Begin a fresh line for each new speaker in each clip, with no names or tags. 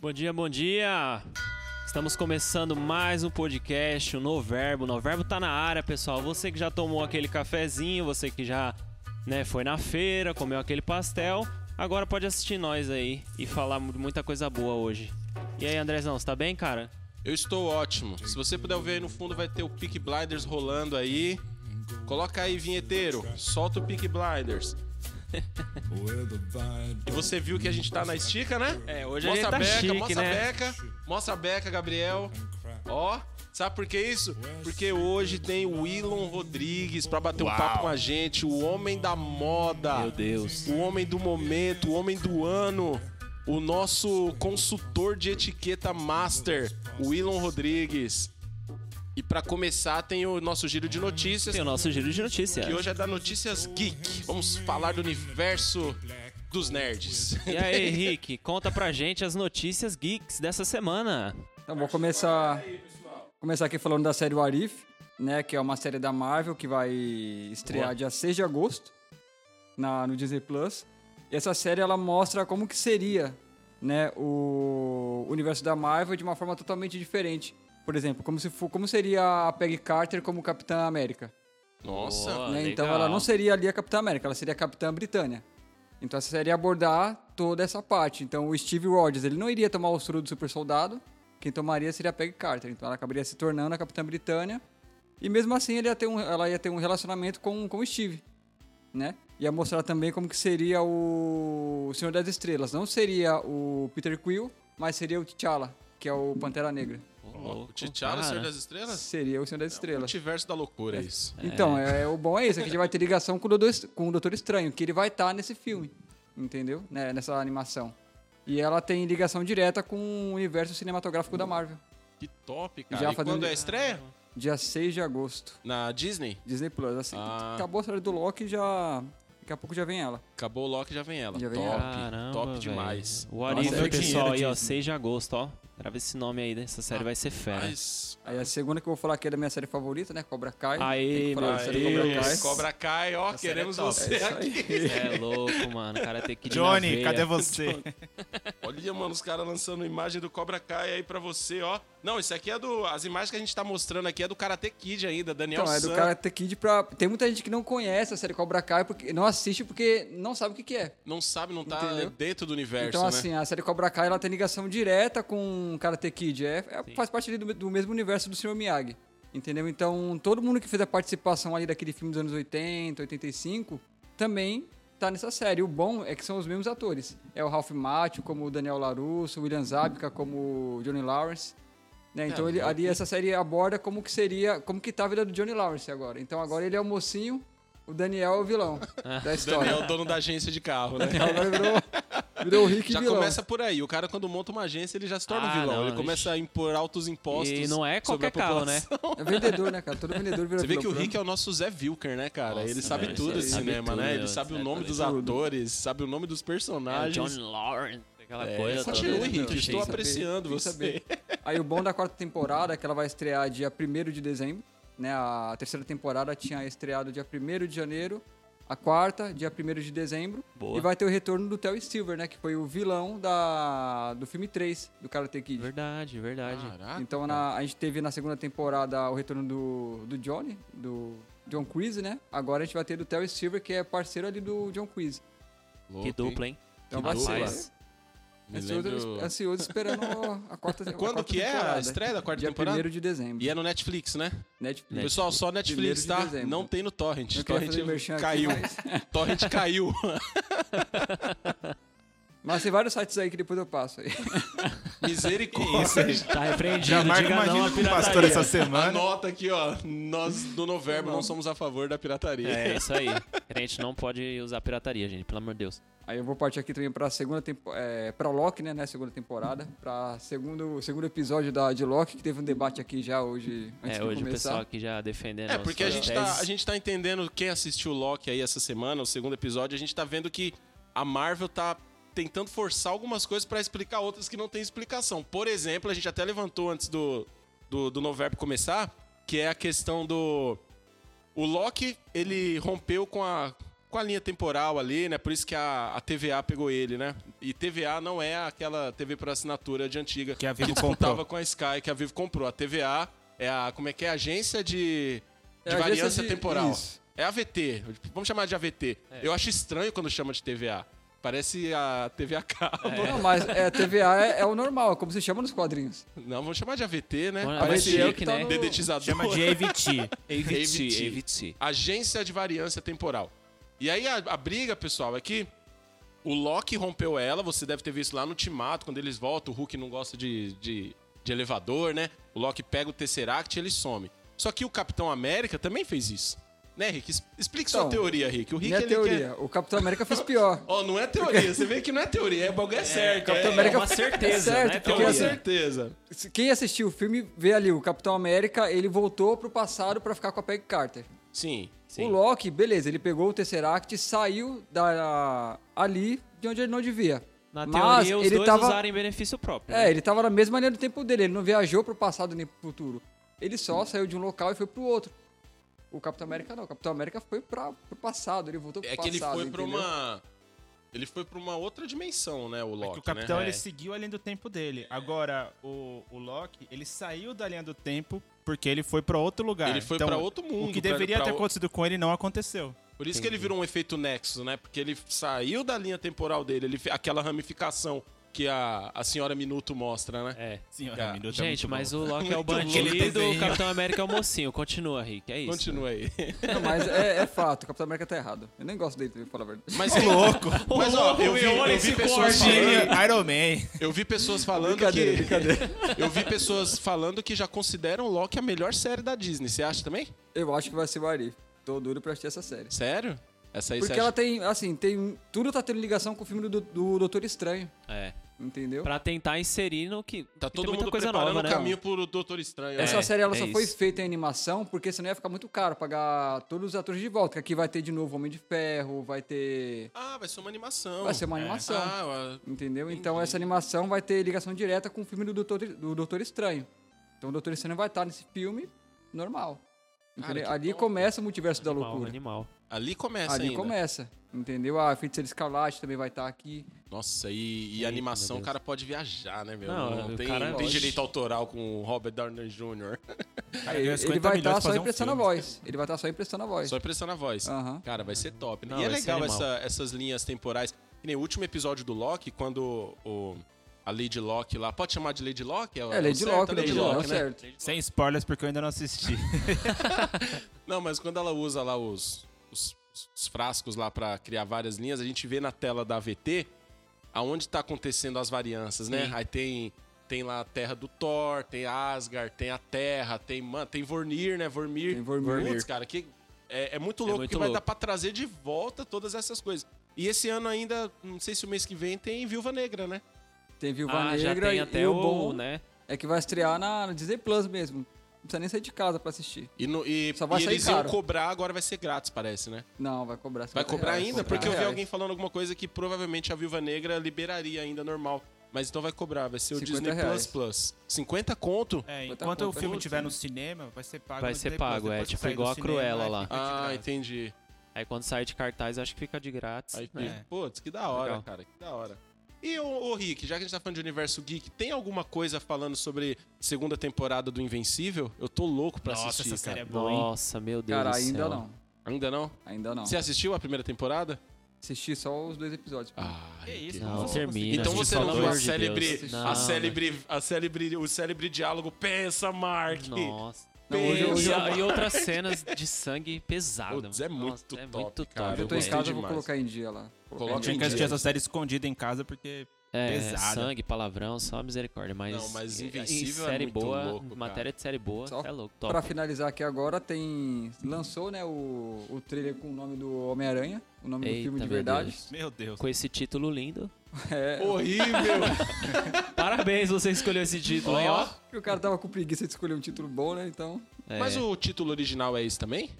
Bom dia, bom dia! Estamos começando mais um podcast, o Noverbo. O Noverbo tá na área, pessoal. Você que já tomou aquele cafezinho, você que já né, foi na feira, comeu aquele pastel, agora pode assistir nós aí e falar mu- muita coisa boa hoje. E aí, Andrezão, você tá bem, cara?
Eu estou ótimo. Se você puder ouvir aí no fundo, vai ter o Peak Blinders rolando aí. Coloca aí, vinheteiro. Solta o Peak Blinders. E você viu que a gente tá na estica, né?
É, hoje a
mostra
gente tá
a beca,
chique,
mostra
né?
a beca. Mostra a beca, Gabriel. Ó, sabe por que isso? Porque hoje tem o Elon Rodrigues pra bater um papo com a gente, o homem da moda.
Meu Deus.
O homem do momento, o homem do ano, o nosso consultor de etiqueta master, o Elon Rodrigues. E pra começar, tem o nosso giro de notícias,
Tem o nosso giro de notícias.
que hoje é da Notícias Geek. Vamos falar do universo dos nerds.
E aí, Henrique, conta pra gente as notícias geeks dessa semana.
Então, vou começar, começar aqui falando da série Warif, né? Que é uma série da Marvel que vai estrear dia 6 de agosto na, no Disney Plus. E essa série ela mostra como que seria, né, o universo da Marvel de uma forma totalmente diferente. Por exemplo, como se for, como seria a Peggy Carter como Capitã América?
Nossa,
Boa. Ah,
né? Então
legal.
ela não seria ali a Capitã América, ela seria a Capitã Britânia. Então essa série ia abordar toda essa parte. Então o Steve Rogers, ele não iria tomar o soro do super soldado, quem tomaria seria a Peggy Carter. Então ela acabaria se tornando a Capitã Britânia. E mesmo assim ele ia ter um, ela ia ter um relacionamento com, com o Steve, né? Ia mostrar também como que seria o Senhor das Estrelas. Não seria o Peter Quill, mas seria o T'Challa, que é o Pantera Negra.
Ô,
o
louco,
T'Challa,
cara.
Senhor das
Ah.
Estrelas?
Seria o Senhor das Estrelas.
Multiverso da loucura, é isso.
Então, é. o bom é isso, é que a gente vai ter ligação com o Doutor, com o Doutor Estranho, que ele vai estar nesse filme, entendeu? Né, Nessa animação. E ela tem ligação direta com o universo cinematográfico da Marvel.
Que top, cara.
Já
e
fazendo-
quando é a estreia?
Dia 6 de agosto,
Na Disney?
Disney Plus. Assim,
Ah.
Acabou a série do Loki já... Daqui a pouco já vem ela.
Acabou o Loki, já vem ela.
Já vem
top,
ela.
Caramba,
top
velho.
demais.
O Arif,
Nossa, é
pessoal,
dinheiro
aí, ó,
disso.
6 de agosto, ó. Grava esse nome aí, dessa série vai ser
né?
fera.
Mas...
Aí a segunda que eu vou falar aqui é da minha série favorita, né? Cobra Kai.
Aê,
Tem que falar da
meu
série
Deus.
Cobra Kai.
Cobra Kai, é ó,
série
queremos
é top.
você aqui.
Cê é louco, mano. O cara tem que
Johnny, cadê você?
Olha, mano, os caras lançando imagem do Cobra Kai aí pra você, ó. Não, isso aqui é do. As imagens que a gente tá mostrando aqui é do Karate Kid ainda, Daniel
Então, é do
San.
Karate Kid pra... Tem muita gente que não conhece a série Cobra Kai, porque não assiste porque não sabe o que que é.
Não sabe, não tá
Entendeu?
dentro do universo,
Então,
né?
assim, a série Cobra Kai ela tem ligação direta com Karate Kid. É, é- faz parte ali do, do mesmo universo do Sr. Miyagi. Entendeu? Então, todo mundo que fez a participação ali daquele filme dos anos 80, 85, também tá nessa série. O bom é que são os mesmos atores. É o Ralph Macchio como o Daniel LaRusso, o William Zabka como o Johnny Lawrence. Né?
É,
Então, ele- ali essa série aborda como que seria, como que tá a vida do Johnny Lawrence agora. Então, agora ele é o mocinho, o Daniel é o vilão da história.
Daniel, é dono da agência de carro, né?
Agora virou, virou o Rick
Já
vilão.
começa por aí. O cara, quando monta uma agência, ele já se torna
Ah,
um vilão.
não,
ele começa a impor altos impostos.
E não é
sobre
qualquer
a
carro, né?
população.
É vendedor, né, cara? Todo vendedor vira
Você vê que o
vilão.
Rick é o nosso Zé Vilker, né, cara?
Nossa,
ele sabe
velho,
tudo
ele
de
sabe
cinema,
tudo,
né?
meu,
Ele sabe o
sabe
nome
é tudo.
dos atores, sabe o nome dos
É,
personagens.
John Lawrence, aquela
É,
coisa. toda.
continue,
Não,
Henrique,
tem que
estou
né, saber,
apreciando
tem que
você.
Aí o bom da quarta temporada é que ela vai estrear dia 1 de dezembro, né? A terceira temporada tinha estreado dia 1 de janeiro, a quarta, dia 1 de dezembro.
Boa.
E vai ter o retorno do Theo Silver, né? Que foi o vilão da, do filme 3 do Karate Kid.
Verdade, verdade.
Caraca.
Então na- a gente teve na segunda temporada o retorno do, do Johnny, do John Creasy, né? Agora a gente vai ter do Theo Silver, que é parceiro ali do John Creasy.
Louco,
que
hein?
dupla, hein?
Então
Que
vai ser.
dupla.
né?
Me
Ansioso,
lembro-
ansioso assim, esperando a quarta a
Quando
quarta
que é a
temporada. né?
estreia da quarta
Dia
temporada?
1 de dezembro.
E é no Netflix, né?
Netflix.
Pessoal, só
Primeiro
Netflix,
de
tá?
dezembro.
Não tem no Torrent.
Eu queria
Torrent
fazer merchan aqui,
caiu.
mas-
Torrent caiu.
Mas tem vários sites aí que depois eu passo aí.
Misericórdia.
Tá
Já
repreendido,
marca
diga
uma
não
agenda
à
com o pastor essa
pirataria.
semana.
Anota aqui, ó. Nós do
Tá
Noverbo não somos a favor da pirataria.
É, isso aí. Crente não pode usar pirataria, gente, pelo amor de Deus.
Aí eu vou partir aqui também pra segunda temporada. É, pra Loki, né? né, Segunda temporada. Pra segundo, segundo episódio da, de Loki, que teve um debate aqui já hoje. Antes
É,
de
hoje o pessoal
começar.
aqui já defendendo.
É,
as
porque a gente,
teses.
tá, a gente tá entendendo, quem assistiu o Loki aí essa semana, o segundo episódio, a gente tá vendo que a Marvel tá tentando forçar algumas coisas pra explicar outras que não tem explicação. Por exemplo, a gente até levantou antes do, do, do Noverbo começar, que é a questão do. O Loki, ele rompeu com a, com a linha temporal ali, né? Por isso que a, a TVA pegou ele, né? E TVA não é aquela TV por assinatura de antiga
Que a Vivo
disputava
comprou.
com a Sky, que a Vivo comprou. A TVA é a. Como é que é? Agência de,
É
de
a agência
variância
de-
temporal.
isso. É.
É AVT. Vamos chamar de AVT. Eu acho estranho quando chama de TVA. Parece a TVA cabo.
Não, mas é, TVA é, é o normal, é como se chama nos quadrinhos.
Não, vamos chamar de AVT, né?
Mano, AVT
Parece
é o
AVT,
que
que
tá no-
dedetizador.
Chama de AVT.
AVT.
AVT, AVT.
Agência de Variância Temporal. E aí a, a briga, pessoal, é que o Loki rompeu ela, você deve ter visto lá no Timato, quando eles voltam, o Hulk não gosta de, de, de elevador, né? O Loki pega o Tesseract e ele some. Só que o Capitão América também fez isso. Né, Rick? Es- Explique sua
Então,
teoria, Rick. O Rick,
Minha
ele
teoria,
quer...
o Capitão América fez pior.
Ó, não é teoria, você vê que não é teoria, é bagulho é, certo.
Capitão
é,
América
América
é uma certeza,
é certo,
né?
é
porque
uma
Teoria.
assim-
certeza.
Se- Quem assistiu o filme vê ali, o Capitão América, ele voltou pro passado pra ficar com a Peg Carter.
Sim.
Sim.
O Loki, beleza, ele pegou o Tesseract e saiu da, ali de onde ele não devia.
Na
Mas
teoria, os
ele
dois
tava,
usaram em benefício próprio.
É,
né?
ele tava na mesma linha do tempo dele, ele não viajou pro passado nem pro futuro. Ele só saiu de um local e foi pro outro. O Capitão América não, o Capitão América foi pra, pro passado, ele voltou pro
É que
passado.
ele foi pra
entendeu?
uma... Ele foi pra uma outra dimensão, né, o
É que
Loki,
o Capitão
né?
ele
É.
seguiu a linha do tempo dele. Agora, o, o Loki, ele saiu da linha do tempo porque ele foi pra outro lugar.
Ele foi
Então,
pra outro mundo,
O que
pra-
deveria
pra
ter
o-
acontecido com ele não aconteceu.
Por isso que ele virou um efeito Nexus, né? Porque ele saiu da linha temporal dele, ele, fe- aquela ramificação que a, a senhora Minuto mostra, né?
É.
Sim, tá
Cara,
Gente, mas o Loki é o
Muito louco.
bandido, o
desenho.
Capitão América é o mocinho. Continua, Rick. É isso.
Continua
né?
aí.
Não, mas é, é fato, o Capitão América tá errado. Eu nem gosto dele, pra falar a verdade.
Mas louco. Mas ó, eu
Olha
vi, eu vi
esse
pessoas
corte.
falando,
Iron Man.
eu vi pessoas falando
Brincadeira,
que
brincadeira.
eu vi pessoas falando que já consideram Loki a melhor série da Disney. Você acha também?
Eu acho que vai ser o Ari. Tô duro pra assistir essa série.
Sério? Essa aí
Porque
você
ela
acha?
tem, assim, tem. Tudo tá tendo ligação com o filme do, do Doutor Estranho,
É.
entendeu?
Pra tentar inserir no que.
Tá
que tem
todo
muita
mundo
coisa
preparando
nova,
o
né?
caminho pro Doutor Estranho. né?
Essa série ela
é
só foi
isso.
feita em animação porque senão ia ficar muito caro pagar todos os atores de volta. Que aqui vai ter de novo Homem de Ferro, vai ter.
Ah, vai ser uma animação.
é Vai ser uma animação.
Ah, ah,
Entendeu? Então essa animação vai ter ligação direta com o filme do Doutor, do Doutor Estranho. Então o Doutor Estranho vai estar nesse filme normal.
Cara,
entendeu?
que
Ali
top.
começa o multiverso da
Animal,
loucura.
animal.
ali começa
Ali
ainda.
começa. Entendeu? A Feiticeira Escarlate também vai estar aqui.
Nossa, e, e
Eita,
animação
meu
o cara pode viajar, né, meu?
Não,
Não,
o
tem,
cara- é
não tem direito autoral com o Robert Downey Jr.
Cara,
ele,
ganhou
ele
50
vai
tá
milhões pra
estar só
fazer um
emprestando a
filme.
voz. Ele vai estar só emprestando a voz.
Só impressão na voz.
Aham.
Cara, vai ser top. Né?
Não,
e é
vai ser
legal
animal.
essa- essas linhas temporais. Que nem o último episódio do Loki, quando o, a Lady Loki lá. Pode chamar de Lady Loki?
É, Lady
o certo?
Locke,
É
Lady Locke, é o certo.
Sem spoilers, porque eu ainda não assisti.
Não, mas quando ela usa lá os, os- os frascos lá pra criar várias linhas, a gente vê na tela da AVT aonde tá acontecendo as variâncias, né? Aí tem tem lá a terra do Thor, tem Asgard, tem a Terra, tem man, tem Vormir, né? Vormir.
Tem Vormir.
Putz, cara, que é, é muito louco
muito
que vai
louco.
dar pra trazer de volta todas essas coisas. E esse ano ainda, não sei se o mês que vem tem Viúva Negra, né?
Tem Viúva
Ah, já
Negra
tem
e-
até
e
o.
o bom
né?
é que vai estrear na, na Disney Plus mesmo. Não precisa nem sair de casa pra assistir.
E, no- e-
Só vai
e
sair
eles iam
caro.
cobrar, agora vai ser grátis, parece, né?
Não, vai É, cobrar.
Vai
50
cobrar
reais.
ainda?
Vai
Porque eu vi
reais.
alguém falando alguma coisa que provavelmente a Viúva Negra liberaria ainda normal. Mas então vai cobrar, vai ser o
50
Disney
reais.
Plus Plus. 50 conto?
tá
É,
Puta
enquanto o
puta,
filme
puta.
estiver no cinema, vai ser pago.
Vai
no
ser
Disney+.
pago,
Depois
é,
que
tipo
sair do
igual a
cinema,
Cruella
aí
lá.
fica de
Ah,
graça.
entendi.
Aí quando sair de cartaz, acho que fica de grátis.
Aí,
né?
Putz, que da hora,
Legal.
cara, que da hora. E o, o Rick, já que a gente tá falando de universo geek, tem alguma coisa falando sobre segunda temporada do Invencível? Eu tô louco pra
Nossa,
assistir,
essa série é
cara.
boa, hein?
Nossa, meu Deus.
Cara,
do
ainda
céu.
não.
Ainda não?
Ainda não.
Você assistiu a primeira temporada?
Assisti só os dois episódios.
Ah,
Que
Rick.
isso,
Não,
Nossa,
termina.
Então
assiste
você
só
não
dois.
viu a
Pelo amor de
célebre,
Deus.
a
Não,
célebre, a célebre, o célebre diálogo, pensa, Mark.
Nossa.
Não, hoje eu- hoje eu-
E outras cenas de sangue pesado.
Putz, é muito
Nossa, é
top,
muito
cara.
top.
eu tô em
gostei
casa, eu vou
demais.
colocar em dia lá. Vou colocar
Coloca
em
Tinha
dia.
que assistir essa série escondida em casa, porque
É,
pesada.
sangue, palavrão, só misericórdia. Mas,
Não, mas
em- em
Invencível é
série
muito
boa,
louco, cara.
matéria de série boa,
Só
é louco, top.
Pra finalizar aqui agora, tem. Lançou, né, o, o trailer com o nome do Homem-Aranha, o nome
Eita,
do filme de
meu
verdade.
Deus.
Meu Deus.
Com esse título lindo.
É,
Horrível!
Parabéns, você escolheu esse título, hein, ó.
porque o cara tava com preguiça de escolher um título bom, né? Então.
É.
Mas o título original é esse também?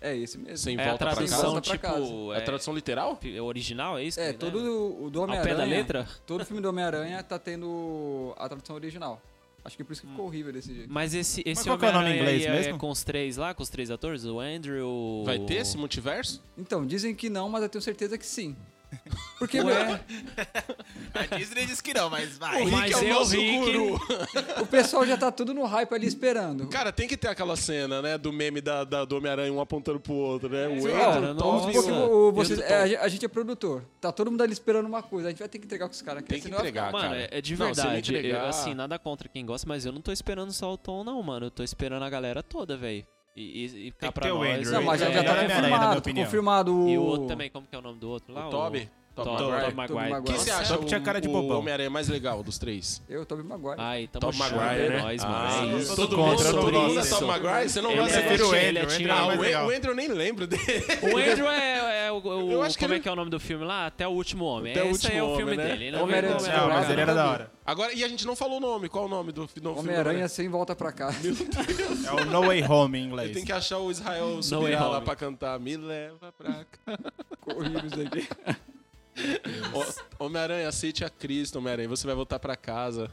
É esse mesmo.
Sem
É a
volta pra
tradução,
casa.
pra casa.
tipo.
É a tradução literal?
é original, é isso?
É,
que-
todo o- o do
Ao pé
Homem-Aranha.
da letra?
Todo filme do Homem-Aranha tá tendo a tradução original. Acho que por isso que ficou
Hum.
horrível desse jeito.
Mas esse, esse
qual que é o nome em
Homem-Aranha
inglês
aí é,
mesmo?
com os três lá, com os três atores? O Andrew.
Vai ter esse multiverso?
Então, dizem que não, mas eu tenho certeza que sim. Porque meu,
A Disney disse que não, mas vai.
O
Mas
Rick é o
eu
nosso
vi que-
guru.
o pessoal já tá tudo no hype ali esperando.
Cara, tem que ter aquela cena, né? Do meme da, da- do Homem-Aranha, um apontando pro outro, né? O
Ó,
cara,
Andrew,
não,
Tom,
vamos supor que
Tom.
Um o- vocês-
Pedro
é,
Tom.
a, gente é produtor. Tá todo mundo ali esperando uma coisa. A gente vai ter que entregar com os caras.
Tem que
senão vai
entregar,
Mano,
cara.
é de
Não, se não
verdade. eu,
entregar-
assim, nada contra quem gosta, mas eu não tô esperando só o Tom, não, mano. Eu tô esperando a galera toda, velho. E, e, e cá
que
pra
ter o
nós.
Andrew.
Não, mas já, já
É,
tá
Homem-Aranha, na minha
confirmado. tá
opinião.
confirmado o...
E o outro também, como que é o nome do outro lá?
O Toby?
O... Toby,
Toby
Toby,
Maguire.
Maguire.
Tobey Maguire.
Quem você
Nossa,
acha
Tom tinha
o-
cara de
o
bobão.
Homem-Aranha mais legal dos três?
Eu, Tobey Maguire.
Ai, tamo
Tobey
junto,
Maguire,
é
né?
nóis,
Ah,
mano. É isso.
isso.
Todo
Todo mundo,
mundo, todo
todo
mundo
mundo.
é Tom Maguire? Você não
Ele
gosta
é
dele?
o Andrew, ele é
Ah,
tirado.
o,
legal.
o Andrew eu nem lembro dele.
O Andrew é, é o, o-
Eu acho que
Como é
ele-
que é o nome do filme lá? Até o Último Homem.
Até o
Esse
Último
aí é o
Homem,
filme
né?
dele. Ele não
Homem-Aranha
é
do
Não, mas ele era da hora.
Agora, e a gente não falou o nome. Qual o nome do, do filme?
né?
Homem-Aranha sem volta pra casa.
É o No Way Home em
Eu
inglês.
tenho que achar o Israel
Way
Subirá lá
Home.
pra cantar. Me leva pra cá.
Ficou horrível isso aqui.
Ó, Homem-Aranha, aceite a Cristo, Homem-Aranha. Você vai voltar pra casa.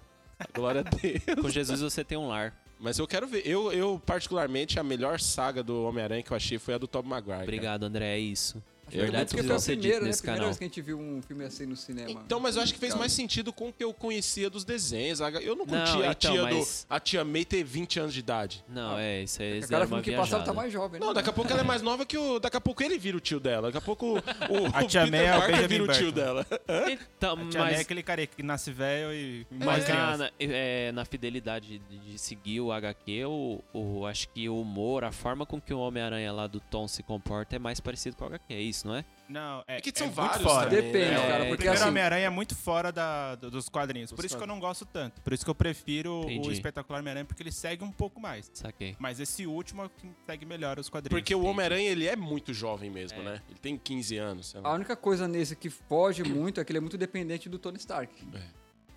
Glória a Deus.
Com Jesus você tem um lar.
Mas eu quero ver. Eu, eu, particularmente, a melhor saga do Homem-Aranha que eu achei foi a do Tobey Maguire. cara.
Obrigado, André. É isso.
Acho que
Verdades
porque
precisam
foi
ser
a primeira,
ditas
né?
nesse
primeira
canal.
vez que a gente viu um filme assim no cinema.
Então, mas eu acho que fez
Legal.
mais sentido com o que eu conhecia dos desenhos. A- Eu não
Não,
curtia a,
então,
tia
mas-
do, a tia May ter 20 anos de idade.
Não, é isso. É,
O
isso
cara
era uma
filme que passava
viajada.
tá mais jovem, né?
Não, daqui a pouco ela é mais nova que o. Daqui a pouco ele vira o tio dela. Daqui a pouco o, o
A tia
Peter
May é o
Parker
Benjamin
vira o tio
Button.
dela.
Então,
Tia May é
mas
aquele cara que nasce velho e mais
Mas
criança.
na, na- é, na fidelidade de, de seguir o HQ, o, o- acho que o humor, a forma com que o Homem-Aranha lá do Tom se comporta é mais parecido com o HQ, é isso, não é?
Não, é,
É que são
é
vários
muito fora.
também, né?
Depende,
É,
cara,
é,
O
porque
primeiro
assim...
Homem-Aranha é muito fora da, do- dos quadrinhos. Por isso que eu não gosto tanto. Por isso que eu prefiro
Entendi.
o espetacular Homem-Aranha, porque ele segue um pouco mais.
Saquei.
Mas esse último é o que segue melhor os quadrinhos.
Porque o Homem-Aranha, ele é muito jovem mesmo, né? Ele tem 15 anos. Sei lá.
A única coisa nesse que foge muito é que ele é muito dependente do Tony Stark.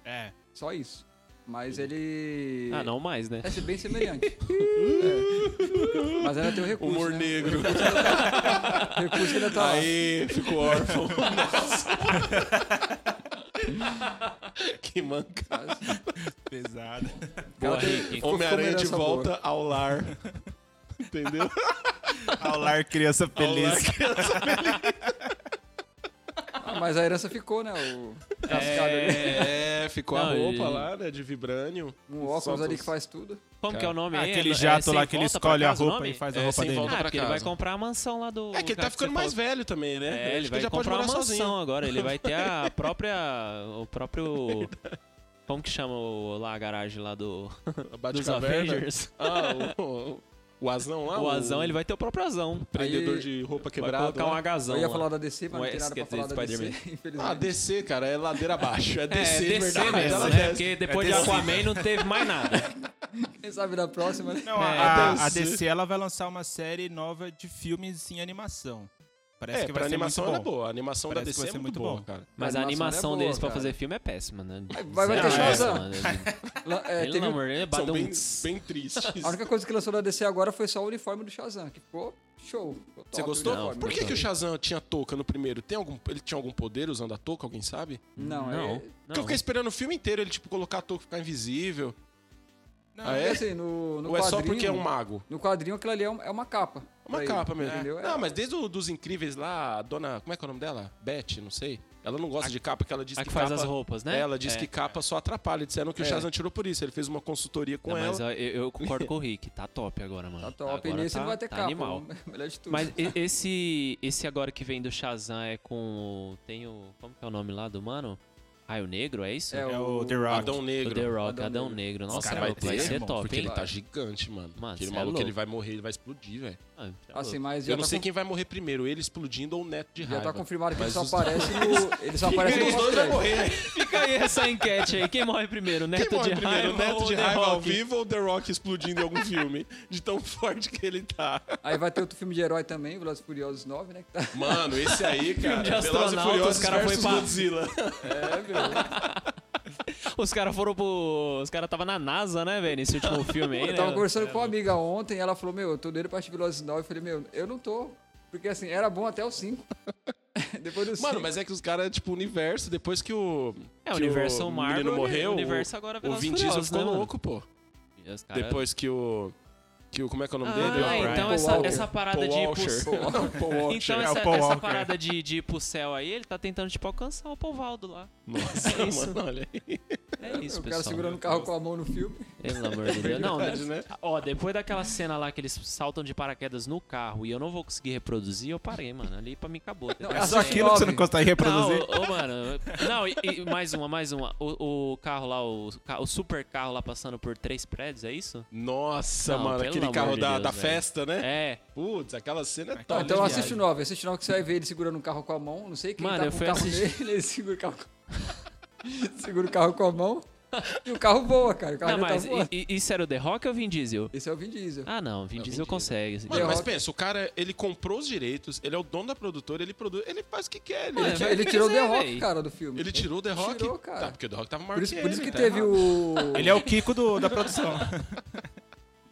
É.
Só isso. Mas ele.
Ah, não mais, né?
É ser bem semelhante. É. Mas ainda tem o recurso.
Humor
né?
negro.
O recurso ainda tá. lá.
Aí, ficou órfão. Nossa. que manca.
Mas
Pesado.
Boa,
Cara,
Rick.
ficou-
Homem-Aranha de
ficou melhor
volta ao lar. Entendeu?
Ao lar criança feliz.
Ah, mas a herança ficou, né? O cascado ali.
É, ficou
Não,
a roupa
e-
lá, né? De vibrânio.
né? Um óculos
Solta
ali
os-
que faz tudo.
Como que é o
Ah,
nome aí?
Aquele
É-
jato
é
lá
Sem
que ele
Volta pra
escolhe a
Casa o
roupa
nome?
e faz a
É,
roupa
sem
dele.
volta.
Ah,
pra
porque ele vai
casa.
comprar a mansão lá do.
É que ele
cara
tá
você
ficando mais
falou.
velho também, né?
É,
Acho
ele
que
vai
já pode
comprar uma
morar
mansão
sozinho.
agora. Ele vai ter a própria. O próprio. Como que chama o- lá a garagem lá do,
A
dos
Batcaverna.
Avengers?
Ah, o, o, Ah, o Azão lá?
O Azão, ele vai ter o próprio Azão.
Prendedor
Aí-
de roupa
Vai
quebrada.
colocar um
lá.
agazão.
Eu ia
lá.
falar da DC, mas
Um
não tem nada pra
S,
falar da
quer dizer,
DC,
Ah,
infelizmente.
DC, cara, é ladeira abaixo. É
É,
DC, de verdade.
mesmo,
Ela
né?
desce.
Porque depois de
descer.
Aquaman não teve mais nada.
Quem sabe da próxima, né?
Não, a,
É.
a-
A
a
DC.
DC ela vai lançar uma série nova de filmes em animação. Parece
É,
que
pra
vai ser
animação
muito
era
bom.
boa. A animação da
Parece que
DC
vai
é
ser
muito
muito
boa,
bom.
cara.
Mas a
animação
animação
é boa,
deles pra
cara.
fazer filme é péssima, né?
vai- vai
Zero
ter
essa,
Shazam.
mano.
Lá- é,
Pelo
teve-
amor de Deus,
São
bateu
bem,
um tss.
bem tristes.
A única coisa que lançou da DC agora foi só o uniforme do Shazam, que ficou show. Ficou top
Você
o
gostou?
uniforme.
Por que, que o Shazam tinha touca no primeiro? Tem algum, ele tinha algum poder usando a touca, alguém sabe?
Não,
Não,
é.
Porque eu fiquei esperando o filme inteiro ele, tipo, colocar a touca e ficar invisível.
Não,
ah,
Porque
é?
assim, no, no
Ou é só
quadrinho-
porque é um mago?
No quadrinho aquilo ali é, um- é uma capa.
Uma
pra ele,
capa mesmo.
Entendeu? É.
Não, mas desde o, dos incríveis lá, a dona. Como é que é o nome dela? Beth, não sei. Ela não gosta de capa, porque ela diz
A
que
que faz
capa-
as roupas, né?
Ela diz
É.
que capa só atrapalha. Disseram que o
É.
Shazam tirou por isso. Ele fez uma consultoria com
Não,
ela.
mas ó, eu, eu concordo com o Rick. Tá top agora, mano.
Tá top.
Agora
e nesse
tá,
não vai ter
tá
capa.
animal.
Melhor de tudo.
Mas e- esse, esse agora que vem do Shazam é com. o- Tem o. Como que é o nome lá do mano? Raio Negro, é isso?
É
é o The
Adão
Rock.
o
Negro.
The Rock,
Adão
Adão,
Negro.
Negro. Nossa,
Cara,
vai,
vai
vai
ter,
ser
irmão,
top,
porque
hein?
ele tá gigante, mano.
Mano,
Aquele
cê é
maluco,
louco.
ele vai morrer, ele vai explodir, velho.
Ah, tá
Assim,
louco.
mas já
Eu não
tá
sei
com-
quem vai morrer primeiro, ele explodindo ou o neto de
Já
raiva.
tá confirmado que ele
Mas
só
os-
aparece no. Ele só aparece no
Os dois vai
pós-crédito.
morrer.
Fica aí essa enquete aí. Quem morre primeiro? Neto
Quem morre
de
primeiro, o
raiva
neto
ou
de
The
raiva ao
Rock?
vivo ou The Rock explodindo em algum filme? De tão forte que ele tá.
Aí vai ter outro filme de herói também, Velozes e Furiosos 9, né? que tá-
Mano, esse aí, cara.
de
Velozes e
astronauta,
Furiosos
os cara foi
versus
pra-
Godzilla.
É, meu.
Os caras foram pro. Os caras tava na NASA, né, velho? Nesse último filme aí,
Eu
né?
tava conversando com uma amiga ontem, ela falou, meu, eu tô doido pra assistir Velozes e Furiosos 9. Eu falei, meu, eu não tô. Porque assim, era bom até o 5. Depois do 5.
Mano, mas é que os caras, tipo, o universo, depois que o.
É, o
que
universo Marvel. né?
menino morreu,
O universo agora
o
Velozes e
Vin Diesel
Tá Furiosos,
ficou
né, mano?
louco, pô.
E os caras-
Depois que o. Que o. Como é que é o nome dele?
Ah,
O Brian.
então
Paul
essa,
Walker.
essa parada
Paul
de ir pro
Walker.
céu.
Não, Paul Walker.
Então
É o
essa,
Paul
essa
Walker.
parada de, de ir pro céu aí, ele tá tentando tipo alcançar o Povaldo lá.
Nossa,
É isso.
mano, olha aí.
É isso,
o cara
pessoal.
segurando o carro com a mão no filme.
Pelo amor de Deus. Não,
verdade,
né? Ó, depois daquela cena lá que eles saltam de paraquedas no carro e eu não vou conseguir reproduzir, eu parei, mano. Ali pra mim acabou.
Não,
Essa
é
É
só
só
cena-
aquilo que você não consegue reproduzir.
Não, ô, ô, mano. Não, e, e mais uma, mais uma. O, o carro lá, o, ca- o super carro lá passando por três prédios, é isso?
Nossa,
Não,
mano,
pelo
aquele
amor
carro
de
da,
Deus,
da
velho.
festa, né?
É.
Putz, aquela cena é
Não,
top.
então
viado.
assiste o 9. Assiste o 9 que você vai ver ele segurando o carro com a mão. Não sei quem
Mano,
tá
eu
com o
fui
carro
assistir-
nele, ele segura o carro com... segura o carro com a mão. E o carro voa, cara. O carro
Não,
já tá
mas
voando.
e- e- isso era o The Rock ou o Vin Diesel?
Esse é o Vin Diesel.
Ah, não, Vin Diesel consegue. assim, tipo,
Mano,
The
mas
Rock.
pensa, o cara, ele comprou os direitos, ele é o dono da produtora, ele produz, ele faz o que quer. Ele,
Mano,
quer-
é,
ele tirou o The
quiser,
Rock,
véi.
cara, do filme.
ele tirou o The Rock?
tirou, cara.
Tá, porque o The Rock tava maior
Por isso, por isso
ele,
que
tá
teve
errado.
o...
Ele é o Kiko do- da produção.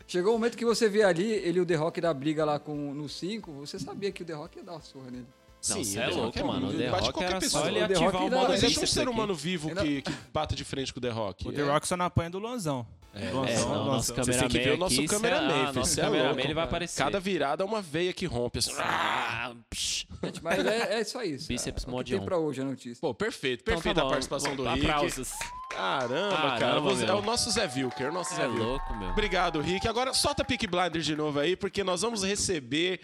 Chegou um momento que você vê ali, ele e o The Rock da briga lá com, no 5, você sabia que o The Rock ia dar uma surra nele.
Não,
Sim,
cê
o
é
The
louco,
Rock é
mano.
um-
O The
bate
Rock
qualquer
era só
pessoa.
ele
O The Rock
ativar o
ainda-
modo
Não existe um
Hitler
ser
aqui.
humano vivo
Ainda-
que, que bata de frente com o The Rock.
O The
É.
Rock né? só não apanha do Luanzão. Luanzão,
É, não, nosso
Luanzão.
Vocês têm
cameraman
Então, que ver o nosso
aqui, cê é-
cameraman,
ah,
filho,
nosso
cê é
cameraman,
louco,
ele vai
cara.
aparecer.
Cada virada é uma veia que rompe. assim.
Ah, psh.
Gente, Mas é, é só isso.
Bíceps
é, o que
modião.
tem pra hoje a notícia.
Pô, perfeito,
Então
perfeita
tá bom,
a participação do
vamos
Rick.
pra Aplausos.
Caramba, cara.
Caramba,
você- É
meu.
o nosso Zé Vilker, é o nosso
Cê
Zé
é
Vilker.
louco, meu.
Obrigado, Rick. Agora solta Pick Blinder de novo aí, porque nós vamos receber.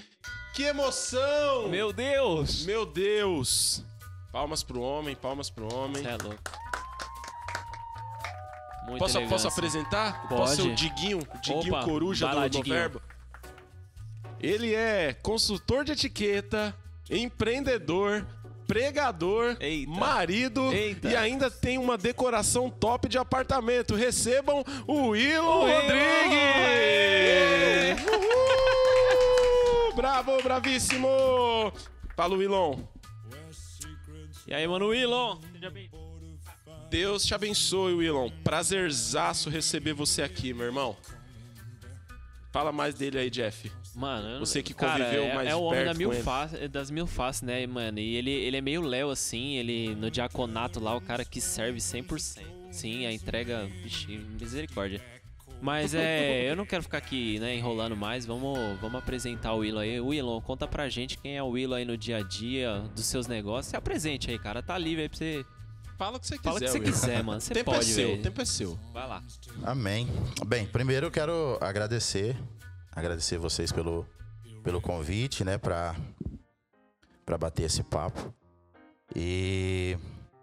Que emoção!
Meu Deus!
Meu Deus! Palmas pro homem, palmas pro homem.
Você é louco. Muito
Posso,
elegância.
posso apresentar?
Pode.
Posso ser o Diguinho, o Diguinho
Opa,
Coruja
vai
do,
lá,
do
Diguinho.
Verbo. Ele é consultor de etiqueta, empreendedor, pregador,
Eita.
marido
Eita.
e ainda tem uma decoração top de apartamento. Recebam o Willow Rodrigues! Uhul! Bravo, bravíssimo! Fala, Wilon.
E aí, mano, Wilon? Seja bem-
Deus te abençoe, Willon. Prazerzaço receber você aqui, meu irmão. Fala mais dele aí, Jeff.
Mano, eu não-
Você que
cara,
conviveu
é,
mais
é o homem
perto
da mil
com ele.
face- das mil faces, né, mano? E ele, ele é meio Léo, assim, ele no diaconato lá, o cara que serve 100%. Sim, a entrega, vixi, misericórdia. Mas é, eu não quero ficar aqui, né, enrolando mais. Vamos, vamos apresentar o Willow aí. Willow, conta pra gente quem é o Willow aí no dia a dia, dos seus negócios. Se apresente aí, cara. Tá livre aí pra você.
Fala o que você quiser.
Fala o que você
Willon.
quiser, mano. Você
tempo
pode,
é seu,
velho.
tempo é seu.
Vai lá.
Amém. Bem, primeiro eu quero agradecer, agradecer vocês pelo, pelo convite, né, para para bater esse papo. E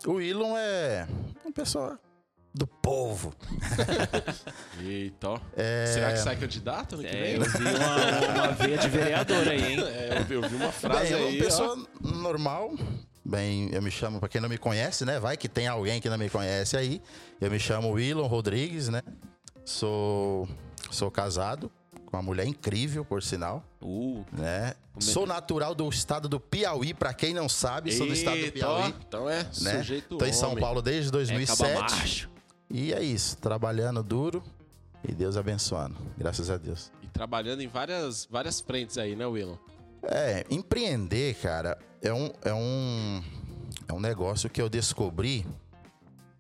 o Elon é um pessoa do povo.
Eita, ó.
É,
Será que sai candidato ano que
É,
vem?
eu vi uma, uma veia de vereador aí, hein?
É, eu vi, eu vi uma frase
bem, é uma
aí. ó.
pessoa normal. Bem, eu me chamo para quem não me conhece, né? Vai que tem alguém que não me conhece aí. Eu me chamo Elon Rodrigues, né? Sou sou casado com uma mulher incrível, por sinal.
Uh,
né? Sou natural do estado do Piauí, pra quem não sabe, sou do estado do
Eita, ó.
Piauí,
Então é
né?
sujeito
Tô em São
homem.
Paulo desde
é caba
2007
macho.
e é isso, trabalhando duro e Deus abençoando, graças a Deus.
E trabalhando em várias, várias frentes aí, né, Willon?
É, empreender, cara, é um é um é um negócio que eu descobri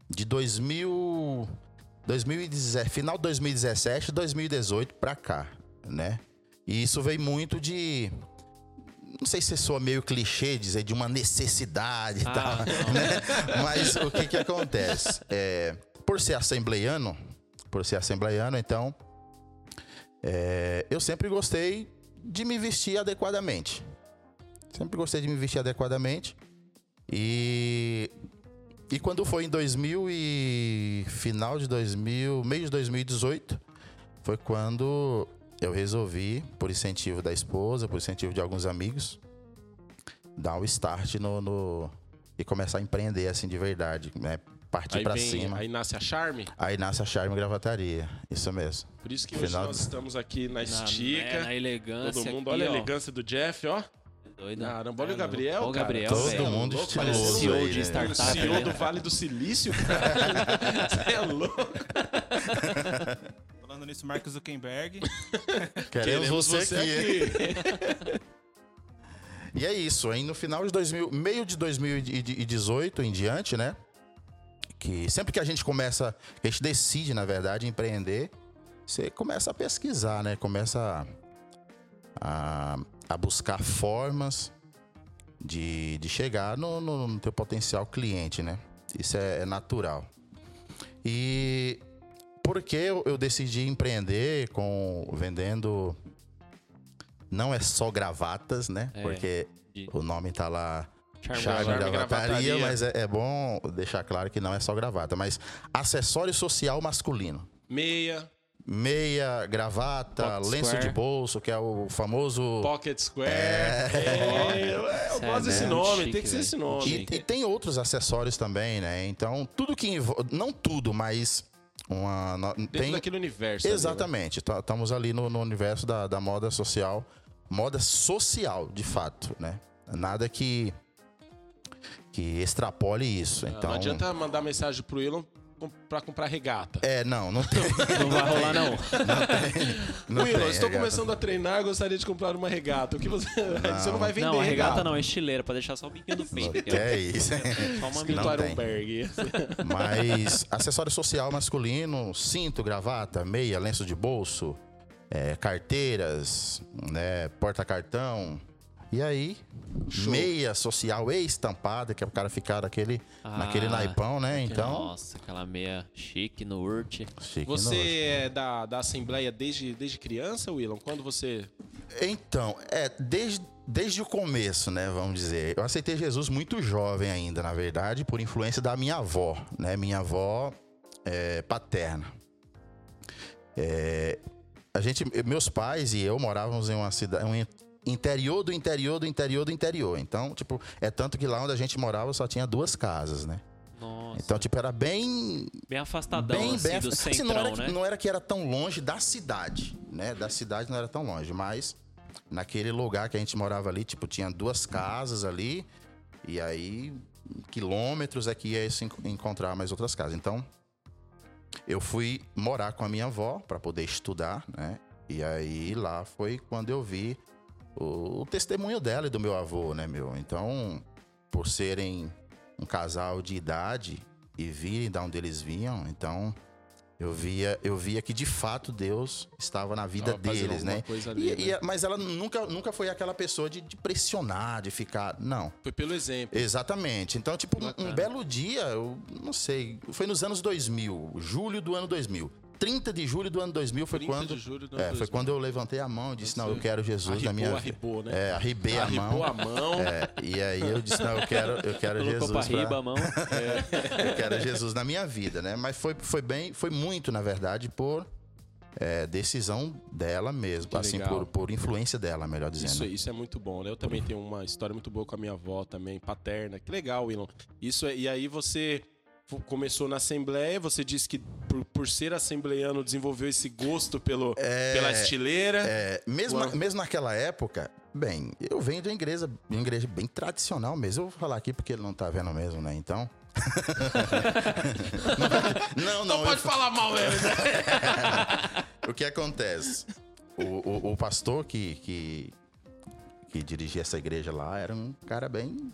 de 2000 2010, final de 2017, 2018 pra cá, né? E isso veio muito de não sei se soa meio clichê dizer de uma necessidade e
Ah,
tal, né? Mas o que que acontece? É, por ser assembleiano, por ser assembleiano, então é, eu sempre gostei de me vestir adequadamente. Sempre gostei de me vestir adequadamente. E e quando foi em 2000 e final de 2000, meio de 2018, foi quando eu resolvi, por incentivo da esposa, por incentivo de alguns amigos, dar um start no, no- e começar a empreender assim de verdade, né? Partir
Aí,
pra
vem-
cima. Aí...
aí nasce a Charme.
nasce a Charme Gravataria. Isso mesmo.
Por isso que hoje
Final-
nós estamos aqui na,
Na,
estica.
é, na elegância.
Todo mundo,
aqui,
olha
ó.
a elegância do Jeff, ó.
Doido.
Ah, Arambolo e
É,
Gabriel,
Arambolo e
cara.
Gabriel,
Todo
velho.
mundo
louco,
estiloso
CEO
aí,
de
né?
O
startup. Startup,
CEO
né?
do Vale do Silício, cara. Você é louco.
Falando nisso, Mark Zuckerberg.
Queremos você, aqui. hein?
aqui.
E é isso, aí no final de 2000, meio de 2018 em diante, né? Que sempre que a gente começa, que a gente decide, na verdade, empreender, você começa a pesquisar, né? Começa a, a- a buscar formas de, de chegar no, no, no teu potencial cliente, né? Isso é, é natural. E por que eu, eu decidi empreender com vendendo não é só gravatas, né?
É.
Porque
De-
o nome tá lá
É um
Charme
Charme
Gravata.
Gravataria,
Gravataria.
mas é, é bom deixar claro que não é só gravata, mas acessório social masculino.
Meia,
Meia, gravata,
Pocket
lenço
square.
de bolso, que é o famoso.
Pocket Square. É, eu- eu
Isso é
gosto desse
muito
nome,
chique,
tem que ser
velho.
esse nome.
E, e tem outros acessórios também, né? Então, tudo que envolve. Não tudo, mas. Uma, no-
Dentro
tem,
daquele universo. ali, né?
Exatamente. tá- Estamos ali no, no universo da, da moda social. Moda social, de fato, né? Nada que. que extrapole isso.
né?
então.
Não adianta mandar mensagem pro Elon com- pra comprar regata.
É, não, não tem.
Não vai rolar, não.
Não
Willow,
É, tem,
estou
regata.
começando a treinar, gostaria de comprar uma regata. O que você. você não vai vender.
Não, a regata não, é estileira, pra deixar só o biquinho do peito. aqui, ó.
É isso.
Só uma
Não
Do
tem.
Ironberg.
Mas acessório social masculino, cinto, gravata, meia, lenço de bolso, é, carteiras, né, porta-cartão. E aí, meia social e estampada, que é o cara ficar naquele,
Ah,
naquele naipão, né? Então,
Nossa, aquela meia chique no Urt.
chique nojo.
Você é da, da Assembleia desde, desde criança, Willon? Quando você.
Então, é, desde, desde o começo, né, vamos dizer. Eu aceitei Jesus muito jovem ainda, na verdade, por influência da minha avó, né? Minha avó é, paterna. É, a gente, meus pais e eu morávamos em uma cidade, um interior do interior do interior do interior. Então, tipo, é tanto que lá onde a gente morava só tinha duas casas, né?
Nossa,
Então, tipo, era bem
bem afastadão assim, do
assim,
centrão,
não, era,
né?
não era que era tão longe da cidade, né? Da cidade não era tão longe, mas naquele lugar que a gente morava ali, tipo, tinha duas casas ali, e aí quilômetros é que ia se en- encontrar mais outras casas. Então, eu fui morar com a minha avó para poder estudar, né? E aí lá foi quando eu vi o, o testemunho dela e do meu avô, né, meu? Então, por serem um casal de idade e virem da onde eles vinham, então eu via, eu via que de fato Deus estava na vida
Tava fazendo
deles,
alguma
né?
coisa ali,
E- e-
né?
mas ela nunca, nunca foi aquela pessoa de, de pressionar, de ficar. Não.
Foi pelo exemplo.
Exatamente. Então, tipo, um-
Bacana.
um belo dia, eu não sei, foi nos anos 2000, julho do ano 2000. 30 de julho do ano 2000 foi
30
quando
de julho do ano
é, foi
2000.
quando eu levantei a mão e disse: "Não, eu quero Jesus na
Arribou,
minha vida".
arribou, né?
É, arribei a
Arribou
mão.
a mão.
É, e aí eu disse: "Não, eu quero, eu quero
Colocou pra
Jesus pra-
riba a mão.
eu quero Jesus na minha vida, né? Mas foi, foi bem, foi muito, na verdade, por é, decisão dela mesmo,
Que
assim,
legal.
por, por influência dela, melhor dizendo.
Isso, isso é muito bom, né? Eu também tenho uma história muito boa com a minha avó também, paterna. Que legal, Elon. Isso é- e aí você f- começou na Assembleia, você disse que por, por ser assembleiano desenvolveu esse gosto pelo, pela estileira.
É, mesmo,
Uau.
mesmo naquela época, bem, eu venho de uma igreja, de uma igreja bem tradicional mesmo. Eu vou falar aqui porque ele não tá vendo mesmo, né? Então. não, não,
Não
eu-
Então pode falar mal, né?
o que acontece? O, o- o pastor que, que, que dirigia essa igreja lá era um cara bem.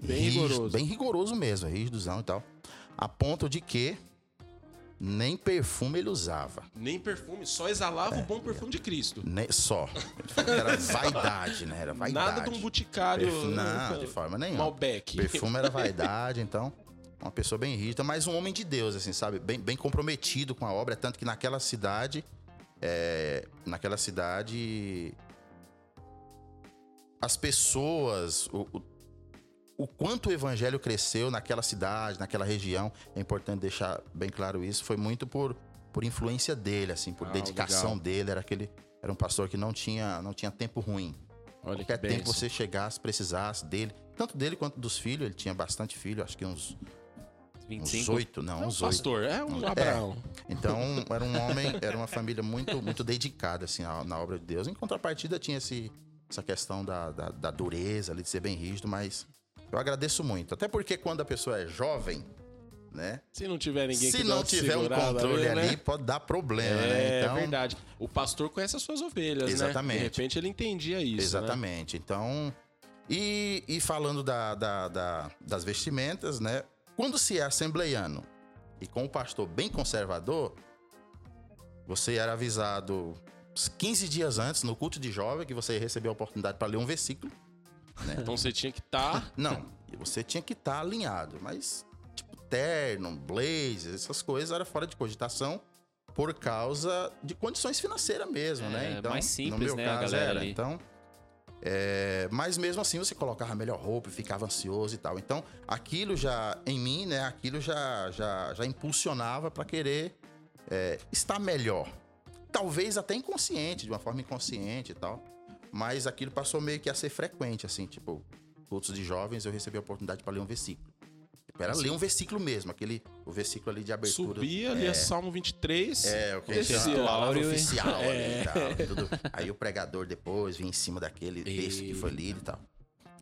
Bem
rígido,
rigoroso.
Bem rigoroso mesmo, é rígidozão e tal. A ponto de que nem perfume ele usava.
Nem perfume, só exalava o bom perfume de Cristo.
Nem, só. Era vaidade, né? Era vaidade.
Nada de um boticário. né?
Perfu- Não, de forma nenhuma.
Malbec.
Perfume era vaidade, então. Uma pessoa bem rígida, mas um homem de Deus, assim, sabe? Bem, bem comprometido com a obra. Tanto que naquela cidade. é, naquela cidade. As pessoas. O, o, o quanto o evangelho cresceu naquela cidade, naquela região. É importante deixar bem claro isso. Foi muito por, por influência dele, assim, por
Ah,
dedicação
legal.
dele. Era aquele. Era um pastor que não tinha, não tinha tempo ruim
Olha que
qualquer
bem.
tempo você chegasse, precisasse dele. Tanto dele quanto dos filhos, ele tinha bastante filho, acho que uns uns
25.
oito, não, uns oito.
Pastor, é um Abraão.
Então, era um homem, era uma família muito muito dedicada, assim, à- na obra de Deus. Em contrapartida, tinha esse, essa questão da, da, da dureza, ali, de ser bem rígido, mas eu agradeço muito. Até porque quando a pessoa é jovem, né?
Se não tiver ninguém
Se
que
não tiver um controle ali,
né?
pode dar problema, né?
É,
Então,
verdade. O pastor conhece as suas ovelhas,
Exatamente.
né? De repente ele entendia isso. né?
Exatamente. Então, e, e falando da, da- da- das vestimentas, né? Quando se é assembleiano e com um pastor bem conservador, você era avisado uns 15 dias antes, no culto de jovem, que você ia receber a oportunidade para ler um versículo.
Então você tinha que
Tá.
estar.
Não, você tinha que estar alinhado, mas tipo terno, blazer, essas coisas era fora de cogitação por causa de condições financeiras mesmo,
É,
né?
mais simples, né, a galera ali.
Então, é, mas mesmo assim você colocava melhor roupa, e ficava ansioso e tal. Então, aquilo já em mim, né? Aquilo já já, já impulsionava para querer é, estar melhor. Talvez até inconsciente, de uma forma inconsciente e tal. Mas aquilo passou meio que a ser frequente, assim, tipo, cultos de jovens, eu recebi a oportunidade para ler um versículo. Tipo, Era ler um versículo mesmo, aquele o versículo ali de abertura.
Subia ali a Salmo 23.
É, o que a gente
descia.
chama de palavra
Áureo, hein? É.
oficial ali e tal. e tudo. Aí o pregador depois vinha em cima daquele texto que foi lido e tal.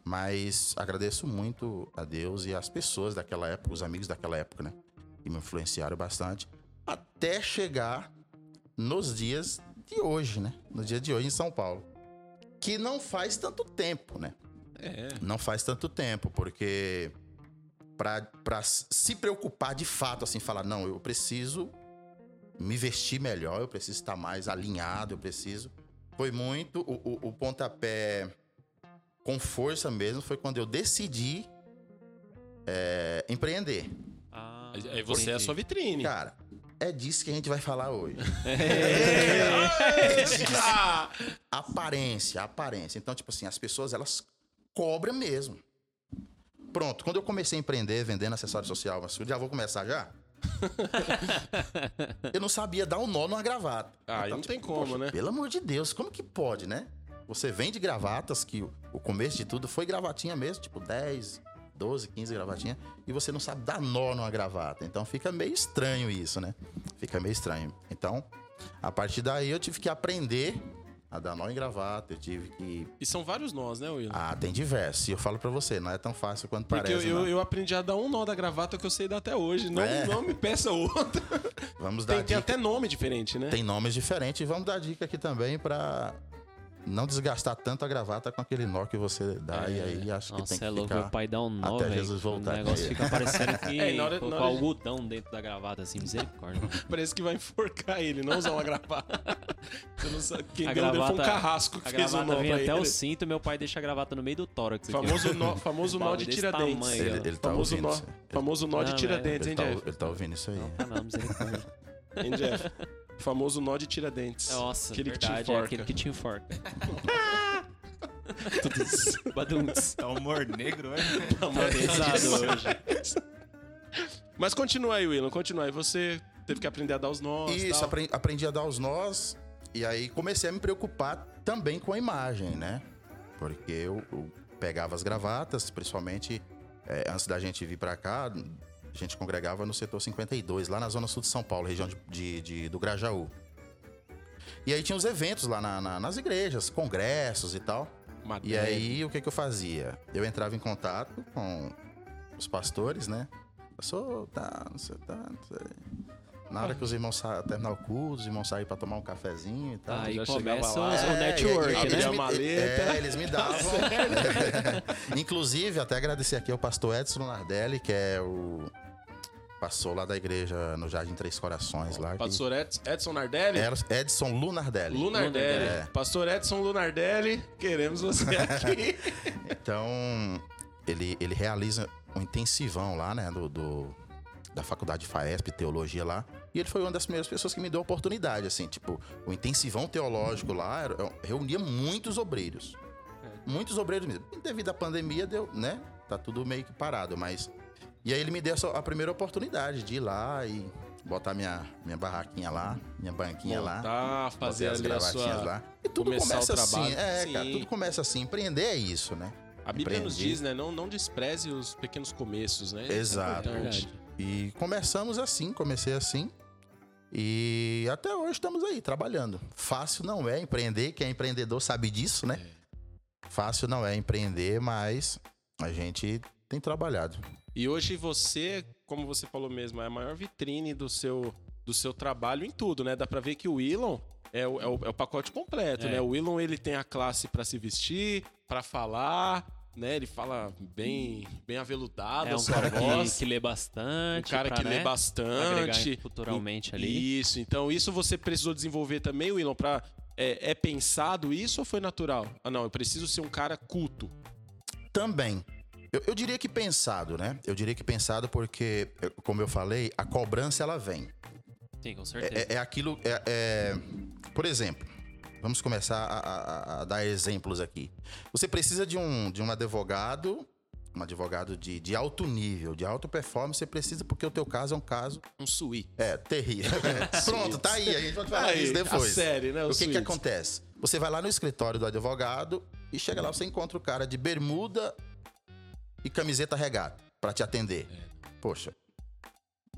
Mas agradeço muito a Deus e às pessoas daquela época, os amigos daquela época, né? Que me influenciaram bastante. Até chegar nos dias de hoje, né? No dia de hoje em São Paulo. Que não faz tanto tempo, né?
É.
Não faz tanto tempo, porque pra, pra se preocupar de fato, assim, falar, não, eu preciso me vestir melhor, eu preciso estar mais alinhado, eu preciso. Foi muito. O, o- o pontapé com força mesmo foi quando eu decidi é, empreender.
Ah,
Aí- Aí você é a
entendi.
sua vitrine.
Cara, é disso que a gente vai falar hoje. É
Ah,
Aparência, aparência. Então, tipo assim, as pessoas, elas cobram mesmo. Pronto, quando eu comecei a empreender vendendo acessório social, mas eu já vou começar já? eu não sabia dar um nó numa gravata. Então, tipo,
Ah, aí não tem como, né?
Pelo amor de Deus, como que pode, né? Você vende gravatas, que o o começo de tudo foi gravatinha mesmo, tipo 10, 12, 15 gravatinhas, e você não sabe dar nó numa gravata. Então fica meio estranho isso, né? Fica meio estranho. Então, a partir daí eu tive que aprender a dar nó em gravata, eu tive que.
E são vários nós, né, Will?
Ah, tem diversos. E eu falo pra você, não é tão fácil quanto
Porque eu,
parece.
eu,
não.
eu aprendi a dar um nó da gravata que eu sei dar até hoje. Não,
É.
não me peça outro.
Vamos dar
Tem, tem
dica.
até nome diferente, né?
Tem nomes diferentes e vamos dar dica aqui também pra não desgastar tanto a gravata com aquele nó que você dá e aí acho que
Nossa,
tem que
é louco,
ficar
meu pai dá um nó,
até
velho,
Jesus voltar.
O negócio fica parecendo que
É, na hora-
colocou
na hora de-
algodão dentro da gravata, assim, misericórdia.
Parece que vai enforcar ele, não usar uma gravata. Você não sabe. Quem
A
deu dele foi um
gravata-
carrasco
A
que fez o nó
gravata vem
pra ele.
até o cinto, meu pai deixa a gravata no meio do tórax. aqui, ó.
Famoso nó, famoso
Um
nó
bagulho
de
desse
tiradentes.
tamanho, né?
Ele, ele tá
famoso
ouvindo.
nó,
isso.
famoso nó de
Não, né?
tiradentes,
Ele
hein,
tá,
Jeff?
ele tá ouvindo isso aí.
Ah, não, misericórdia.
Hein, Jeff? Famoso nó de tiradentes.
Nossa,
aquele que te
verdade, é
enforca.
aquele que te enforca. Tudus, Baduns.
Tá humor negro, hoje.
É
Tá pesado hoje.
Mas continua aí, Willan, continua aí. Você teve que aprender a dar os nós.
Isso,
tal.
apren- aprendi, a dar os nós e aí comecei a me preocupar também com a imagem, né? Porque eu, eu pegava as gravatas, principalmente eh, antes da gente vir pra cá, a gente congregava no setor 52, lá na zona sul de São Paulo, região de, de- de- do Grajaú. E aí tinha os eventos lá na- na- nas igrejas, congressos e tal. E
É.
Madeira.
aí, o que, que eu fazia? Eu entrava em contato com os pastores, né? Eu sou tá, não sei tanto. Na hora que os irmãos sa- terminar o culto, os irmãos saem pra tomar um cafezinho e tal.
Aí
já
começa
chegava
o,
lá,
É,
o network,
e- e-
né?
Eles
Abrir a
me,
maleta.
é, eles me davam. Inclusive, até agradecer aqui ao pastor Edson Nardelli, que é o. Passou lá da igreja no Jardim Três Corações lá. que-
Pastor Ed- Edson Nardelli?
Era Edson Lunardelli.
Lunardelli.
É.
Pastor Edson Lunardelli, queremos você aqui.
Então, ele, ele realiza um intensivão lá, né, do, do- da faculdade FAESP, teologia lá. E ele foi uma das primeiras pessoas que me deu a oportunidade, assim, tipo, o intensivão teológico lá era- reunia muitos obreiros.
É.
Muitos obreiros mesmo. E devido à pandemia, deu, né? Tá tudo meio que parado, mas. E aí ele me deu essa- a primeira oportunidade de ir lá e botar minha, minha barraquinha lá, minha banquinha lá
Tá, fazer
as
ali a
gravatinhas
sua...
lá. E tudo
começar
começa
o trabalho.
assim. É,
Sim.
cara, tudo começa assim. Empreender é isso, né?
A Bíblia nos
Empreendi.
diz, né? Não, não despreze os pequenos começos, né?
Exato.
É importante.
E começamos assim, comecei assim. E até hoje estamos aí, trabalhando. Fácil não é empreender, quem é empreendedor sabe disso, né? Fácil não é empreender, mas a gente tem trabalhado.
E hoje você, como você falou mesmo, é a maior vitrine do seu, do seu trabalho em tudo, né? Dá pra ver que o Elon é o, é o, é o pacote completo,
É.
né? O Elon, ele tem a classe pra se vestir, pra falar, né? Ele fala bem, bem aveludado,
É
a
um
sua
cara que,
voz.
que lê bastante.
um cara
pra,
que
né,
lê bastante.
agregar culturalmente Tá ali.
Isso, então isso você precisou desenvolver também, Willam, pra. É, é pensado isso ou foi natural? Ah, não, eu preciso ser um cara culto.
Também. Eu, eu diria que pensado, né? Eu diria que pensado porque, eu- como eu falei, a cobrança ela vem.
Sim, com certeza.
É, é- é aquilo. É, é- por exemplo, vamos começar a, a- a- a dar exemplos aqui. Você precisa de um, de um advogado, um advogado de, de alto nível, de alta performance, você precisa, porque o teu caso é um caso
Um suí.
é, terrível. Pronto, tá aí, a gente vai falar
Aí,
isso
a
depois.
série, né?
O que, que
suíte.
acontece? Você vai lá no escritório do advogado e chega lá, você encontra o cara de bermuda e camiseta regata pra te atender.
É.
Poxa,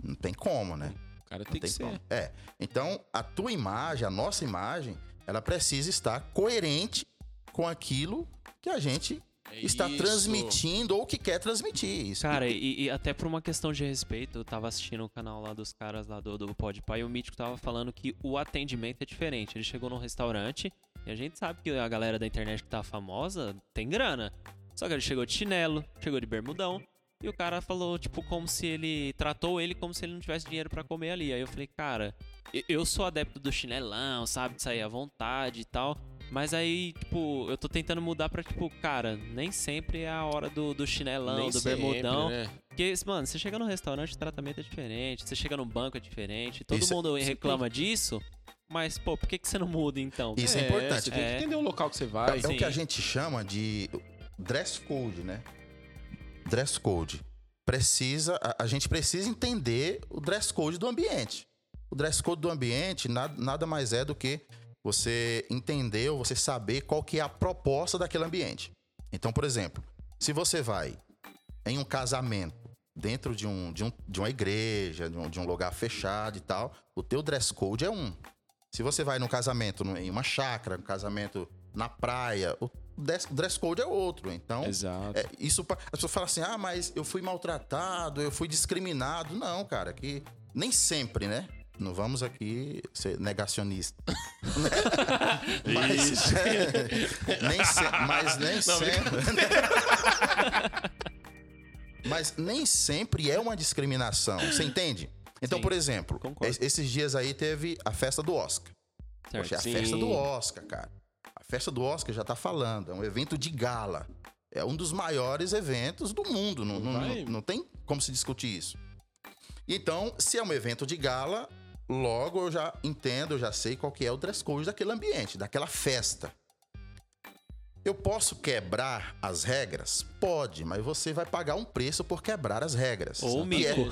não tem como, né?
O cara tem,
Não
que ser.
como. É. Então, a tua imagem, a nossa imagem, ela precisa estar coerente com aquilo que a gente
É
está
isso.
transmitindo ou que quer transmitir. Isso.
Cara, e, e até por uma questão de respeito, eu tava assistindo o canal lá dos caras lá do, do Podpah e o Mítico tava falando que o atendimento é diferente. Ele chegou num restaurante e a gente sabe que a galera da internet que tá famosa tem grana. Só que ele chegou de chinelo, chegou de bermudão e o cara falou, tipo, como se ele... Tratou ele como se ele não tivesse dinheiro pra comer ali. Aí eu falei, cara, e- eu sou adepto do chinelão, sabe? De sair à vontade e tal. Mas aí, tipo, eu tô tentando mudar pra, tipo, cara, nem sempre é a hora do, do chinelão,
Nem
do
sempre,
bermudão.
né?
Porque, mano, você chega num restaurante, o tratamento é diferente, você chega num banco é diferente, todo
Isso-
mundo
isso
reclama disso, mas, pô, por que, que você não muda então?
Isso é, importante.
Você tem
É.
que entender o local que você
É,
vai.
é o
sim.
que a gente chama de dress code, né? Dress code. Precisa, a, a gente precisa entender o dress code do ambiente. O dress code do ambiente nada, nada mais é do que você entender ou você saber qual que é a proposta daquele ambiente. Então, por exemplo, se você vai em um casamento dentro de, um, de, um, de uma igreja, de um, de um lugar fechado e tal, o teu dress code é um. Se você vai num casamento num- em uma chácara, um casamento na praia, o dress, o dress code é outro. Então,
Exato.
é, isso pa- as pessoas falam assim: ah, mas eu fui maltratado, eu fui discriminado. Não, cara, que nem sempre, né? Não vamos aqui ser negacionista. né? mas, nem se- mas nem sempre. né? mas nem sempre é uma discriminação, você entende? Então,
Sim,
por exemplo,
concordo.
es- esses dias aí teve a festa do Oscar.
Certo.
Poxa, é a
Sim.
festa do Oscar, cara. A festa do Oscar já tá falando, é um evento de gala. É um dos maiores eventos do mundo, não, não-
Vai.
não- não tem como se discutir isso. Então, se é um evento de gala, logo eu já entendo, eu já sei qual que é o dress code daquele ambiente, daquela festa. Eu posso quebrar as regras? Pode, mas você vai pagar um preço por quebrar as regras.
Ou o
E é-
mico.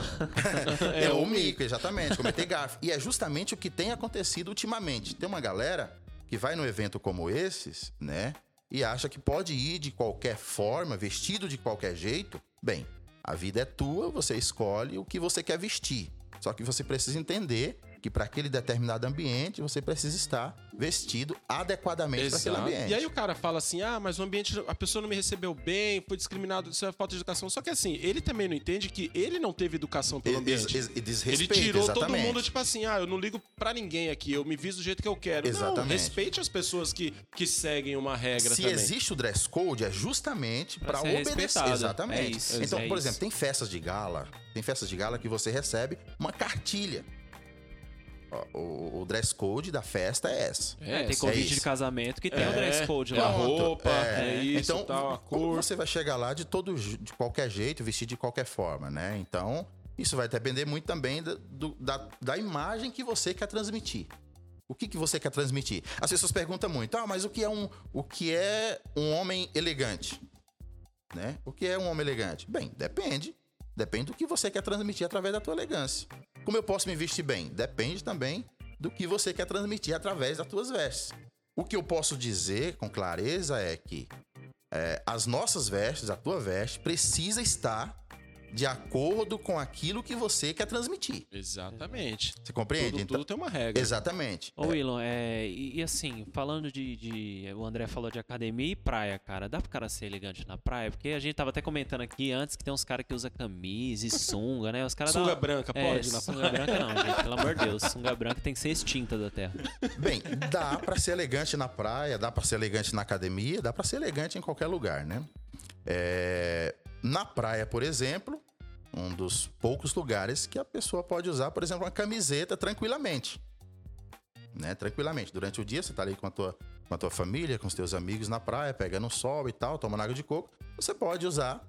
é, o mico, exatamente, cometer gafe. E é justamente o que tem acontecido ultimamente. Tem uma galera que vai num evento como esses, né? E acha que pode ir de qualquer forma, vestido de qualquer jeito. Bem, a vida é tua, você escolhe o que você quer vestir. Só que você precisa entender que para aquele determinado ambiente, você precisa estar vestido adequadamente para aquele
Exato.
ambiente.
E aí o cara fala assim: ah, mas o ambiente, a pessoa não me recebeu bem, foi discriminado, isso é falta de educação. Só que assim, ele também não entende que ele não teve educação pelo
E-
é ambiente.
e- e- e
ele
desrespeito,
tirou todo
exatamente.
mundo, tipo assim, ah, eu não ligo pra ninguém aqui, eu me visto do jeito que eu quero. Não,
Exatamente.
respeite as pessoas que, que seguem uma regra
Se
também.
existe o dress code, é justamente
Pra
para
ser
obedecer.
respeitado.
Exatamente.
É isso,
então,
é
por
isso.
exemplo, tem festas de gala, tem festas de gala que você recebe uma cartilha. Ó, O, o dress code da festa é essa.
É, tem convite
isso.
de casamento que tem o
É,
dress code
é a
lá.
Pronto.
roupa, é, isso,
então,
tal, a
como
cor.
Você vai chegar lá de todo je- de qualquer jeito, vestido de qualquer forma, né? Então, isso vai depender muito também da, do- da, da imagem que você quer transmitir. O que, que você quer transmitir? As pessoas perguntam muito, ah, mas o que é um, o que é um homem elegante? Né? O que é um homem elegante? Bem, depende. Depende do que você quer transmitir através da tua elegância. Como eu posso me vestir bem? Depende também do que você quer transmitir através das tuas vestes. O que eu posso dizer com clareza é que é, as nossas vestes, a tua veste, precisa estar de acordo com aquilo que você quer transmitir.
Exatamente.
Você compreende? Então,
Tudo, tudo tem uma regra.
exatamente.
Ô, Willan, é, e, e assim, falando de, de- O André falou de academia e praia, cara. Dá pro cara ser elegante na praia? Porque a gente tava até comentando aqui antes que tem uns caras que usam camisa e sunga, né? Os caras
Sunga
dá-
branca,
É,
pode? na
sunga branca não, gente. Pelo amor de Deus. Sunga branca tem que ser extinta da terra.
Bem, dá pra ser elegante na praia, dá pra ser elegante na academia, dá pra ser elegante em qualquer lugar, né? É, na praia, por exemplo, um dos poucos lugares que a pessoa pode usar, por exemplo, uma camiseta tranquilamente. Né? Tranquilamente. Durante o dia, você tá ali com a tua, com a tua família, com os teus amigos na praia, pegando sol e tal, tomando água de coco. Você pode usar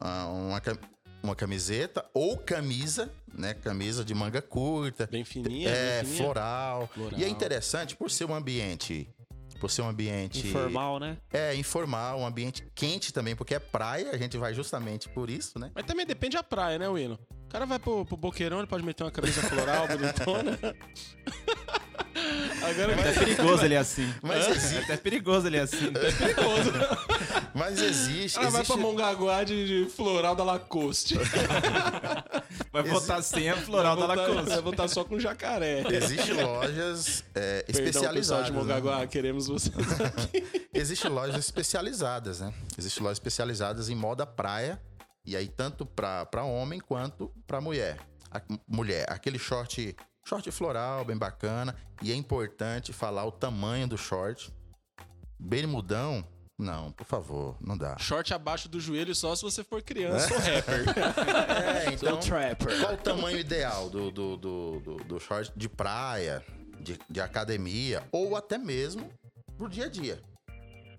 ah, uma, cam- uma camiseta ou camisa, né? Camisa de manga curta,
Bem fininha,
é,
bem fininha.
floral.
Floral.
E é interessante por ser um ambiente. Por ser um ambiente.
Informal, né?
É, informal, um ambiente quente também, porque é praia, a gente vai justamente por isso, né?
Mas também depende da praia, né, Willan? O cara vai pro, pro boqueirão, ele pode meter uma camisa floral bonitona. Agora
É
vai
até perigoso ele assim.
Mas
É
existe.
até perigoso ele assim.
perigoso.
Mas existe.
Ah, vai
existe-
pra Mongaguá de, de floral da Lacoste.
Vai botar sem a floral da
Vai voltar- Vai
Lacoste.
voltar só com jacaré.
Existe lojas é,
Perdão, pessoal
especializadas.
de
né?
Mongaguá, queremos vocês aqui.
Existe lojas especializadas, né? Existem lojas especializadas em moda praia. E aí, tanto pra, pra homem quanto pra mulher. A- mulher, aquele short, short floral, bem bacana. E é importante falar o tamanho do short. Bermudão? Não, por favor, não dá.
Short abaixo do joelho só se você for criança então. ou rapper.
É, então,
trapper.
qual o tamanho ideal do, do, do, do- do short de praia, de, de academia, ou até mesmo pro dia a dia?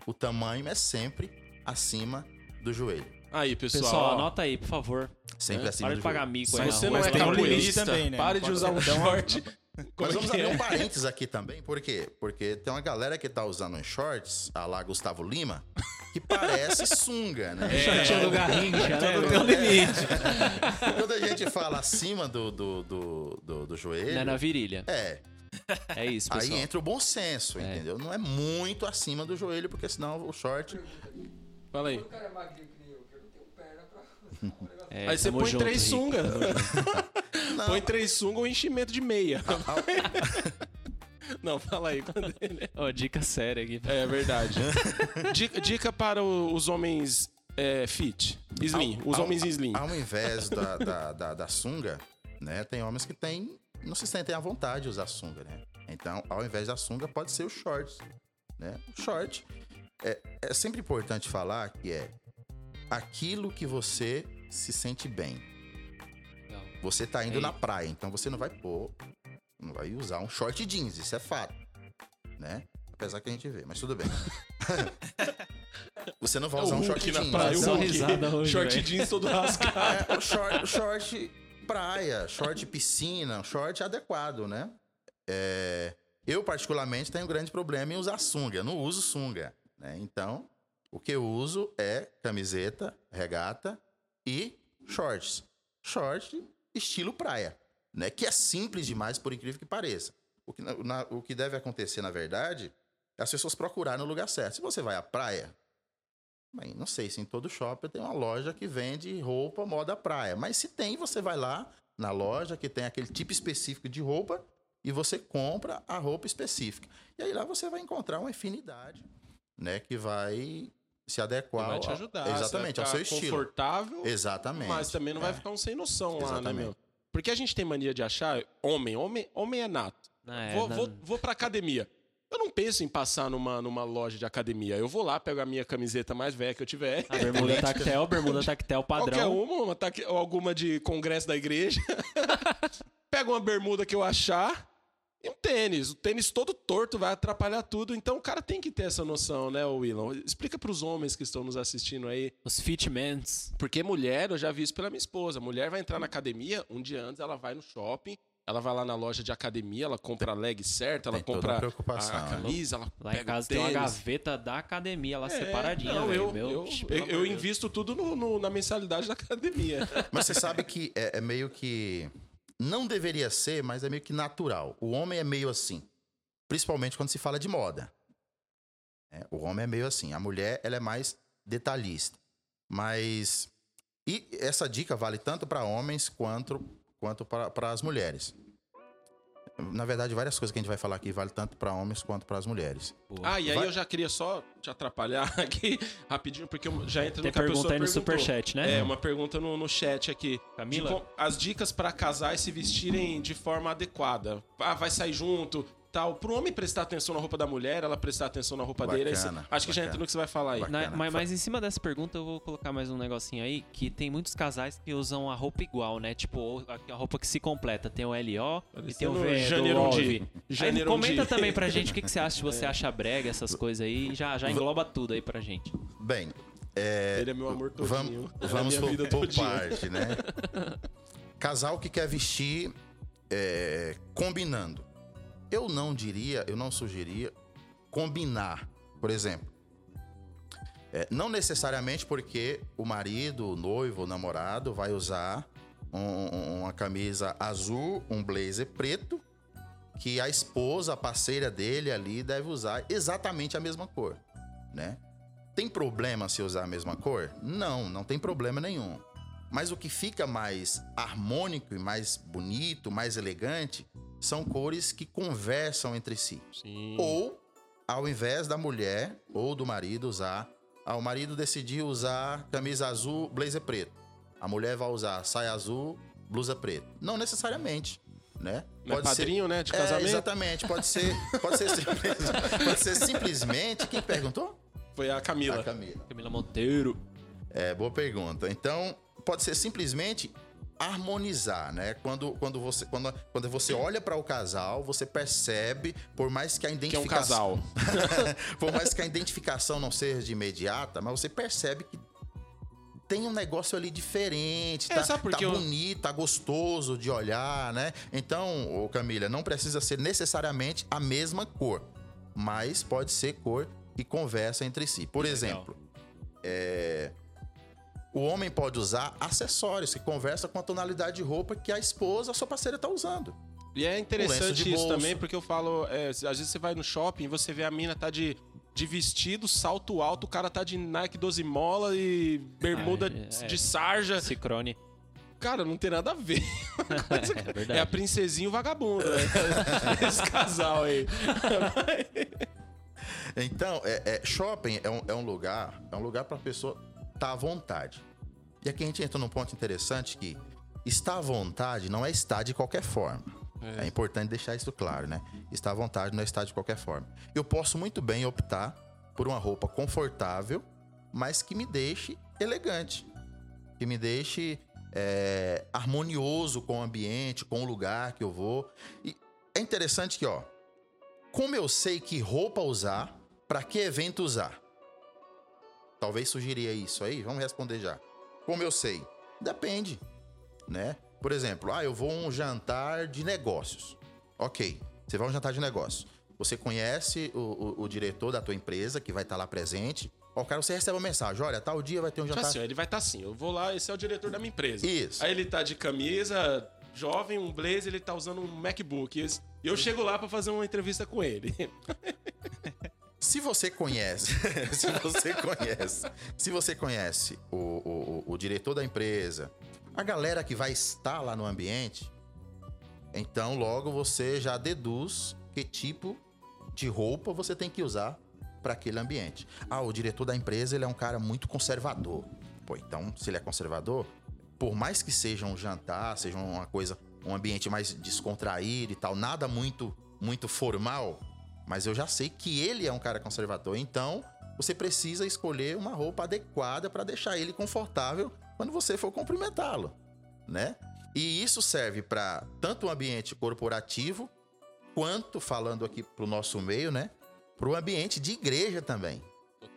O tamanho é sempre acima do joelho.
Aí, pessoal.
Pessoal,
ó,
anota né? aí, por favor.
Sempre acima
É, Para de
do
pagar
joelho.
mico
se
aí. na
você
rua,
não
mas
é
pelo
tem um
amor de Deus.
limite
capoeirista,
também, né?
pare de
Pode
usar um
dar
short. Como
Mas
é
vamos
que
abrir
é?
um parênteses aqui também, por quê? Porque tem uma galera que tá usando uns shorts, a lá Gustavo Lima, que parece sunga, né?
É.
Shortinho do Garrincha,
Não
né?
tem um limite.
Quando a gente fala acima do, do, do, do- do joelho.
Né, Na virilha.
É,
É isso,
aí
pessoal.
entra o bom senso, entendeu? Não é muito acima do joelho, porque senão o short.
Fala aí.
cara é magrinho que nem eu, que eu não tenho perna pra...
É,
Aí você
tamo
põe
junto,
três
Rick.
sunga. põe três sunga ou enchimento de meia. Não, fala aí. né? quando ele-
Ó, dica séria aqui.
É verdade. Dica, dica para o- os homens é, fit. Slim. os
ao-
homens slim.
Ao invés da, da, da, da sunga, né? Tem homens que tem, não se sentem à vontade de usar sunga, né? Então, ao invés da sunga, pode ser o shorts, né? O short. É, é sempre importante falar que é aquilo que você se sente bem.
Legal.
Você tá indo
Ei.
na praia, então você não vai pôr, não vai usar um short jeans, isso é fato, né? Apesar que a gente vê, mas tudo bem. você não vai usar um short
É Hulk
jeans.
na praia.
você
Só
O Hulk.
risada hoje,
short
velho.
jeans todo rascado.
é, o short, o short praia, short piscina, um short adequado, né? É, eu, particularmente, tenho um grande problema em usar sunga. Eu não uso sunga, né? Então, o que eu uso é camiseta, regata e shorts. Short estilo praia, né? Que é simples demais, por incrível que pareça. O que, na- na- o que deve acontecer, na verdade, é as pessoas procurarem o lugar certo. Se você vai à praia, Bem, não sei se em todo shopping tem uma loja que vende roupa moda praia, mas se tem, você vai lá na loja que tem aquele tipo específico de roupa e você compra a roupa específica. E aí lá você vai encontrar uma infinidade, né, que vai se adequar
Vai te
ao-
ajudar. você
exatamente ao
vai
seu
ficar
estilo.
confortável.
Exatamente.
Mas também não vai
É.
ficar um sem noção lá, né,
Exatamente.
meu? Porque a gente tem mania de achar homem, homem, homem é nato.
Ah, é,
vou,
não-
vou, vou pra academia. Eu não penso em passar numa, numa loja de academia. Eu vou lá, pego a minha camiseta mais velha que eu tiver.
A bermuda tactel, bermuda tactel
Qualquer
Ah, padrão.
uma, uma taque- ou alguma de congresso da igreja. Pego uma bermuda que eu achar e um tênis. O tênis todo torto vai atrapalhar tudo. Então o cara tem que ter essa noção, né, Willon? Explica pros homens que estão nos assistindo aí.
Os fitmans.
Porque mulher, eu já vi isso pela minha esposa. Mulher vai entrar na academia, um dia antes ela vai no shopping, ela vai lá na loja de academia, ela compra a leg certa, ela
tem toda
compra
a
a,
preocupação,
a
né?
camisa, ela
Lá
pega
em casa
o tênis. É,
tem uma gaveta da academia lá separadinha,
não,
velho.
eu,
Meu,
eu,
pelo amor
eu, eu
de Deus.
invisto tudo no- no- na mensalidade da academia.
Mas você sabe que é, é meio que. Não deveria ser, mas é meio que natural. O homem é meio assim. Principalmente quando se fala de moda. É, o homem é meio assim. A mulher, ela é mais detalhista. Mas E essa dica vale tanto para homens quanto, quanto para as mulheres. Na verdade, várias coisas que a gente vai falar aqui vale tanto para homens quanto para as mulheres.
Ah, e aí
Vai-
eu já queria só te atrapalhar aqui rapidinho, porque eu já entra
Tem
no que a
pergunta
pessoa
aí no
perguntou.
superchat, né?
É, uma pergunta no, no chat aqui.
Camila?
De como- as dicas pra casais se vestirem de forma adequada. Ah, vai sair junto, tal. Pro homem prestar atenção na roupa da mulher, ela prestar atenção na roupa dele. aí você-
Bacana,
acho que já
bacana.
entra no que você vai falar aí. Né?
Bacana.
Na- mas, mas em cima dessa pergunta, eu vou colocar mais um negocinho aí, que tem muitos casais que usam a roupa igual, né? Tipo, ou- a a roupa que se completa. Tem o LO e tem o
Parecendo um
V.
Janeiro
do
Undi.
Love. Aí
Janeiro É.
comenta
Undi.
também pra gente o que, que você acha, se você acha brega, essas coisas aí. Já, já engloba tudo aí pra gente.
Bem, é,
Ele é meu amor todinho.
Vamos,
Ele é
vamos
minha
por,
vida
por
todinha.
parte, né? Casal que quer vestir é, combinando. Eu não diria, eu não sugeria combinar, por exemplo. É, não necessariamente porque o marido, o noivo, o namorado vai usar um- um- uma camisa azul, um blazer preto, que a esposa, a parceira dele ali deve usar exatamente a mesma cor, né? Tem problema se usar a mesma cor? Não, não tem problema nenhum. Mas o que fica mais harmônico e mais bonito, mais elegante, são cores que conversam entre si.
Sim.
Ou, ao invés da mulher ou do marido usar, ah, o marido decidiu usar camisa azul, blazer preto. A mulher vai usar saia azul, blusa preta. Não necessariamente, né?
Não é
ser-
padrinho, né? De
é,
casamento.
exatamente, pode ser, pode ser, simples- pode ser simplesmente. Quem perguntou?
Foi a Camila.
A Camila.
Camila Monteiro.
É, boa pergunta. Então, pode ser simplesmente harmonizar, né? Quando, quando, você, quando, quando você olha para o casal, você percebe, por mais que a
Que é um
identificação.
casal.
por mais que a identificação não seja de imediata, mas você percebe que tem um negócio ali diferente,
É,
tá,
sabe por
tá
que eu-
bonito, tá gostoso de olhar, né? Então, ô Camila, não precisa ser necessariamente a mesma cor, mas pode ser cor que conversa entre si. Por exemplo, é, o homem pode usar acessórios que conversa com a tonalidade de roupa que a esposa, a sua parceira, tá usando.
E é
lenço
interessante
de
isso
bolso.
também, porque eu falo, é, às vezes você vai no shopping e você vê a mina tá de, de vestido, salto alto, o cara tá de Nike 12 mola e bermuda
Ah, é.
de sarja.
Cicrone.
Cara, não tem nada a ver.
é
É a
verdade.
princesinha e o vagabundo, né? Esse casal aí.
Então, é, é, shopping é um, é um lugar, é um lugar para a pessoa estar à vontade. E aqui a gente entra num ponto interessante que estar à vontade não é estar de qualquer forma. É, importante deixar isso claro, né? Estar à vontade não é estar de qualquer forma. Eu posso muito bem optar por uma roupa confortável, mas que me deixe elegante, que me deixe é, harmonioso com o ambiente, com o lugar que eu vou. E é interessante que, ó, como eu sei que roupa usar, para que evento usar? Talvez sugiria isso aí, vamos responder já. Como eu sei? Depende, né? Por exemplo, ah, eu vou a um jantar de negócios. Ok, você vai a um jantar de negócios. Você conhece o, o- o diretor da tua empresa que vai estar lá presente. Ó, cara, você recebe uma mensagem, olha, tal dia vai ter um
Tipo
jantar.
assim, ó, ele vai estar tá assim, eu vou lá, esse é o diretor da minha empresa.
Isso.
Aí ele tá de camisa, jovem, um blazer, ele tá usando um MacBook. E esse- e eu chego lá pra fazer uma entrevista com ele.
Se você conhece, se você conhece, se você conhece o, o- o- o diretor da empresa, a galera que vai estar lá no ambiente, então logo você já deduz que tipo de roupa você tem que usar para aquele ambiente. Ah, o diretor da empresa ele é um cara muito conservador. Pô, então se ele é conservador, por mais que seja um jantar, seja uma coisa, um ambiente mais descontraído e tal, nada muito muito formal, mas eu já sei que ele é um cara conservador, então você precisa escolher uma roupa adequada para deixar ele confortável quando você for cumprimentá-lo, né? E isso serve para tanto o ambiente corporativo quanto falando aqui pro nosso meio, né? Pro ambiente de igreja também.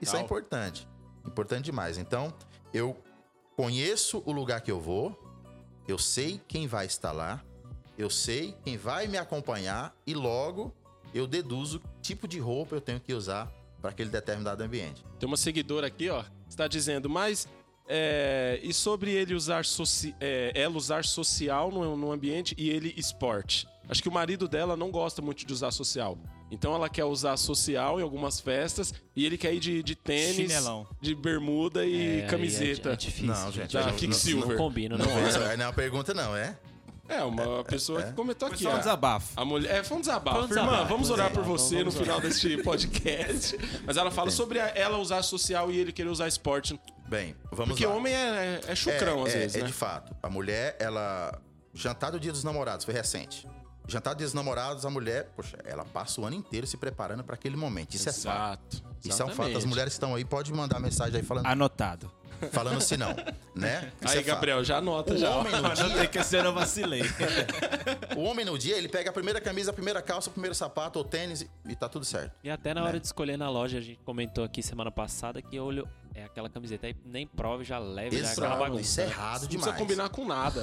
Isso é
Total.
importante. Importante demais. Então, eu conheço o lugar que eu vou, eu sei quem vai estar lá, eu sei quem vai me acompanhar e logo eu deduzo que tipo de roupa eu tenho que usar para aquele determinado ambiente.
Tem uma seguidora aqui, ó, está dizendo, mas É, e sobre ele usar soci, é, ela usar social no, no ambiente e ele esporte. Acho que o marido dela não gosta muito de usar social. Então ela quer usar social em algumas festas e ele quer ir de, de tênis,
Chinelão.
de bermuda
É,
e
aí é-
camiseta.
É, difícil.
Não, gente,
Da
não-
Kick
não-
Não
Silver.
combina, não,
Não,
é.
fez- não, é uma pergunta, não, é?
É, uma pessoa que comentou
Foi
aqui.
só um
ah,
desabafo.
A mulher. É, foi um desabafo.
Foi um
Irmã,
desabafo,
vamos
foi um
orar por
desabafo,
você
vamos
no final deste podcast. Mas ela fala sobre a- ela usar social e ele querer usar esporte.
Bem, vamos
Porque
lá.
homem é, é chucrão,
é,
às
é,
vezes,
é
né?
de fato. A mulher, ela. Jantar do Dia dos Namorados, foi recente. Jantar do Dia dos Namorados, a mulher, poxa, ela passa o ano inteiro se preparando para aquele momento. Isso é fato. Isso é um fato. As
Exatamente.
mulheres que estão aí, pode mandar mensagem aí falando,
Anotado.
falando se não, né? Isso
Aí,
é fato.
Gabriel, já anota já.
O
ó.
homem, no
Anotei
dia,
que esse ano eu vacilei.
o homem no dia, ele pega a primeira camisa, a primeira calça, o primeiro sapato ou tênis e- e tá tudo certo.
E até na hora de escolher na loja, a gente comentou aqui semana passada que olho é aquela camiseta aí, nem prova e já leva já aquela
Exato,
bagunça.
isso é
né?
errado
Não
demais. É,
precisa combinar com nada.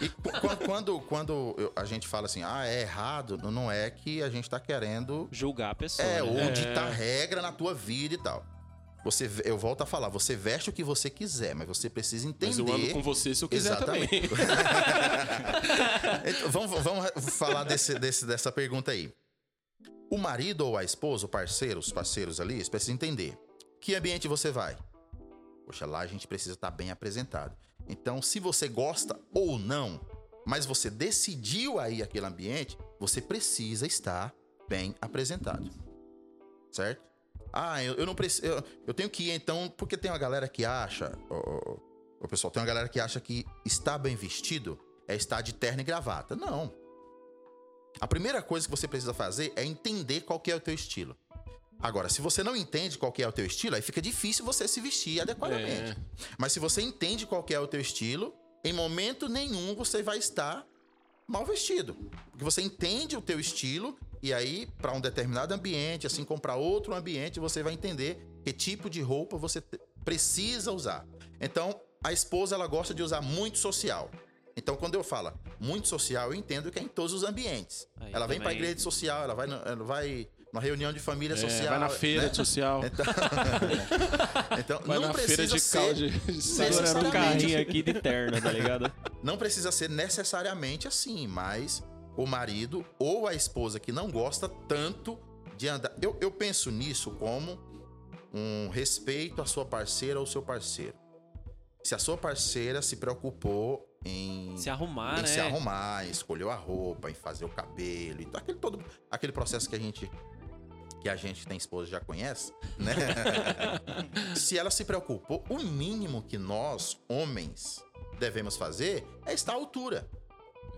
E qu- quan- quando, quando eu- a gente fala assim, ah, é errado, não- não é que a gente tá querendo
Julgar a pessoa.
É,
né?
onde tá regra na tua vida e tal. Você, ve- eu volto a falar, você veste o que você quiser, mas você precisa entender.
Mas eu ando com você se eu quiser também.
Exatamente. Então, vamos, vamos falar desse, desse- dessa pergunta aí. O marido ou a esposa, o parceiro, os parceiros ali, eles precisam entender. Que ambiente você vai? Poxa, lá a gente precisa estar bem apresentado. Então, se você gosta ou não, mas você decidiu aí aquele ambiente, você precisa estar bem apresentado. Certo? Ah, eu, eu não preciso. Eu, eu tenho que ir então, porque tem uma galera que acha. ô, ô, ô, ô, pessoal, tem uma galera que acha que estar bem vestido é estar de terno e gravata. Não. A primeira coisa que você precisa fazer é entender qual que é o teu estilo. Agora, se você não entende qual que é o teu estilo, aí fica difícil você se vestir adequadamente.
É.
Mas se você entende qual que é o teu estilo, em momento nenhum você vai estar mal vestido. Porque você entende o teu estilo e aí para um determinado ambiente, assim como para outro ambiente, você vai entender que tipo de roupa você te- precisa usar. Então, a esposa ela gosta de usar muito social. Então, quando eu falo muito social, eu entendo que é em todos os ambientes.
Aí
ela vem para
também-
igreja social, ela vai, na- ela vai numa reunião de família
É,
social.
vai na
né?
feira de social.
Então, então
Vai
não
na feira
precisa
de
ser
caldo. de-
Agora era um
necessariamente
carrinho aqui de terno, tá ligado?
Não precisa ser necessariamente assim, mas o marido ou a esposa que não gosta tanto de andar. Eu, eu penso nisso como um respeito à sua parceira ou seu parceiro. Se a sua parceira se preocupou em
Se arrumar,
em
Ah,
né?
é.
se arrumar, em escolher a roupa, em fazer o cabelo, e tal, aquele todo aquele processo que a gente que a gente que tem esposa já conhece, né? se ela se preocupou, o mínimo que nós homens devemos fazer é estar à altura,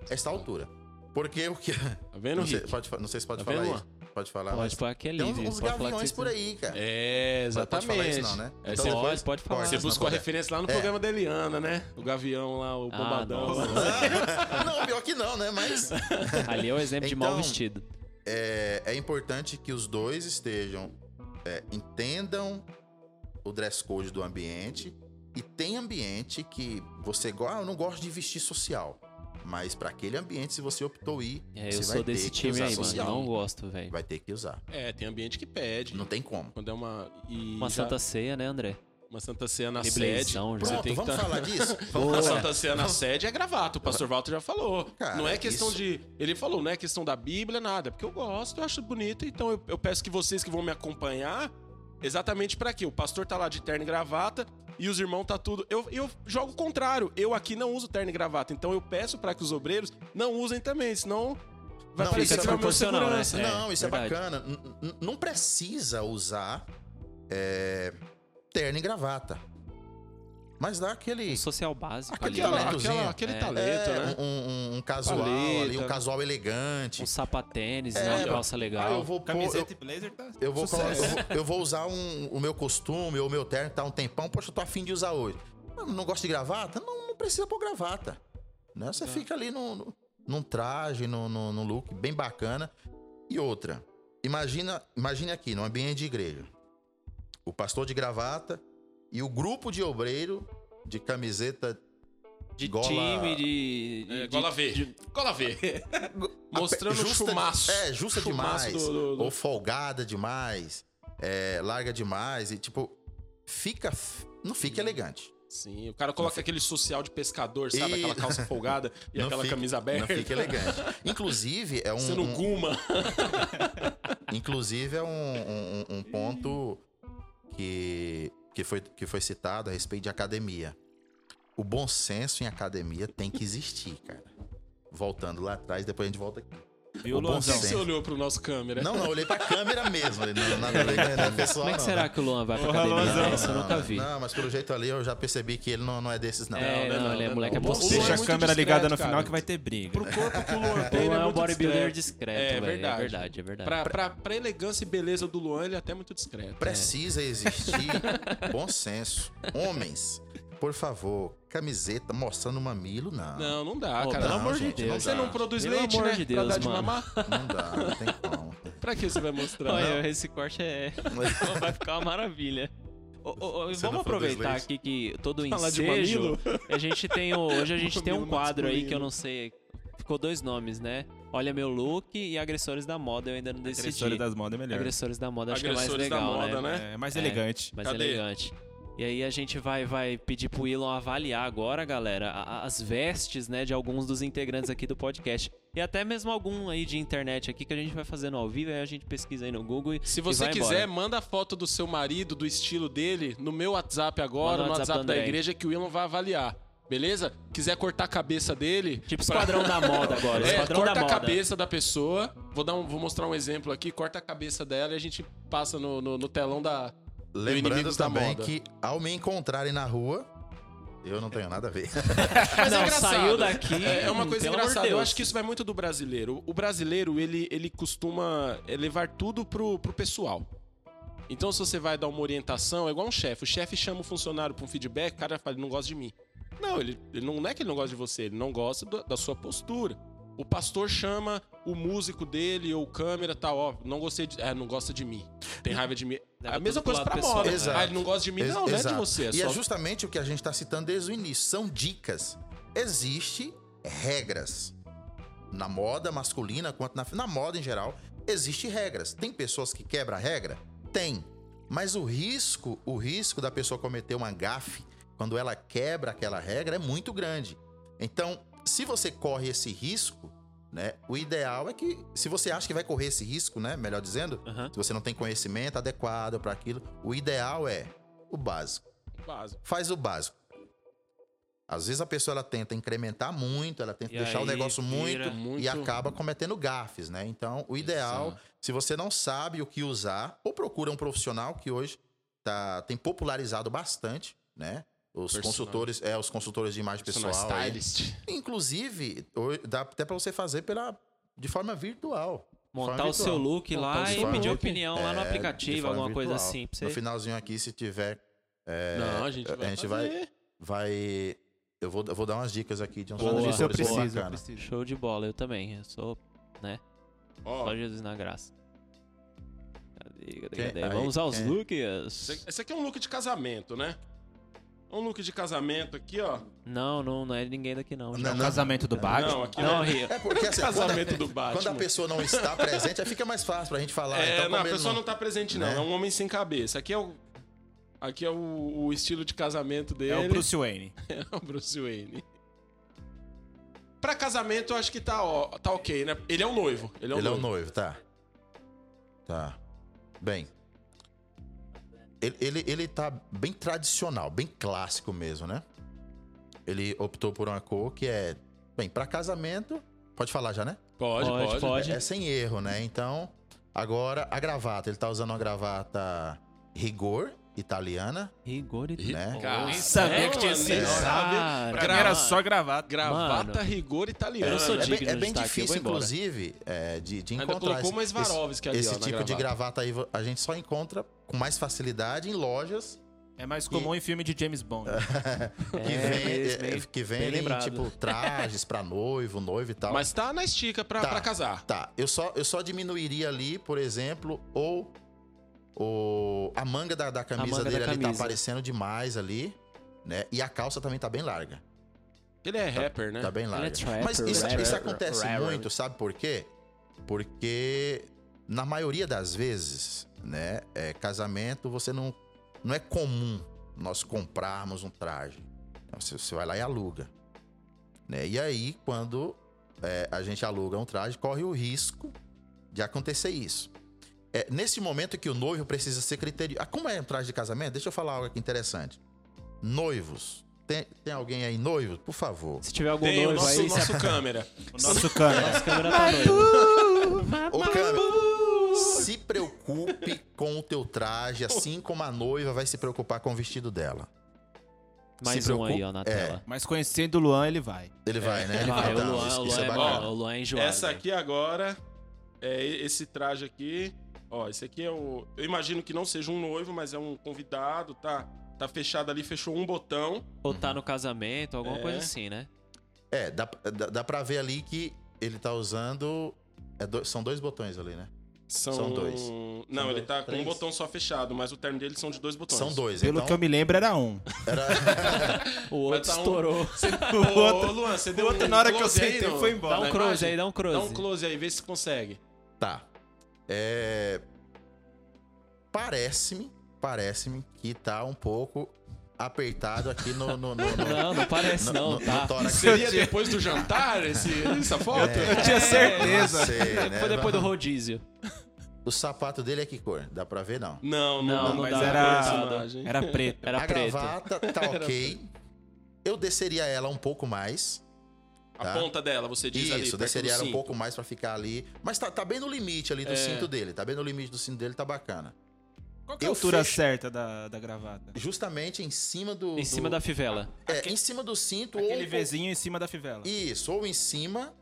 é estar à altura, porque o que
Tá vendo,
não sei,
Rick?
pode, fa- não sei se pode
Tá
falar
vendo,
isso, pode falar, mas
Pode falar que é
tem
livre.
uns,
pode
uns
falar que
gaviões
você-
por aí, cara.
É,
Pode
exatamente.
falar isso não, né?
É,
Então
você-
Pode, pode falar.
pode.
Você
Mas não
buscou a
pode.
referência lá no programa da Eliana, né? O Gavião lá, o
Ah,
Bombadão.
nossa.
não, pior que não, né? Mas
Ali é o exemplo de mal
Então,
vestido.
é, é importante que os dois estejam, é, entendam o dress code do ambiente e tem ambiente que você gosta, ah, eu não gosto de vestir social, mas para aquele ambiente se você optou ir,
É, eu
você
sou
ter
desse
que
time
usar
aí, mano.
social.
Não gosto, velho.
Vai ter que usar,
É, tem ambiente que pede.
não tem como.
Quando é uma. e
Uma
já-
santa ceia, né, André?
uma Santa Ceia na sede.
Neblezão, já.
Você
Pronto,
tem que
vamos
tá...
falar disso. Vamos
A
falar.
Santa Ceia na sede é gravata, o pastor Walter já falou.
Cara,
não é questão
isso-
de. Ele falou, não é questão da Bíblia, nada. É Porque eu gosto, eu acho bonito, então eu, eu peço que vocês que vão me acompanhar, exatamente pra quê? O pastor tá lá de terno e gravata e os irmãos tá tudo. Eu, eu jogo o contrário, eu aqui não uso terno e gravata, então eu peço pra que os obreiros não usem também, senão vai
Não,
parecer
isso é
que vai meu
proporcional, né?
segurança.
É,
não, isso
verdade.
é bacana. N- n- não precisa usar é, terno e gravata. Mas dá aquele.
Um social básico ali.
Aquele
Aquela-
né?
talentozinho.
aquela- aquele
É.
talento,
É,
né?
um, um- um casual
Paleta.
ali, um casual elegante.
Um sapatênis,
É,
né? Uma
ó.
calça
Ah, eu
legal.
vou pôr- eu,
Camiseta e blazer tá.
eu vou, colo- eu,
sucesso.
vou, eu vou usar um- o meu costume ou o meu terno que tá um tempão. Poxa, eu tô afim de usar hoje. Não, não gosto de gravata? Não, não precisa pôr gravata. Né? Você fica ali num, num- num traje, num, num- num look bem bacana. E outra, imagina, imagine aqui, num ambiente de igreja. O pastor de gravata e o grupo de obreiro de camiseta
De
gola-
time, de.
É,
de-
gola V. Gola V. Mostrando o
justa de-
chumaço.
É, justa
Chumaço
demais.
do- do- do-
Ou folgada demais. é, larga demais. E, tipo, fica f- Não fica elegante.
Sim, o cara coloca aquele social de pescador, sabe? Aquela
E-
calça folgada e
Não
aquela
fica-
camisa aberta.
Não fica elegante. Inclusive, é um.
Sendo
um-
guma.
Inclusive, é um, um- um- um ponto que, que, foi, que foi citado a respeito de academia. O bom senso em academia tem que existir, cara. Voltando lá atrás, depois a gente volta aqui.
Viu,
O bom
Por é que
Luanzão?
que você olhou pro nosso câmera?
Não, não, eu olhei pra câmera mesmo. Não, não, não, olhei pra pessoal,
Como é que
não,
será
né?
que o Luan vai pra
Porra,
academia?
Luanzão.
né? Isso eu nunca vi.
Não, mas pelo jeito ali eu já percebi que ele não, não é desses, não.
É,
não, né?
não,
não,
ele é
não,
moleque
não. O Luan
apostilha.
Deixa
um muito
a câmera ligada
discreto,
no final
cara.
que vai ter briga.
Pro corpo que o Luan
O
tem, ele
Luan é um
muito
bodybuilder
discreto.
discreto,
É,
velho.
verdade.
É verdade, é verdade.
Pra, pra, pra elegância e beleza do Luan, ele é até muito discreto.
Precisa existir bom senso. Homens, por favor, camiseta mostrando o mamilo, não.
Não, não dá,
Pô,
cara.
pelo
amor de
gente,
Deus,
Você
não
não
dá.
produz
Pelo
leite,
amor
né?
de
pra
Deus,
dar de
mano.
mamar?
Não dá, não tem como.
Pra que você vai mostrar?
Olha, esse corte é. vai ficar uma maravilha. Ô, ô, ô, e
Se não
vamos
for dois
aproveitar
leis.
aqui que todo o
Falar de
ensejo. A gente tem o- hoje a gente tem um
Mamilo
quadro aí
masculino.
que eu não sei. Ficou dois nomes, né? Olha meu look e agressores da moda. Eu ainda não decidi.
Agressores das modas é melhor.
Agressores da moda acho que é
Agressores
mais legal,
da moda, né?
É, mais
É.
elegante.
mais
Cadê?
elegante. E aí a gente vai, vai pedir pro Elon avaliar agora, galera, a- a- as vestes, né, de alguns dos integrantes aqui do podcast. E até mesmo algum aí de internet aqui que a gente vai fazendo ao vivo, aí a gente pesquisa aí no Google e
Se
e
você
vai
quiser,
embora.
manda a foto do seu marido, do estilo dele, no meu WhatsApp agora,
Manda
no
no
WhatsApp,
WhatsApp do
da
André.
igreja, que o Elon vai avaliar. Beleza? Quiser cortar a cabeça dele.
Tipo Esquadrão da Moda agora,
É,
Esquadrão
corta
da
a
Moda.
cabeça da pessoa. Vou, dar um- vou mostrar um exemplo aqui. Corta a cabeça dela e a gente passa no, no- no telão da.
Lembrando
Inimigos da
também
tá moda.
que ao me encontrarem na rua, eu não tenho nada a ver.
Mas
Ah, Não,
é engraçado.
saiu daqui,
É,
Hum,
é uma
pelo amor
coisa
de
engraçada. Eu
Deus.
acho que isso vai muito do brasileiro. O brasileiro, ele, ele costuma é, levar tudo pro, pro pessoal. Então, se você vai dar uma orientação, é igual um chefe. O chefe chama o funcionário pra um feedback, o cara fala, ele não gosta de mim. Não, ele, ele não, não é que ele não gosta de você, ele não gosta do- da sua postura. O pastor chama o músico dele ou o câmera tal, ó, não gostei de. É, não gosta de mim. Tem raiva de mim.
Leva
a mesma
tudo pro
coisa
lado
pra
pessoal,
moda.
né?
Exato.
Ah, ele não gosta de mim,
Ex-
não, não é de
exato.
você. É
e
só
é justamente o que a gente está citando desde o início. São dicas. Existem regras. Na moda masculina, quanto na, na moda em geral, existem regras. Tem pessoas que quebram a regra? Tem. Mas o risco, o risco da pessoa cometer uma gafe quando ela quebra aquela regra é muito grande. Então, se você corre esse risco, né? O ideal é que, se você acha que vai correr esse risco, né? Melhor dizendo,
Aham.
se você não tem conhecimento adequado para aquilo, o ideal é o básico.
básico.
Faz o básico. Às vezes a pessoa ela tenta incrementar muito, ela tenta
E
deixar o
aí
negócio
vira
muito,
muito-
e acaba cometendo gafes, né? Então, o ideal,
Exato.
se você não sabe o que usar, ou procura um profissional que hoje tá, tem popularizado bastante, né? Os
Personal.
consultores, é, os consultores de imagem pessoal. aí.
é stylist.
Inclusive, ho- dá até pra você fazer pela, de forma virtual. De
Montar
forma
o seu
virtual.
look
Montar o
lá
seu
e pedir
look.
opinião lá no
É, de
aplicativo,
forma
alguma coisa
virtual.
assim. Pra você...
No finalzinho aqui, se tiver,
Não, Então a gente
é, a
vai.
gente
fazer.
vai, vai. Eu vou, eu vou dar umas dicas aqui de um uns
Boa.
produtores
Isso eu
bem
preciso,
bacana.
Show de bola, eu também. Eu sou
Ó,
só Jesus na graça. Cadê, cadê,
Quem-
cadê?
aí,
Vamos aos
quem-
looks.
esse esse aqui é um look de casamento, né? É Um look de casamento aqui, ó.
Não, não, não é ninguém daqui não.
Não,
gente.
não.
Casamento do Batman.
Não, aqui
Não,
é
Rio.
É porque assim,
casamento
quando,
do
a,
Batman.
quando a pessoa não está presente, aí fica mais fácil pra gente falar.
É,
então,
não, a
como ele
pessoa
não-
não tá presente, não.
né?
É um homem sem cabeça. Aqui é o. Aqui é o, o estilo de casamento dele.
É o Bruce Wayne.
É o Bruce Wayne. Pra casamento, eu acho que tá, ó, tá ok, né? Ele é um noivo. Ele é um
Ele é o
noivo.
noivo, tá. Tá. Bem. Ele, ele, ele tá bem tradicional, bem clássico mesmo, né? Ele optou por uma cor que é. Bem, pra casamento. Pode falar já, né?
Pode,
Pode,
pode.
pode.
É, é sem erro, né? Então, agora a gravata. Ele tá usando uma gravata rigor italiana,
Rigor e
né?
Cara,
Nem
é,
sabia que tinha
mano,
esse
nem
nome.
sabia.
Pra mim
Gra-
era só gravata.
Gravata
Mano.
rigor italiano.
Eu sou
É
digno
bem, é
de
bem
destaque, eu vou
difícil,
embora.
inclusive, é, de, de
Ainda
encontrar.
colocou
esse-
uma Swarovski ali,
esse
ó, na
tipo
gravata.
de gravata aí vo- a gente só encontra com mais facilidade em lojas
É mais comum em filme de James Bond.
que
É,
vendem,
bem- bem-
que
bem
vendem
lembrado.
tipo trajes pra noivo, noivo e tal.
Mas tá na estica pra,
Tá.
pra casar.
tá, eu só eu só diminuiria ali, por exemplo, ou o a manga da, da camisa
manga da
dele ali tá
camisa.
aparecendo demais ali, né? E a calça também tá bem larga.
Ele é rapper, né?
Tá bem larga.
trapper,
Mas isso,
rapper,
isso acontece
rapper.
muito, sabe por quê? Porque na maioria das vezes, né, é, casamento você não não é comum nós comprarmos um traje. Então, Você você vai lá e aluga. né? E aí, quando é, a gente aluga um traje, corre o risco de acontecer isso. É, nesse momento que o noivo precisa ser criterioso. Ah, como é um traje de casamento? Deixa eu falar algo aqui interessante. Noivos. Tem, tem alguém aí noivo? Por favor.
Se tiver algum
Tem o
um noivo
nosso,
aí, se
nosso câmera.
O nosso câmera.
a câmera tá noiva.
Ô, câmera, se preocupe com o teu traje, assim como a noiva vai se preocupar com o vestido dela.
Mais
Se
um aí,
preocupa-
ó, na
é.
tela.
Mas conhecendo o Luan, ele vai.
Ele vai, né? Ele
Vai,
vai,
o
então,
Luan,
isso-
o
isso
Luan é,
é
bom,
bacana.
o Luan é enjoado.
Essa aqui agora é e- esse traje aqui. Ó, esse aqui é o. Eu imagino que não seja um noivo, mas é um convidado, tá? Tá fechado ali, fechou um botão.
Ou tá no casamento, alguma
É.
coisa assim, né?
É, dá, dá, dá pra ver ali que ele tá usando. é do- são dois botões ali, né?
São,
São dois.
Não,
São
ele
dois,
tá com um
três.
botão só fechado, mas o termo dele são de dois botões.
São dois,
Pelo
então.
que eu me lembro, era um.
O outro
tá um-
estourou.
Ô,
outro-
Luan, você
O
deu
outro,
um
na hora que eu
close aí
sentei,
no-
foi
Dá
embora.
um
na
close
imagem?
aí, dá um close.
Dá um close aí, vê se consegue.
Tá. É. Parece-me, parece-me que tá um pouco apertado aqui no. no, no, no-
Não, não parece
no-
não,
no-
tá?
no tórax.
Seria depois do jantar esse- essa foto?
Eu tinha certeza.
É, Não sei, né?
Foi depois do rodízio.
O sapato dele é que cor? Dá pra ver, não.
Não,
Não, não,
não
mas é
dá
era.
pra ver.
Tá.
personagem.
Era preto, era
a
preto.
gravata tá ok. Eu desceria ela um pouco mais.
A
Tá.
ponta dela, você diz ali. tá assim.
Isso,
perto do
desceria ela um
cinto. É.
pouco mais pra ficar ali. Mas tá, tá bem no limite ali do cinto dele. Tá bem no limite do cinto dele, tá bacana.
Qual que é a
Eu
altura assim?
fecho-
certa da, da gravata?
Justamente em cima do.
Em
do-
cima da fivela.
É, em cima do cinto ou.
Aquele
um
Vzinho em cima da fivela.
pouco- Isso, ou em cima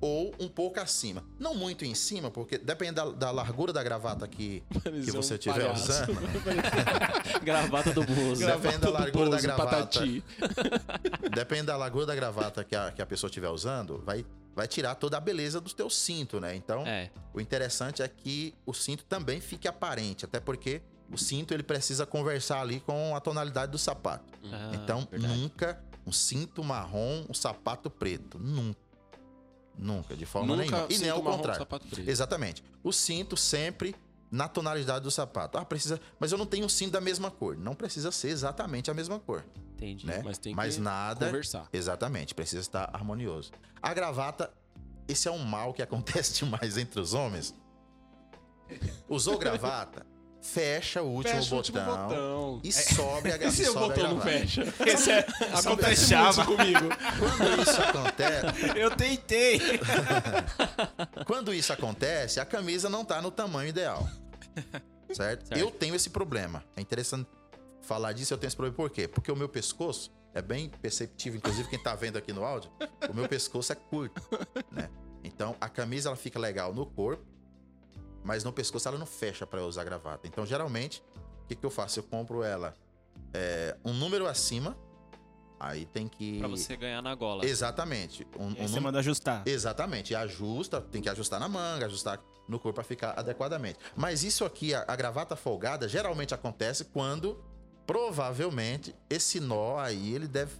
ou um pouco acima. Não muito em cima, porque depende da, da largura da gravata que, que
Parecia um
você estiver
palhaço.
usando.
Gravata do Bozo.
Depende da largura da
Pouso,
gravata.
patati.
Depende da largura da gravata que a, que a pessoa estiver usando, vai, vai tirar toda a beleza do teu cinto, né? Então,
É.
o interessante é que o cinto também fique aparente, até porque o cinto ele precisa conversar ali com a tonalidade do sapato.
Ah,
então,
verdade.
nunca um cinto marrom, um sapato preto. Nunca. Nunca, de forma nenhuma. E nem
cinto
ao
marrom,
contrário.
sapato preto.
Exatamente. O cinto sempre na tonalidade do sapato. Ah, precisa. Mas eu não tenho um cinto da mesma cor. Não precisa ser exatamente a mesma cor
Entendi.
né?
Mas
Mas,
tem que
nada.
conversar.
Exatamente, precisa estar harmonioso. A gravata, esse é um mal que acontece demais entre os homens. Usou gravata, fecha o último,
Fecha o último
botão,
botão.
e sobe a, gra-
E se o
sobe a
botão não
gravata.
fecha? Esse é, acontece
fechava.
muito comigo.
Quando isso acontece,
Eu tentei.
quando isso acontece, a camisa não tá no tamanho ideal. Certo? Eu tenho esse problema. É interessante falar disso, eu tenho esse problema por quê? Porque o meu pescoço é bem perceptível, inclusive quem tá vendo aqui no áudio, o meu pescoço é curto, né? Então a camisa ela fica legal no corpo, mas no pescoço ela não fecha pra eu usar gravata. Então geralmente, o que, que eu faço? Eu compro ela é, um número acima, aí tem que.
Pra você ganhar na gola.
Exatamente.
E aí
Um, um
você
número-
manda ajustar.
Exatamente. E ajusta, tem que ajustar na manga, ajustar no corpo para ficar adequadamente. Mas isso aqui, a, a gravata folgada, geralmente acontece quando, provavelmente, esse nó aí, ele deve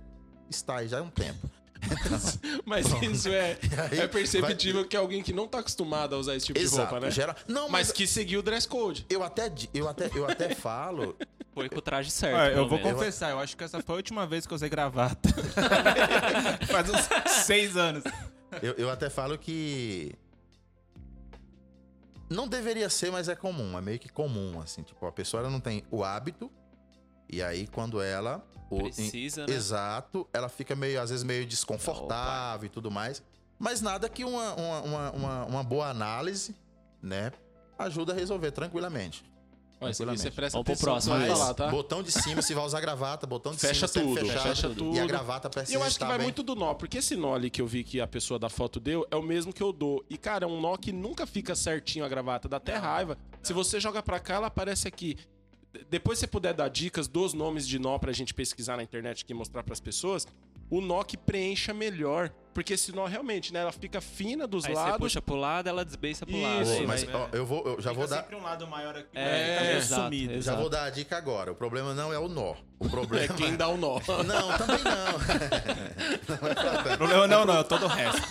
estar aí já há um tempo.
Mas isso é,
aí
é perceptível que é alguém que não tá acostumado a usar esse tipo de
Exato. é
roupa, né?
Geral... Não, mas,
Mas que seguiu o dress code.
eu, até, di- eu, até, eu até falo...
Foi com o traje certo.
Olha, Ah, eu
pelo
vou
menos.
confessar, eu acho que essa foi a última vez que eu usei gravata. Faz uns seis anos.
Eu, eu até falo que... Não deveria ser, mas é comum. É meio que comum, assim. Tipo, a pessoa ela não tem o hábito... E aí, quando ela... o- em-
Precisa, né?
Exato. Ela fica meio, às vezes, meio desconfortável e tudo mais. Mas nada que uma, uma, uma, uma- uma boa análise, né? Ajuda a resolver tranquilamente.
Olha, isso aqui
Tranquilamente.
você presta
Vamos pro
atenção
próximo,
no que eu
vai
Mas,
falar, tá?
botão de cima, se vai usar gravata, botão de
Fecha
cima sempre
tudo,
fechado,
fecha tudo.
E a gravata
E
precisa
eu acho que
estar
vai
tá bem.
muito do nó, porque esse nó ali que eu vi que a pessoa da foto deu é o mesmo que eu dou. E, cara, é um nó que nunca fica certinho a gravata, dá até raiva. Se você joga pra cá, ela aparece aqui. D- Depois se você puder dar dicas dos nomes de nó pra gente pesquisar na internet aqui e mostrar pras pessoas, o nó que preencha melhor. Porque esse nó realmente, né, ela fica fina dos
Aí você
lados.
puxa pro lado, ela desbeiça pro
Isso, né?
lado.
Pô,
aí
mas
vai-
ó, eu vou, eu já vou dar,
um lado maior aqui. tá
É,
fica meio
exato,
já
exato.
vou dar a dica agora. O problema não é o nó. O problema
É quem dá o nó.
Não, também não.
Problema não, não, é todo o resto.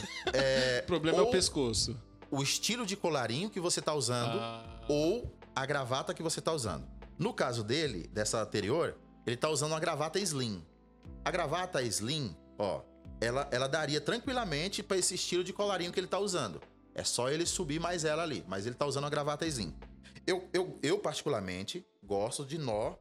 o problema é o
ou-
pescoço.
o estilo de colarinho que você tá
Ah,
usando ou a gravata que você tá usando. No caso dele, dessa anterior, Ele tá usando uma gravata slim. A gravata slim, ó, ela, ela daria tranquilamente pra esse estilo de colarinho que ele tá usando. É só ele subir mais ela ali, mas ele tá usando uma gravata slim. Eu, eu, eu particularmente, gosto de nó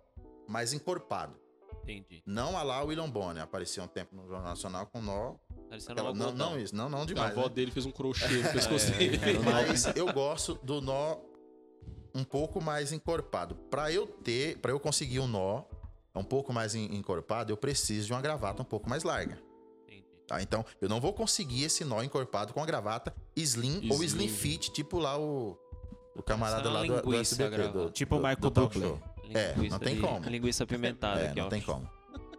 mais encorpado.
Entendi.
Não a lá o William Bonner. Apareceu um tempo no Jornal Nacional com nó.
Parecendo um
Aquela, não,
algodão.
não, isso, não, não
a
demais.
avó
né?
dele fez um crochê no pescoço dele.
É, Mas eu gosto do nó um pouco mais encorpado. Pra eu ter, para eu conseguir um nó um pouco mais en- encorpado, eu preciso de uma gravata um pouco mais larga.
Entendi.
Tá? Então, eu não vou conseguir esse nó encorpado com a gravata slim, ou
Slim.
slim fit, tipo lá o, o camarada
Essa
lá do, do
é linguiça
SBT.
gravata.
Do,
Tipo
do,
o Michael
do talk
Bublé.
show. É, não tem
de-
como.
Linguiça pimentada
É,
aqui,
não
ó.
tem como.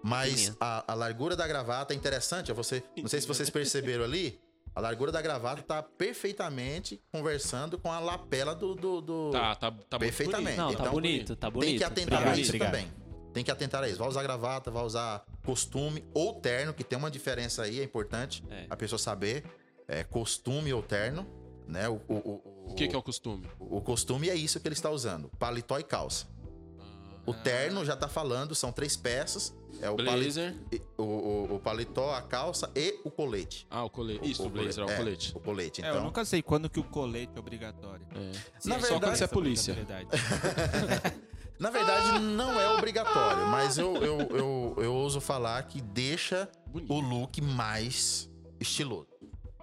Mas
Fininha.
a, a largura da gravata é interessante. é Você, não sei se vocês perceberam ali. A largura da gravata tá perfeitamente conversando com a lapela do. do, do-
Tá, tá, tá
Perfeitamente.
bonito.
Não, tá
Então,
bonito, tá bonito.
Tem que atentar
Obrigado.
a isso
Obrigado.
também. Tem que atentar a isso. Vai usar gravata, vai usar costume ou terno, que tem uma diferença aí, é importante
É.
a pessoa saber. É costume ou terno, né? O, o, o,
O que, que é o costume?
o costume é isso que ele está usando: paletó e calça. O
Ah.
terno já tá falando, são três peças. É o, palet...
Blazer.
o, o- o paletó, a calça e o colete.
Ah, o colete. Isso, o blazer, é, o
é,
colete.
o colete,
É, eu
então.
nunca sei quando que o colete é obrigatório.
Na
é
verdade-
só
Só quando
você é
essa
polícia.
obrigatoriedade.
Na
Ah!
verdade, não é obrigatório, mas eu, eu, eu, eu ouso falar que deixa
Bonito.
o look mais estiloso.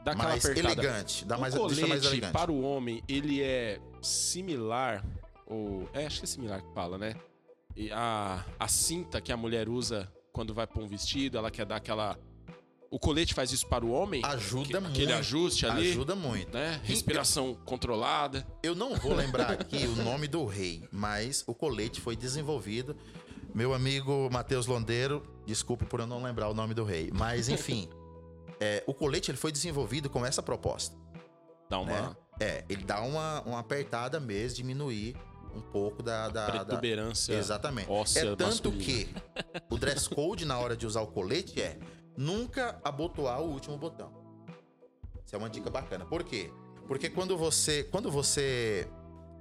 Dá aquela
mais
apertada.
elegante. Dá
O
mais,
colete
deixa mais elegante.
para o homem, ele é similar ou é, acho que é similar que fala, né? E a, a cinta que a mulher usa quando vai pôr um vestido, ela quer dar aquela o colete faz isso para o homem?
Ajuda
Aque- Aquele
muito.
ajuste ali,
Ajuda muito.
né? Respiração controlada.
Eu não vou lembrar aqui o nome do rei, mas o colete foi desenvolvido. Meu amigo Matheus Londeiro, desculpe por eu não lembrar o nome do rei, mas enfim, é, o colete ele foi desenvolvido com essa proposta.
Dá uma
Né? É, ele dá uma, uma apertada mesmo, diminuir um pouco da. da- da-
protuberância.
Exatamente.
óssea
é tanto
masculina.
que o dress code na hora de usar o colete é nunca abotoar o último botão. Isso é uma dica bacana. Por quê? Porque quando você, quando você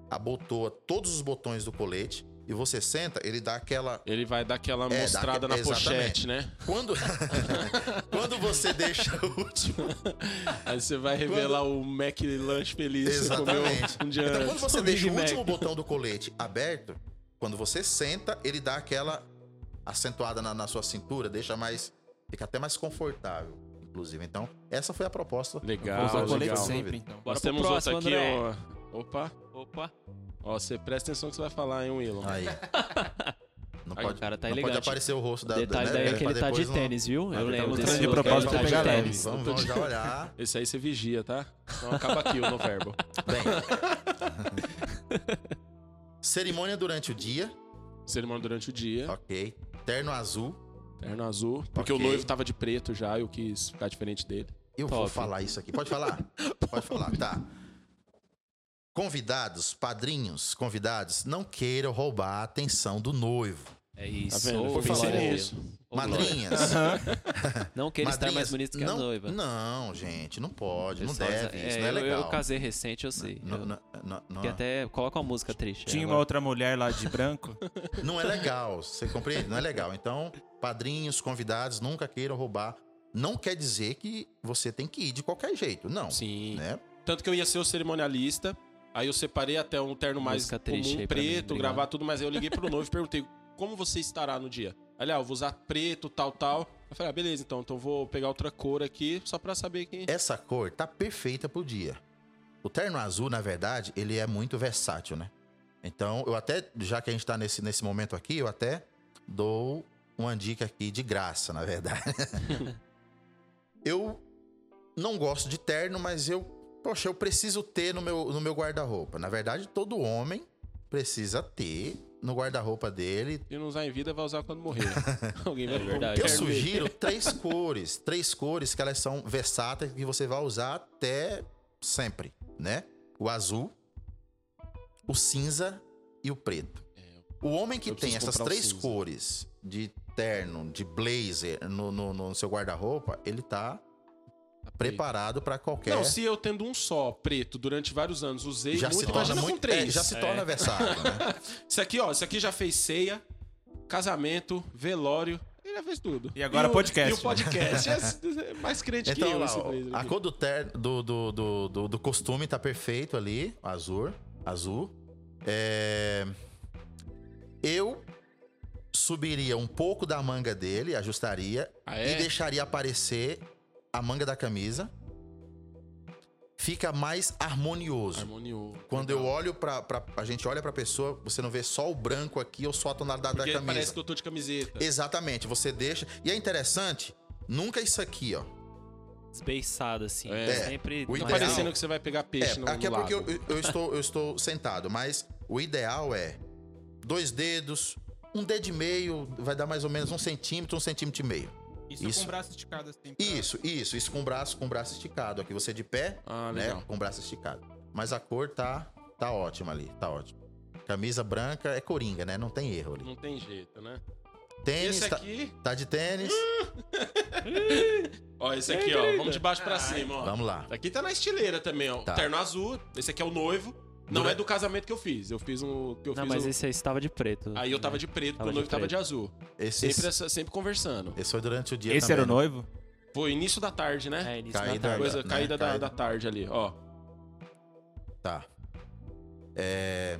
abotoa todos os botões do colete e você senta, ele dá aquela
Ele vai dar aquela
É, dá
mostrada
aque-
na pochete, né?
quando quando você deixa o último
Aí você vai revelar o Mac Lunch feliz que
Exatamente.
comeu um dia
Então, quando
antes.
você
O
deixa o
Big Mac.
último botão do colete aberto, quando você senta, ele dá aquela acentuada na, na sua cintura, deixa mais. Fica até mais confortável, inclusive. Então, essa foi a proposta.
Legal,
Usa
Foi
o colete
legal.
sempre, então.
Bora
Nós
pro
temos
próximo,
outro aqui,
André.
ó. Opa.
Opa.
Ó, você presta atenção que você vai falar, hein, Willow.
Aí. Não
Aí,
pode,
o cara tá
não pode
elegante.
aparecer o rosto da
Detalhe
né,
daí é
pra
que ele tá de
depois não-
tênis,
Ah,
viu?
Mas
então
Eu
ele tá
lembro
mostrando
desse
de
look aí,
propósito
ele tá
pra
de
pegar leve.
tênis.
Vamos, vamos já olhar.
Esse aí você vigia, tá? Então acaba aqui o no verbo.
Bem. Cerimônia durante o dia,
Cerimônia durante o dia,
ok. Terno azul.
terno azul. Porque
Ok.
o noivo tava de preto já, eu quis ficar diferente dele. Tá
Eu vou
Top.
falar isso aqui. Pode falar? Pode falar, tá. Convidados, padrinhos, convidados, não queiram roubar a atenção do noivo.
É isso.
Tá vendo?
Ô,
Foi pensei
Glória.
nisso.
Ô, Glória.
Madrinhas.
Não que ele está
madrinhas,
mais bonito que
não,
a noiva.
Não, gente, não pode, não
Pessoal,
deve, isso não é
eu-
legal.
Eu casei recente, eu sei.
Não,
Eu-
não- não- não- é.
Que até coloca uma música triste.
Tinha uma
agora.
outra mulher lá de branco.
não é legal, você compreende? Não é legal. Então, padrinhos, convidados, nunca queiram roubar. Não quer dizer que você tem que ir de qualquer jeito, não.
Sim.
Né?
Tanto que eu ia ser o cerimonialista, aí eu separei até um terno mais
Música
comum,
triste aí pra mim,
preto,
obrigado.
gravar tudo, mas aí eu liguei pro noivo e perguntei como você estará no dia. Aliás, eu vou usar preto, tal, tal. Eu falei, ah, beleza, então, então vou pegar outra cor aqui, só pra saber quem.
Essa cor tá perfeita pro dia. O terno azul, na verdade, ele é muito versátil, né? Então, eu até, já que a gente tá nesse, nesse momento aqui, eu até dou uma dica aqui de graça, na verdade. eu não gosto de terno, mas eu, poxa, eu preciso ter no meu, no meu guarda-roupa. Na verdade, todo homem precisa ter no guarda-roupa dele
E não usar em vida, vai usar quando morrer. Alguém vai
É
pôr um
verdade.
eu
terno verde.
sugiro três cores. Três cores que elas são versáteis, que você vai usar até sempre, né? O azul, o cinza e o preto. O homem que
É, Eu
tem
preciso
essas
comprar o
três
cinza.
cores de terno, de blazer no, no- no seu guarda-roupa, ele tá preparado pra qualquer.
Não, se eu tendo um só preto durante vários anos, usei
é. já
muito,
se torna
imagina É.
muito
com três.
é, já se torna versátil, né?
Isso aqui, ó, isso aqui já fez ceia, casamento, velório. Ele já fez tudo.
E agora
o-
podcast. né?
E o podcast é é mais crente que
Então,
eu.
lá,
esse
ó,
Blazer
a
aqui.
cor do, ter, do, do, do, do- do costume tá perfeito ali. Azul. Azul. É, Eu subiria um pouco da manga dele, ajustaria.
Ah, é?
E deixaria aparecer a manga da camisa. Fica mais harmonioso.
Harmonioso.
Quando eu olho pra, pra. A gente olha pra pessoa, você não vê só o branco aqui ou só a tonalidade
Porque
da camisa.
parece que eu tô de camiseta.
Exatamente, você deixa. E é interessante, nunca isso aqui, ó.
Desbeiçado, é assim.
É.
É. Sempre.
O
mais
Tá
ideal-
alto.
parecendo que você vai pegar peixe no,
é, aqui é
no
porque eu,
lago.
eu- eu estou, eu estou sentado, mas o ideal é dois dedos, um dedo e meio, vai dar mais ou menos um centímetro, um centímetro e meio.
Isso,
Isso.
com o braço esticado assim. pra-
Isso, isso, isso com o braço, com o braço esticado. Aqui você de pé,
Ah,
né?
legal.
Com o braço esticado. Mas a cor tá, tá ótima ali, tá ótima. Camisa branca é coringa, né? Não tem erro ali.
Não tem jeito, né?
Tênis,
Esse
tá,
aqui... Hum.
tá de tênis.
Ó, esse aqui, ó. Vamos de baixo pra cima, ó.
Vamos lá.
Aqui tá na estileira também, ó.
Tá.
Terno azul. Esse aqui é o noivo. Não
Dura-
é do casamento que eu fiz. Eu fiz um. Que eu
Não,
fiz
mas
um-
esse aí estava de preto.
Aí eu tava de preto,
Tava
o
de
noivo tava
preto.
de azul.
Esse,
Sempre, assim. essa- sempre conversando.
esse foi durante o dia
Esse era
também,
o
né?
noivo?
Foi início da tarde, né?
É, início da
Caída,
tarde.
Coisa,
né?
caída, da-
Caída.
Da, tarde ali, ó.
Tá. É,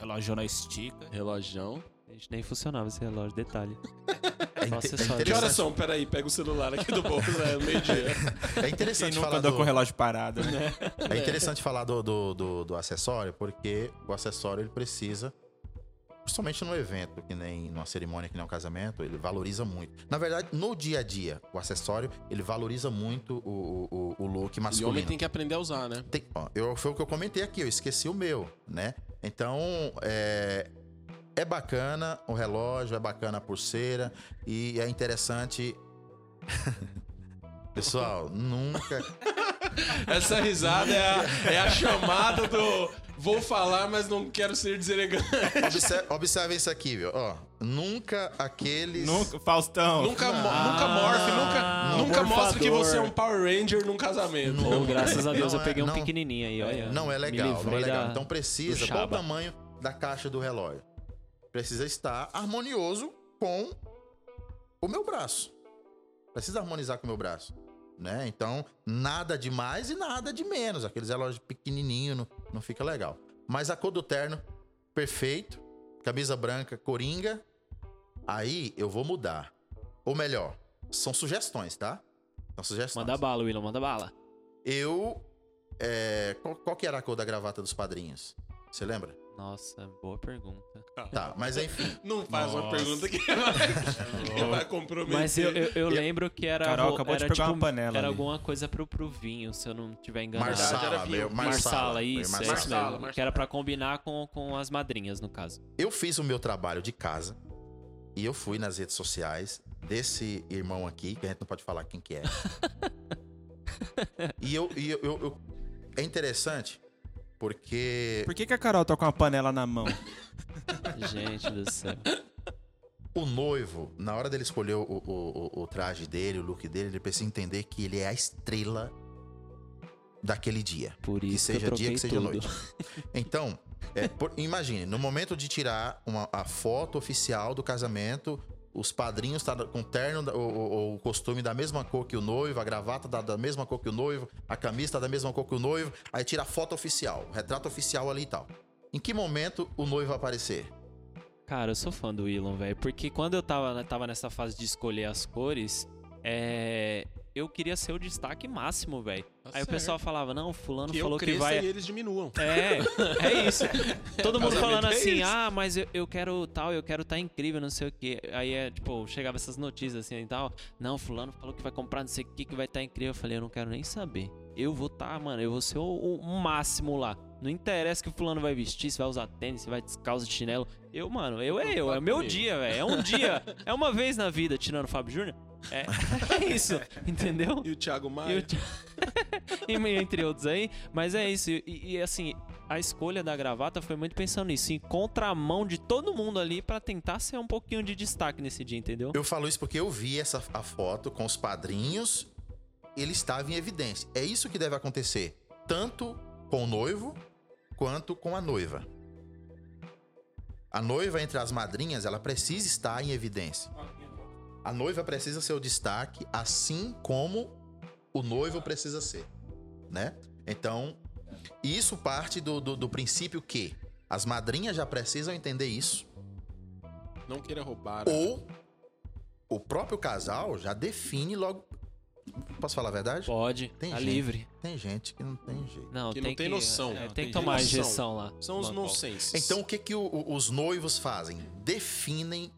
Elogio na estica.
Relojão.
A gente nem funcionava esse relógio, detalhe.
é,
Só
inte-
acessório.
é
Que horas
interessante,
são? Peraí, pega o celular aqui do bolso, né? Meio-dia.
é
Quem
interessante
nunca
falar
andou
do,
com o relógio parado, né?
é interessante falar do, do, do, do acessório, porque o acessório ele precisa, principalmente num evento, que nem numa cerimônia, que nem um casamento, ele valoriza muito. Na verdade, no dia a dia, o acessório ele valoriza muito o, o, o- o look
E homem
masculino.
tem que aprender a usar, né?
Tem- ó, eu, foi o que eu comentei aqui, eu esqueci o meu, né? Então, é, é bacana o relógio, é bacana a pulseira e é interessante. Pessoal, nunca.
Essa risada é a, é a chamada do vou falar, mas não quero ser deselegante.
Observe, observe isso aqui, viu? Ó, nunca aqueles.
Nunca, Faustão.
Nunca, mo- nunca morfe, nunca,
Ah, um
nunca mostre que
morfador.
você é um Power Ranger num casamento.
Ou, graças a Deus,
Não
eu
é-
peguei um
não-
pequenininho aí, olha.
Não é
Me
legal, não é
livrei
legal.
da-
Então
do
precisa. Qual o
chaba.
tamanho da caixa do relógio? Precisa estar harmonioso com o meu braço. Precisa harmonizar com o meu braço. Né? Então, nada de mais e nada de menos. Aqueles relógios pequenininhos não, não fica legal. Mas a cor do terno, perfeito. Camisa branca, coringa. Aí eu vou mudar. Ou melhor, são sugestões, tá? São sugestões.
Manda bala, Willam, manda bala.
Eu. é, qual, qual que era a cor da gravata dos padrinhos? Você lembra?
Nossa, boa pergunta.
Tá, mas enfim.
Não faz uma pergunta que vai, que vai comprometer.
Mas eu, eu, eu lembro que era.
Carol,
vo-
acabou de
era,
pegar
tipo,
uma panela
Era
ali.
alguma coisa pro, pro vinho, se eu não tiver enganado.
Marsala,
era vinho.
meu.
Marsala,
Marsala, meu,
isso, é
Marsala.
isso mesmo.
Marsala,
Que era pra combinar com, com as madrinhas, no caso.
Eu fiz o meu trabalho de casa e eu fui nas redes sociais desse irmão aqui, que a gente não pode falar quem que é. e eu, e eu- eu- eu- É interessante porque
Por que, que a Carol tá com uma panela na mão?
Gente do céu.
o noivo, na hora dele escolher o, o- o- o traje dele, o look dele, ele precisa entender que ele é a estrela daquele dia.
Por
que
isso que,
seja
eu troquei
dia, que seja
tudo.
noite. Então, é, por- imagine, no momento de tirar uma- a foto oficial do casamento, os padrinhos tá com terno da- ou, ou- ou o costume da mesma cor que o noivo, a gravata tá da mesma cor que o noivo, a camisa tá da mesma cor que o noivo, aí tira a foto oficial, o retrato oficial ali e tal. Em que momento o noivo vai aparecer?
Cara, eu sou fã do Elon, velho, porque quando eu tava, tava nessa fase de escolher as cores, é, eu queria ser o destaque máximo, velho.
Tá
Aí
certo.
o pessoal falava, não, fulano
que eu
falou que
cresça
vai...
e eles diminuam.
É, é isso. Todo mundo
Casamento
falando
é
assim,
isso.
ah, mas eu, eu quero tal, eu quero tá incrível, não sei o quê. Aí é, tipo, chegava essas notícias assim e tal. Não, fulano falou que vai comprar não sei o que, que vai tá incrível. Eu falei, eu não quero nem saber. Eu vou tá, mano, eu vou ser o, o máximo lá. Não interessa que o fulano vai vestir, se vai usar tênis, se vai descalço de chinelo. Eu, mano, eu é eu, é meu
comigo.
dia, velho. É um dia, é uma vez na vida, tirando o Fábio Júnior. É, é isso, entendeu?
E o Thiago
E
Maia.
o Ti- E entre outros aí. Mas é isso. E, e, assim, a escolha da gravata foi muito pensando nisso. Em contramão de todo mundo ali pra tentar ser um pouquinho de destaque nesse dia, entendeu?
Eu falo isso porque eu vi essa a foto com os padrinhos, ele estava em evidência. É isso que deve acontecer, tanto com o noivo quanto com a noiva. A noiva entre as madrinhas, ela precisa estar em evidência. A noiva precisa ser o destaque, assim como o noivo precisa ser, né? Então, isso parte do, do, do princípio que as madrinhas já precisam entender isso,
Não queira roubar. né?
ou o próprio casal já define logo. Posso falar a verdade?
Pode,
Tem
tá
gente.
livre.
Tem gente que não tem jeito.
Não,
Que
tem
não tem
que-
noção.
é,
Não,
tem
tem
que tomar a
noção.
injeção lá.
São os
Mano,
nonsenses.
Então, o que, que o- o- os noivos fazem? Definem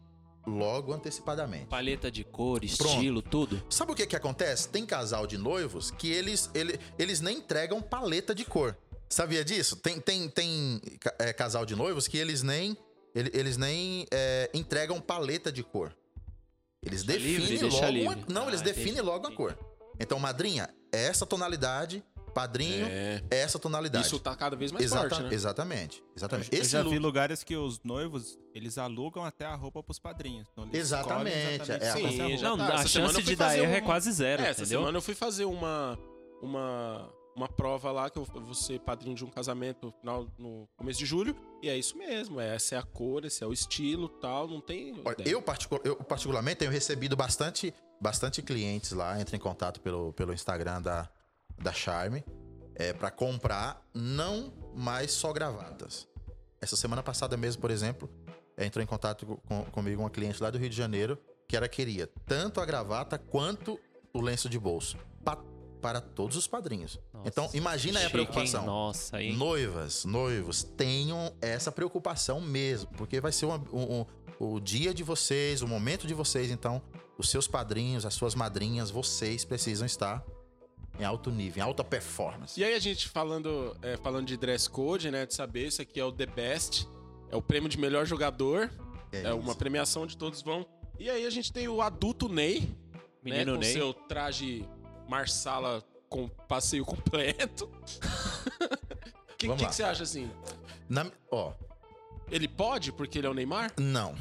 logo antecipadamente.
Paleta de cor,
Pronto.
estilo, tudo.
Sabe o que, que acontece? Tem casal de noivos que eles, ele- eles nem entregam paleta de cor. Sabia disso? Tem, tem, tem ca- é, casal de noivos que eles nem, ele- eles nem é, entregam paleta de cor. Eles definem
livre, deixa
logo.
livre.
a- não,
Ah,
eles definem
entendi,
logo a cor. Então, madrinha, é essa tonalidade. Padrinho, é,
É.
essa tonalidade.
Isso tá cada vez mais
Exata-
forte, né?
Exatamente. Exatamente.
Eu já
look-
vi lugares que os noivos, eles alugam até a roupa pros padrinhos. Então, eles
Exatamente,
escolhem
é,
qual vai ser a
sim,
roupa.
já
Não,
tá.
a
Essa semana
chance
eu fui
de dar
fazer
erro é
uma-
quase zero,
É, essa
entendeu?
semana eu fui fazer uma, uma, uma prova lá, que eu vou ser padrinho de um casamento no, final- no começo de julho. E é isso mesmo, é, essa é a cor, esse é o estilo tal, não tem...
Olha, eu, particu- eu, particularmente tenho recebido bastante, bastante clientes lá, entra em contato pelo, pelo Instagram da, da Charme, é, para comprar não mais só gravatas. Essa semana passada mesmo, por exemplo, é, entrou em contato com- comigo uma cliente lá do Rio de Janeiro que ela queria tanto a gravata quanto o lenço de bolso pa- para todos os padrinhos.
Nossa,
então imagina aí a
Chique, hein?
preocupação.
Nossa, aí.
Noivas, noivos, tenham essa preocupação mesmo, porque vai ser uma- um- um- o dia de vocês, o momento de vocês, então os seus padrinhos, as suas madrinhas, vocês precisam estar em alto nível, em alta performance.
E aí a gente falando, é, falando de dress code, né? De saber, isso aqui é o The Best, é o prêmio de melhor jogador, é, uma
isso.
premiação onde todos vão. E aí a gente tem o adulto Ney,
Menino
né, com
Ney.
seu traje Marsala com passeio completo. O que,
Vamos
que
lá.
que você acha assim?
Na- ó,
Ele pode porque ele é o Neymar?
não.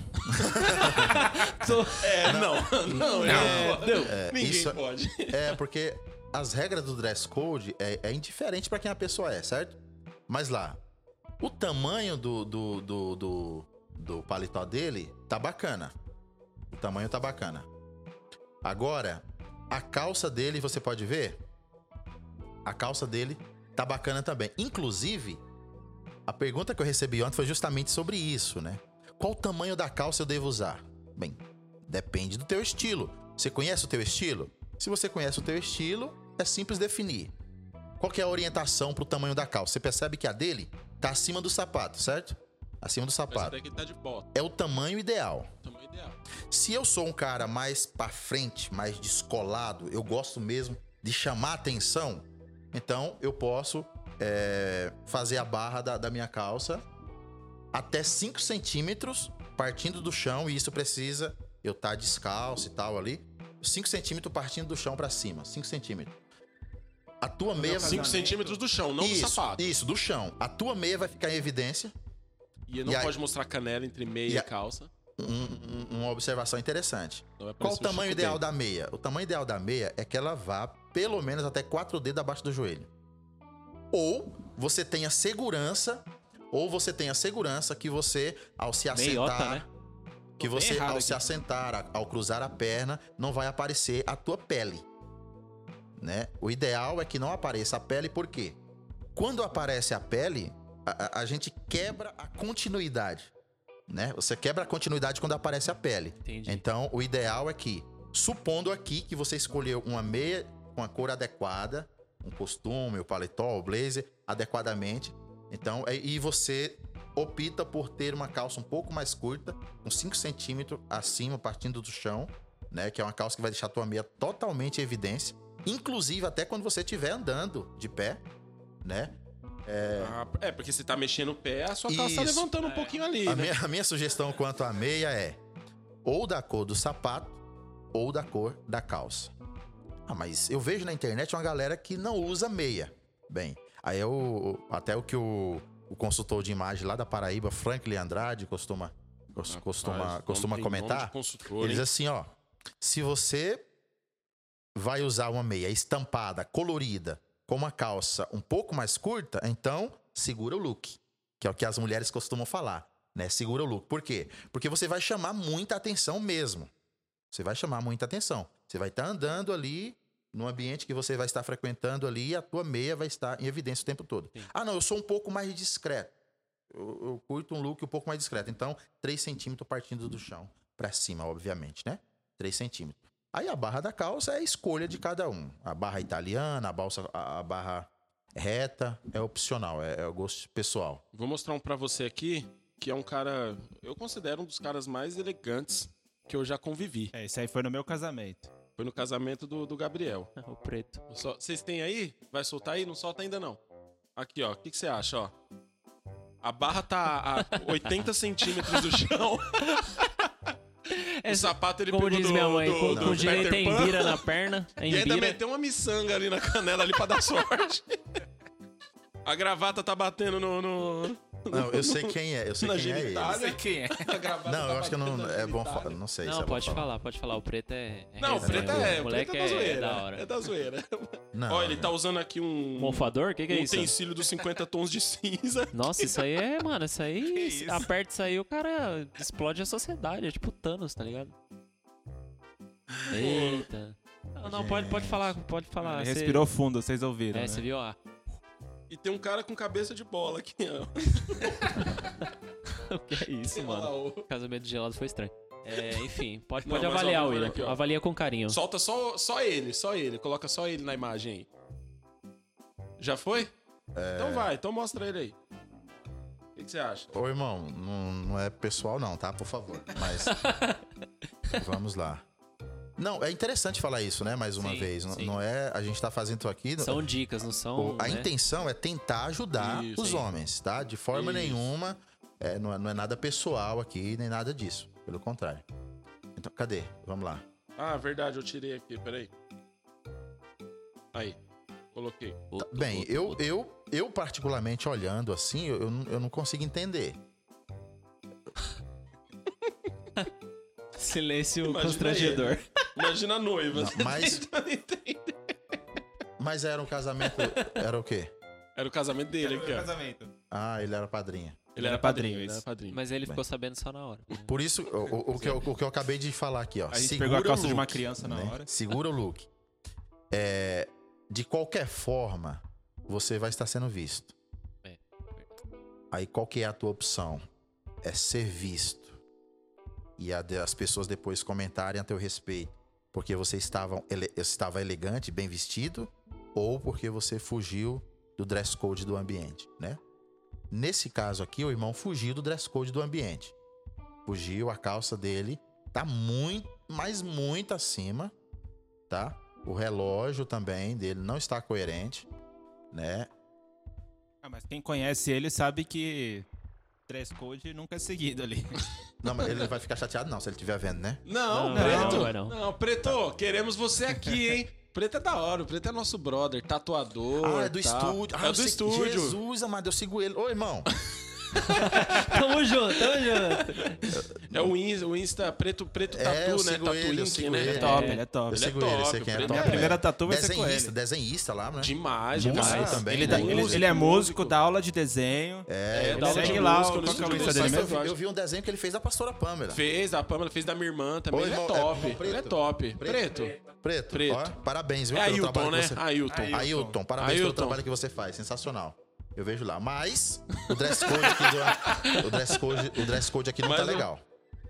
É, não, não, é, não.
É,
ninguém
isso-
pode.
É porque as regras do dress code é, é indiferente pra quem a pessoa é, certo? Mas lá, o tamanho do, do, do, do, do paletó dele tá bacana. O tamanho tá bacana. Agora, a calça dele, você pode ver? A calça dele tá bacana também. Inclusive, a pergunta que eu recebi ontem foi justamente sobre isso, né? Qual o tamanho da calça eu devo usar? Bem, depende do teu estilo. Você conhece o teu estilo? Se você conhece o teu estilo, é simples definir. Qual que é a orientação pro tamanho da calça? Você percebe que a dele tá acima do sapato, certo? Acima do
Essa
sapato.
daqui tá de bota, tá
É o tamanho ideal.
tamanho ideal.
Se eu sou um cara mais pra frente, mais descolado, eu gosto mesmo de chamar atenção, então eu posso é, fazer a barra da, da minha calça até 5 centímetros partindo do chão, e isso precisa eu estar descalço e tal ali. 5 centímetros partindo do chão pra cima, 5 centímetros. A tua meia.
5 centímetros do chão, não
isso,
do sapato.
Isso, do chão. A tua meia vai ficar em evidência.
E não
E aí-
pode mostrar canela entre meia
E
e,
a-
calça.
Um- um- uma observação interessante.
Não é vai
Qual o
parecer
tamanho
Chico
ideal
Bento.
da meia? O tamanho ideal da meia é que ela vá pelo menos até 4 dedos abaixo do joelho. Ou você tenha segurança, ou você tenha segurança que você, ao se
Meiota,
assentar,
né?
que
Tô bem
você,
errado
ao
aqui.
se assentar, a- ao cruzar a perna, não vai aparecer a tua pele. Né? O ideal é que não apareça a pele, por quê? Quando aparece a pele, a, a- a gente quebra a continuidade. Né? Você quebra a continuidade quando aparece a pele.
Entendi.
Então, o ideal é que, supondo aqui que você escolheu uma meia com a cor adequada, um costume, o paletó, o blazer, adequadamente. Então, é- e você opta por ter uma calça um pouco mais curta, com 5 centímetros acima, partindo do chão, né? Que é uma calça que vai deixar a tua meia totalmente em evidência. Inclusive, até quando você estiver andando de pé, né?
Ah, é, porque você tá mexendo o pé, a sua calça tá
Isso. É.
levantando um pouquinho ali,
A
né?
minha, a minha sugestão quanto à meia é ou da cor do sapato ou da cor da calça. Ah, mas eu vejo na internet uma galera que não usa meia. Bem, aí eu, até o que o, o consultor de imagem lá da Paraíba, Franklin Andrade, costuma, cos-
Rapaz,
costuma,
nome-
costuma
tem nome de
comentar.
consultor,
Ele diz
hein?
assim, ó, se você vai usar uma meia estampada, colorida, com uma calça um pouco mais curta, então segura o look, que é o que as mulheres costumam falar. né? Segura o look. Por quê? Porque você vai chamar muita atenção mesmo. Você vai chamar muita atenção. Você vai estar andando ali no ambiente que você vai estar frequentando ali e a tua meia vai estar em evidência o tempo todo. Ah, não, eu sou um pouco mais discreto. Eu, eu curto um look um pouco mais discreto. Então, 3 centímetros partindo do chão para cima, obviamente, né? 3 centímetros. Aí a barra da calça é a escolha de cada um. A barra italiana, a, balsa, a, a barra reta é opcional, é, é o gosto pessoal.
Vou mostrar um pra você aqui, que é um cara. Eu considero um dos caras mais elegantes que eu já convivi.
É, isso aí foi no meu casamento.
Foi no casamento do, do Gabriel.
O preto.
Eu só- Vocês têm aí? Vai soltar aí? Não solta ainda, não. Aqui, ó. O que que você acha, ó? A barra tá a 80 centímetros do chão.
É,
o sapato ele
Como
pegou
diz
do,
minha mãe,
do-
com,
do
com direito a
Peter Pan.
embira na perna. A
E ainda
embira.
meteu uma miçanga ali na canela ali pra dar sorte. A gravata tá batendo no. no-
Não, eu sei quem é, eu sei
na
quem é ele.
genitália.
quem é?
A gravata
Não,
tá
eu acho que eu
batendo
não
na
é bom
genitália.
falar, não sei se
Não,
é bom
pode falar, pode falar. O preto é. é
Não, o
resenha,
preto
viu?
é,
O
o
moleque
preto é da
é da
zoeira.
hora.
É da zoeira.
Não,
Ó, ele tá usando aqui um.
Mofador? O que, que é
um
isso?
utensílio dos 50 tons de cinza.
Nossa, isso aí é, mano, isso aí.
isso?
Aperta isso aí, o cara explode a sociedade. É tipo Thanos, tá ligado? Eita. Não, não, pode, pode falar, pode falar.
Ele
Cê-
respirou fundo, vocês ouviram,
Ah, É,
né?
você viu? Ah,
E tem um cara com cabeça de bola aqui, ó.
o que é isso,
Olha
mano?
lá, ó.
Casamento de gelado foi estranho. É, enfim, pode,
Não,
pode
mas ó,
avaliar,
vamos ver
William.
aqui, ó.
Avalia com carinho.
Solta só, só ele, só ele. Coloca só ele na imagem aí. Já foi? Então vai, então mostra ele aí. O que, que você acha?
Ô, irmão, não, não é pessoal não, tá? Por favor. Mas vamos lá. Não, é interessante falar isso, né? Mais uma
Sim,
vez, N-
sim.
não é? A gente tá fazendo isso
um
aqui.
São dicas, não são.
o- a
né?
intenção é tentar ajudar
Então, Isso,
os
sim.
homens, tá? De forma
Isso.
nenhuma, é, não, é, não é nada pessoal aqui nem nada disso. Pelo contrário. Então, cadê? Vamos lá.
Ah, verdade, eu tirei aqui, peraí. Aí, coloquei.
Puto,
Bem,
puto,
eu,
puto.
eu, eu particularmente olhando assim, eu, eu, não- eu não consigo entender.
Silêncio
Imagina
constrangedor.
Imagina a noiva.
Não, mas-
tentando entender.
Mas era um casamento. Era o quê?
Era o casamento dele aqui,
Meu
ó.
casamento.
Ah, ele era padrinha.
Ele era padrinho, ele era padrinho.
Mas ele ficou sabendo só na hora.
Por isso, o, o- o que, eu, o que eu acabei de falar aqui, ó.
A gente
Segura
pegou a calça
o
de
look,
uma criança na
né?
hora.
Segura o look. É, de qualquer forma, você vai estar sendo visto.
É.
Aí qual que é a tua opção? É ser visto. E a de- as pessoas depois comentarem a teu respeito. Porque você estava, ele- estava elegante, bem vestido, ou porque você fugiu do dress code do ambiente, né? Nesse caso aqui, o irmão fugiu do dress code do ambiente. Fugiu, a calça dele tá muito, mas muito acima, tá? O relógio também dele não está coerente, né?
Ah, mas quem conhece ele sabe que dress code nunca é seguido ali.
Não, mas ele não vai ficar chateado não, se ele estiver vendo, né?
Não,
Não,
Preto.
não,
Não,
vai não.
Preto, queremos você aqui, hein? Preto é da hora, o Preto é nosso brother, tatuador.
Ah,
tal. é
eu
do
sei-
estúdio.
Jesus, amado, eu sigo ele. Ô, irmão.
tamo junto, tamo junto.
É o Insta, o Insta Preto, Preto
É, eu
Tatu, né?
sigo
Tatu
ele, eu
Inc,
sigo
né?
ele.
É top, ele é top.
eu
Ele é
sigo ele,
top,
eu sei quem é.
Minha
top,
primeira
é.
tatu vai ser com
desenhista,
ele.
Desenhista lá, né?
Demais,
Músico
demais.
também,
ele,
né?
dá-
é
ele-
músico,
ele é músico, dá aula de desenho.
É,
É,
dá aula
segue
de
lá,
música, no
qual que é o
estúdio
Insta dele
do
mas
mesmo?
Sasha
eu, vi,
Vaz.
eu vi um desenho que ele fez da pastora Pamela.
Fez, a Pamela fez da minha irmã também.
Ô,
ele é
irmão,
top.
é irmão
ele é
Preto?
top. Preto.
Preto. Preto,
Preto.
ó, parabéns, viu?
É
pelo
Ailton,
trabalho
né?
que você...
Ailton.
Ailton, parabéns pelo
Ailton.
trabalho que você faz, sensacional. Eu vejo lá. Mas o dress code aqui, do... o dress code, o dress code aqui não
Mas
tá
eu-
legal.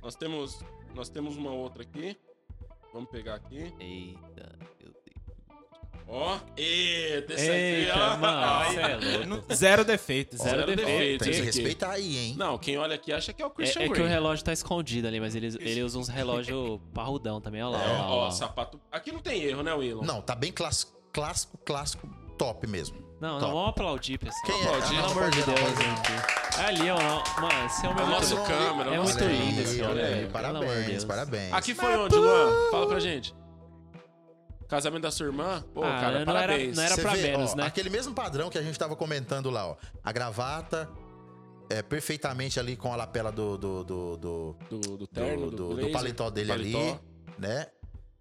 Nós temos, nós temos uma outra aqui. Vamos pegar aqui.
Eita, meu Deus.
Ó. Eita, esse aqui,
Eita,
ó.
mano,
Aí,
cê é louco.
Não- zero defeitos.
Zero
zero
defeito.
defeito,
Tem que
esse
se
aqui.
respeitar aí, hein?
Não, quem olha aqui acha que é o Christian
É, é que o
Grey.
relógio tá escondido ali, mas ele, ele usa uns relógios parrudão também, olha lá. olha lá,
É, Ó,
olha lá.
sapato. Aqui não tem erro, né, Willon?
Não, tá bem clássico, clássico, clássico, top mesmo.
Não, não,
top.
vamos aplaudir, pessoal.
Quem é?
Pelo
Ah, não,
amor de
não,
Deus,
não, não.
gente. Ali, ó. Mano, esse é o meu
Ah,
nosso.
nosso câmera,
é
nosso
muito
câmera.
lindo esse
Olha
homem,
aí,
velho. Pelo amor de
Parabéns,
Deus.
parabéns.
Aqui foi onde, Luan? Fala pra gente. Casamento da sua irmã? Pô,
Ah,
cara,
não era-
parabéns.
não era-
Você
pra menos,
ó,
né?
Aquele mesmo padrão que a gente tava comentando lá, ó. A gravata é perfeitamente ali com a lapela do do do, do,
Do, do
do,
terno, do,
do- do
blazer,
paletó dele
paletó.
ali, né?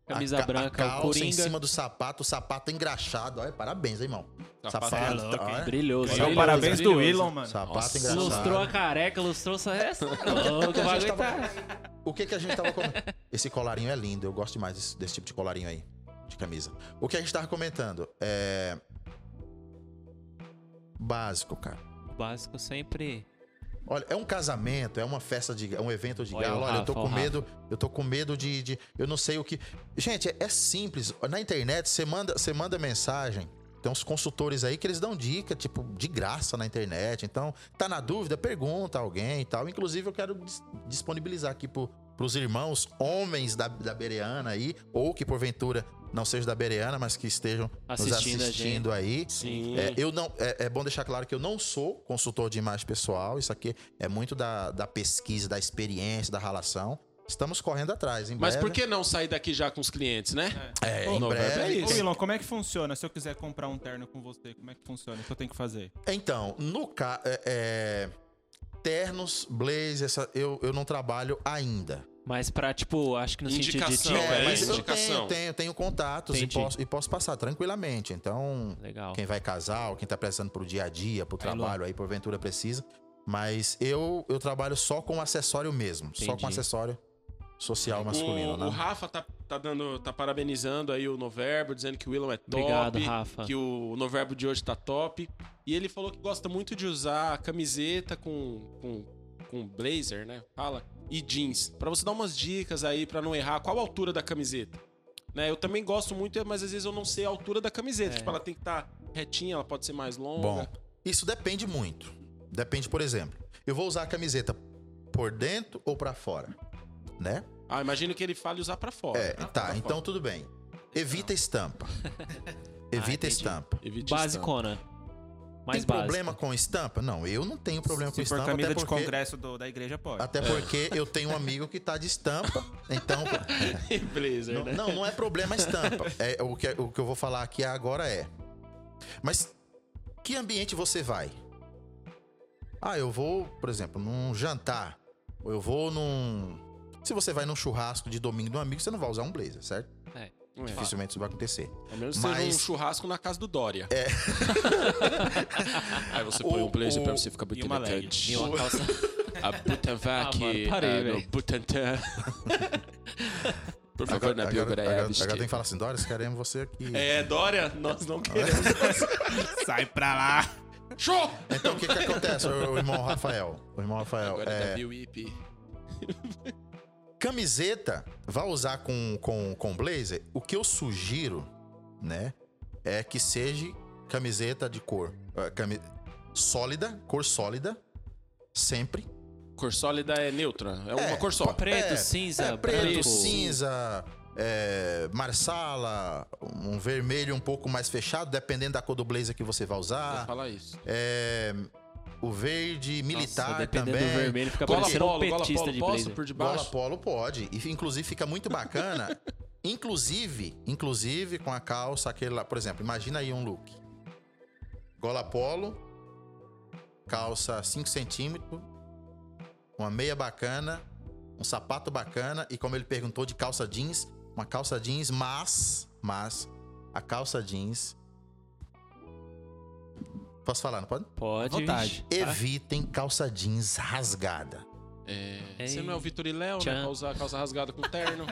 Camisa
ca-
branca,
calça
o
em
Coringa.
cima do sapato, o sapato engraxado. Olha, parabéns, hein, irmão.
Sapato
Sapato, tá, né?
Brilhoso.
É o
brilhoso,
parabéns do
brilhoso.
Elon, mano.
Sapato
Nossa.
engraxado.
Lustrou a careca, lustrou essa. Essa é louca, vai
gente tava-
aguentar.
O que, que a gente tava comentando? Esse colarinho é lindo, eu gosto demais desse, desse tipo de colarinho aí, de camisa. O que a gente tava comentando? É. Básico, cara.
O básico sempre.
Olha, é um casamento, é uma festa de. É um evento de
Olha
galo.
o
Olha, eu
Rafa,
tô com
o Rafa.
medo. Eu tô com medo de. de- eu não sei o que. Gente, é, é simples. Na internet, você manda, você manda mensagem. Tem uns consultores aí que eles dão dica, tipo, de graça na internet. Então, tá na dúvida? Pergunta a alguém e tal. Inclusive, eu quero dis- disponibilizar aqui pro, pros irmãos homens da, da Bereana aí, ou que porventura não sejam da Bereana, mas que estejam
Assistindo a
nos
gente.
assistindo aí.
Sim.
É, eu não, é, é bom deixar claro que eu não sou consultor de imagem pessoal. Isso aqui é muito da, da pesquisa, da experiência, da relação. Estamos correndo atrás. Em
Mas
breve,
por que não sair daqui já com os clientes, né?
É,
Ô,
em
Norberto,
breve.
é isso.
Ô, Elon, como é que funciona? Se eu quiser comprar um terno com você, como é que funciona? O que eu tenho que fazer?
Então, no caso. ternos, blazer, essa- eu, eu não trabalho ainda.
Mas pra, tipo, acho que no
Indicação,
sentido de dica.
é,
mas eu
indicação.
tenho, tenho, tenho contatos e
Entendi.
posso, e posso passar tranquilamente. Então,
Legal.
quem vai casar, ou quem tá precisando pro dia a dia, pro trabalho, aí porventura precisa. Mas eu, eu trabalho só com acessório mesmo, só com
Entendi.
acessório social
o,
masculino, né?
o Rafa tá, tá dando, tá parabenizando aí o Noverbo, dizendo que o Willon é top.
Obrigado, Rafa.
Que o Noverbo de hoje tá top. E ele falou que gosta muito de usar camiseta com, com, com blazer, né? Fala. E jeans. Pra você dar umas dicas aí pra não errar, qual a altura da camiseta? Né, eu também gosto muito, mas às vezes eu não sei a altura da
É.
camiseta. Tipo, ela tem que estar retinha, ela pode ser mais longa.
Bom, isso depende muito. Depende, por exemplo, eu vou usar a camiseta por dentro ou pra fora, né?
Ah, imagino que ele fale usar pra fora.
É,
Ah,
tá,
pra
então tudo bem. Evita estampa. Evita estampa.
fora. Evite
Basicona. Mais
Tem
básico.
problema com estampa? Não, eu não tenho problema com
Se for
estampa.
camisa
até
de
porque-
congresso é. do- da igreja, pode.
Até porque eu tenho um amigo que tá de estampa, então.
estampa. blazer,
não,
né?
não, não é problema a estampa. É, o, que, o que eu vou falar aqui agora é. Mas que ambiente você vai? Ah, eu vou, por exemplo, num jantar. Ou eu vou num. Se você vai num churrasco de domingo de um amigo, você não vai usar um blazer, certo?
É.
Não é.
Dificilmente isso vai acontecer.
A menos que
Mas-
seja um churrasco na casa do Dória. É. Aí você põe
O-
um blazer pra
o-
você ficar
e
muito
uma leg.
elegante.
E uma calça.
É,
A Butanvac,
Ah, mano, parei,
a- no
velho.
Butantan. Por favor, é na biografia.
agora,
vestir.
agora tem que falar assim, Doris, queremos você aqui.
É, Dória, nós não queremos.
Sai pra lá!
Show!
Então o que, que acontece, o, o irmão Rafael? O irmão Rafael.
Agora
é,
é da Biwip.
Camiseta, vai usar com, com, com blazer? O que eu sugiro, né? É que seja camiseta de cor. eh, cami- sólida, cor sólida. Sempre.
Cor sólida é neutra. É uma cor só.
Preto,
É,
cinza,
é, preto,
branco.
cinza, eh, marsala, um vermelho um pouco mais fechado, dependendo da cor do blazer que você vai usar.
Fala isso.
Eh, o verde militar
Nossa, dependendo
também.
do vermelho, fica
Gola
parecendo um
polo, gola
petista
polo,
de
posso
blazer.
por
Bola
debaixo?
polo pode. E inclusive fica muito bacana. inclusive, inclusive com a calça, aquele lá. Por exemplo, imagina aí um look. Gola polo, calça 5 centímetros, uma meia bacana, um sapato bacana e como ele perguntou de calça jeans, uma calça jeans, mas, mas a calça jeans Posso falar, não pode?
Pode.
Vontade.
Evitem calça jeans rasgada.
É, Você não é o
Ei,
Vitor e Léo, né?
tchan.
Pra usar calça rasgada com terno.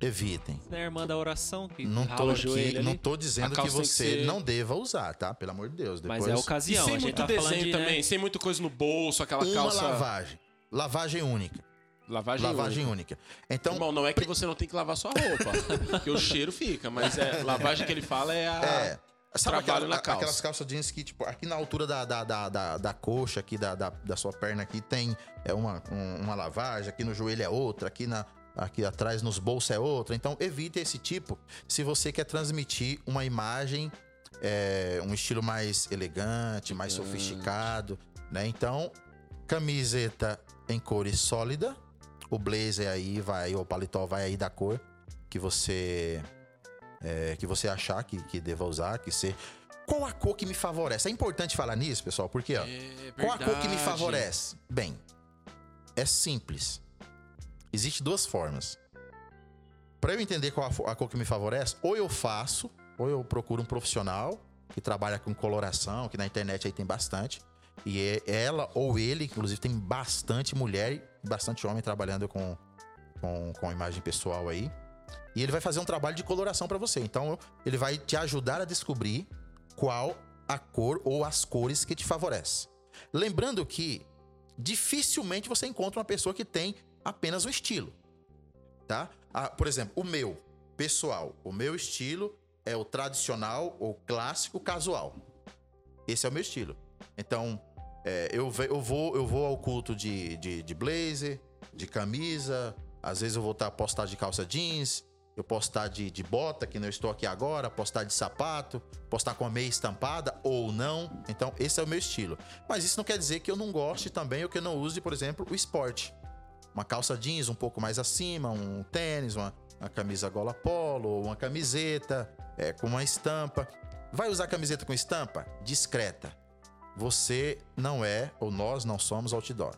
Evitem.
Né, irmã da oração que
Não
rala
tô,
o
aqui-
joelho ali.
não tô
A
dizendo que
calça tem que
você
ser-
não deva usar, tá? Pelo amor de Deus. Depois,
Mas é a
E
ocasião.
sem
a gente
muito
tá falando
desenho
de,
também,
Né,
sem muito coisa no bolso, aquela
Uma
calça.
lavagem. Lavagem única.
Lavagem,
lavagem
única.
única. Então,
Bom, não é que você não tem que lavar sua roupa, porque o cheiro fica, mas é lavagem que ele fala é a.
é. Sabe
trabalho
aquela-
na
a-
calça.
aquelas calças jeans que, tipo, aqui na altura da, da, da, da, da coxa, aqui da, da, da sua perna aqui, tem é uma, um- uma lavagem, aqui no joelho é outra, aqui na. Aqui atrás nos bolsos é outra. Então, evite esse tipo se você quer transmitir uma imagem, é, um estilo mais elegante, mais sofisticado, né? Então, camiseta em cores sólida, o blazer aí vai, ou o paletó vai aí da cor que você é, que você achar que, que deva usar, que ser. Qual a cor que me favorece? É importante falar nisso, pessoal, porque ó,
É
qual a cor que me
verdade.
favorece? Bem, é simples. Existe duas formas. Pra eu entender qual a fo- a cor que me favorece, ou eu faço, ou eu procuro um profissional que trabalha com coloração, que na internet aí tem bastante. E é- ela ou ele, inclusive, tem bastante mulher e bastante homem trabalhando com, com, com imagem pessoal aí. E ele vai fazer um trabalho de coloração pra você. Então, ele vai te ajudar a descobrir qual a cor ou as cores que te favorece. Lembrando que dificilmente você encontra uma pessoa que tem apenas um estilo, tá? Ah, por exemplo, o meu, pessoal, o meu estilo é o tradicional ou clássico casual. Esse é o meu estilo. Então, é, eu, ve- eu vou, eu vou ao culto de, de, de blazer, de camisa, às vezes eu vou estar postar de calça jeans, eu posso estar de, de bota, que não estou aqui agora, posso estar de sapato, posso estar com a meia estampada ou não. Então, esse é o meu estilo. Mas isso não quer dizer que eu não goste também ou que eu não use, por exemplo, o esporte. Uma calça jeans um pouco mais acima, um tênis, uma, uma camisa gola polo, ou uma camiseta é, com uma estampa. Vai usar camiseta com estampa? Discreta. Você não é, ou nós não somos outdoor,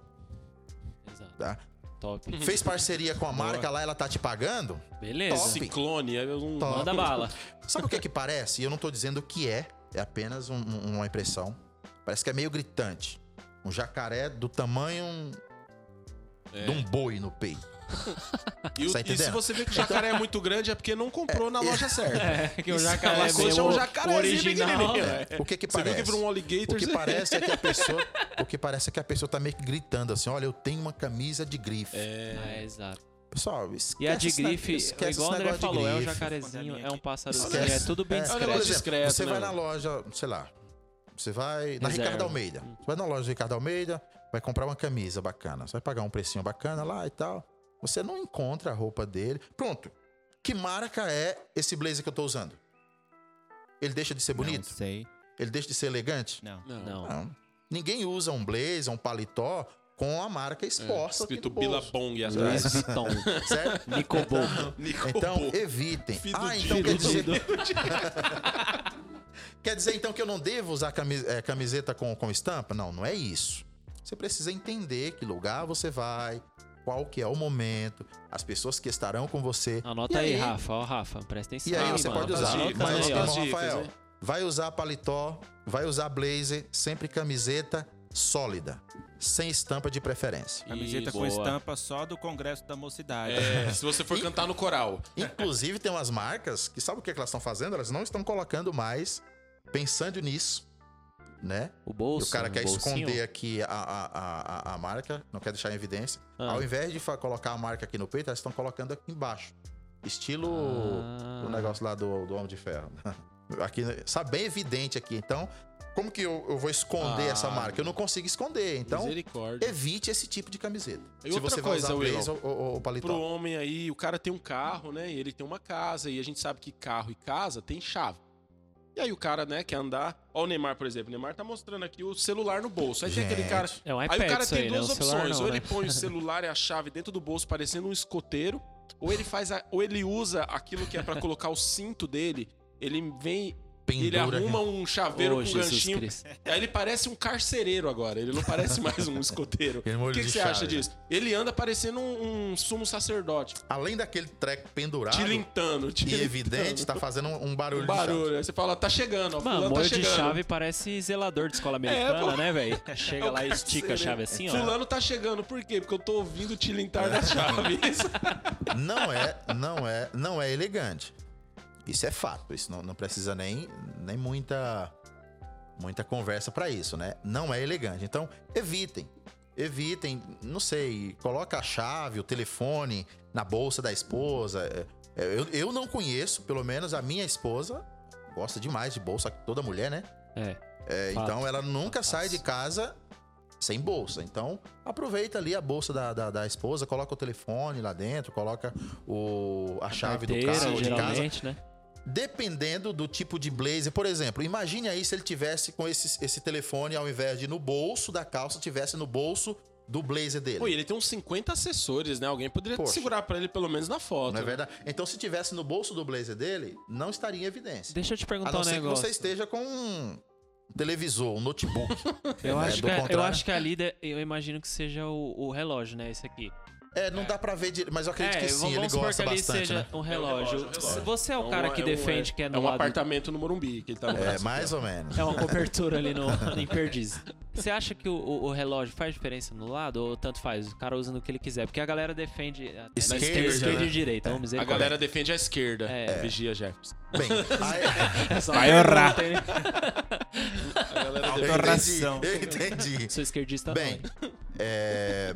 Exato.
tá?
Top.
Fez parceria com a marca lá, ela tá te pagando?
Beleza.
Top.
Ciclone, eu não...
Top.
Manda bala.
Sabe o que é que parece? E eu não tô dizendo o que é, é apenas um- um- uma impressão. Parece que é meio gritante. Um jacaré do tamanho um, de um boi no peito.
E, o-
Tá
e se
entendendo?
você vê que o jacaré é muito grande, é porque não comprou na loja certa.
É, que o
Isso
jacaré
é uma coisa,
meio
é um jacarezinho
original.
pequenininho,
né?
O que que
Você viu
parece?
que virou um
O
alligator?
que
você-
parece é que a pessoa, o que parece é que a pessoa tá meio que gritando assim, olha, eu tenho uma camisa de grife.
É, exato.
Pessoal, esquece
E a de
esse ne-
grife,
esquece
igual o
esse
André
negócio de
falou, é um
grife.
jacarezinho, é um passarinho,
Esquece.
é tudo bem
É,
um
por
discreto.
negócio
exemplo,
discreto,
Você
né, é.
vai na
mano?
loja, sei lá. Você vai na
Reserva.
Ricardo Almeida. Você vai na loja do Ricardo Almeida, vai comprar uma camisa bacana. Você vai pagar um precinho bacana lá e tal. Você não encontra a roupa dele. Pronto. Que marca é esse blazer que eu tô usando? Ele deixa de ser bonito?
Não sei.
Ele deixa de ser elegante?
Não.
Não.
Não. Ninguém usa um blazer, um paletó com a marca exposta. aqui
É, Escrito
no bolso,
Billabong assim, né?
Louis
atrás.
Vuitton.
Certo?
Nicobo.
Então, evitem.
Fido
Ah,
de-
então
Fido
quer dizer. quer dizer então que eu não devo usar cami- eh, camiseta com, com estampa? Não, não é isso. Você precisa entender que lugar você vai, qual que é o momento, as pessoas que estarão com você. E
Ah,
Anota aí, Rafa. Ó, Rafa, presta atenção.
E aí
mano.
você
anota
pode
as
usar.
tá dicas,
anota
mas,
aí,
meu
ó.
as dicas,
Rafael,
né?
vai usar paletó, vai usar blazer, sempre camiseta sólida, sem estampa de preferência.
Camiseta
Ih,
com
boa.
estampa só do Congresso da Mocidade.
É, se você for cantar no coral.
Inclusive, tem umas marcas que sabe o que, que elas estão fazendo? Elas não estão colocando mais, pensando nisso, né?
O
E
bolso.
o cara
um
quer
bolsinho.
esconder aqui a, a, a, a- a marca, não quer deixar em evidência.
Ah.
Ao invés de fa- colocar a marca aqui no peito, elas estão colocando aqui embaixo. Estilo
Ah.
o negócio lá do, do Homem de Ferro. aqui, né? sabe, bem evidente aqui. Então, como que eu, eu vou esconder
Ah.
essa marca? Eu não consigo esconder. Então,
Misericórdia.
evite esse tipo de camiseta.
E
Se
outra
você
coisa,
vai usar
Willow,
blazer ou, ou, ou paletó.
Pro homem aí, o cara tem um carro, né? E ele tem uma casa. E a gente sabe que carro e casa tem chave. E aí o cara, né, quer andar. Ó, o Neymar, por exemplo. O Neymar tá mostrando aqui o celular no bolso. Aí tem aquele
Gente.
cara.
É um
Aí o
iPad
cara
isso
tem
aí, né?
duas
Um celular
opções.
não,
ou ele
né?
põe o celular e a chave dentro do bolso, parecendo um escoteiro, ou ele faz a- ou ele usa aquilo que é pra colocar o cinto dele. Ele vem, ele
Pendura aqui.
arruma um chaveiro
Ô,
com um
Jesus
ganchinho.
Cristo.
Aí ele parece um carcereiro agora. Ele não parece mais um escoteiro.
Ele é um
O
olho
que,
de
que você
chave.
acha disso? Ele anda parecendo um, um sumo sacerdote,
Além daquele treco pendurado
tilintando,
e
tilintando.
evidente, tá fazendo um, um barulho.
Um
de
barulho. Aí você fala, tá chegando, ó.
Mano,
fulano tá
molho de
chegando. É,
chave parece zelador de escola americana,
pô.
né, velho? Chega
É o
lá e estica a
carcereiro.
chave assim, ó.
Fulano tá chegando, por quê? Porque eu tô ouvindo o tilintar da chave.
chave. Não é, não é, não é elegante. Isso é fato. Isso não, não precisa nem, nem muita, muita conversa pra isso, né? Não é elegante. Então evitem, evitem. Não sei, coloca a chave, o telefone na bolsa da esposa. É, é, Eu, eu não conheço, pelo menos a minha esposa gosta demais de bolsa, toda mulher, né?
É.
É,
Fato.
então ela nunca
Fato.
sai de casa sem bolsa. Então aproveita ali a bolsa da, da, da esposa, coloca o telefone lá dentro, coloca o, a, chave do
Carteira,
carro de casa.
geralmente, né?
Dependendo do tipo de blazer, por exemplo, imagine aí se ele tivesse com esse, esse telefone ao invés de no bolso da calça, tivesse no bolso do blazer dele.
Pô, e ele tem uns 50 assessores, né? Alguém poderia
Poxa.
segurar pra ele pelo menos na foto.
Não é
né?
verdade? Então, se tivesse no bolso do blazer dele, não estaria em evidência.
Deixa eu te
A
perguntar
não
um
ser que
negócio.
você esteja com um televisor, um notebook.
Eu,
né?
acho
Do
que, a- eu
contrário-
acho que a lida, eu imagino que seja o, o relógio, né? Esse aqui.
É, não dá pra ver, dire- mas eu acredito que sim, tipo assim, ele
É, vamos supor
gosta
que ali
bastante,
seja
né?
um relógio.
relógio, é um relógio.
Você é o
Então,
cara que
é um-
defende que é no
É um
lado
apartamento no Morumbi que ele tá no
É,
braço.
mais ou menos.
É uma cobertura ali no, em perdiz. Você acha que o, o- o relógio faz diferença no lado ou tanto faz? O cara usa no que ele quiser. Porque a galera defende até
Esquerda,
esquerda, esquerda
né?
e direita. Vamos dizer
A galera defende a esquerda.
É.
Vigia, Jefferson.
Bem, aí,
vai errar.
A galera defende-
eu entendi.
Adoração.
Eu entendi.
Sou esquerdista
Bem,
não.
é,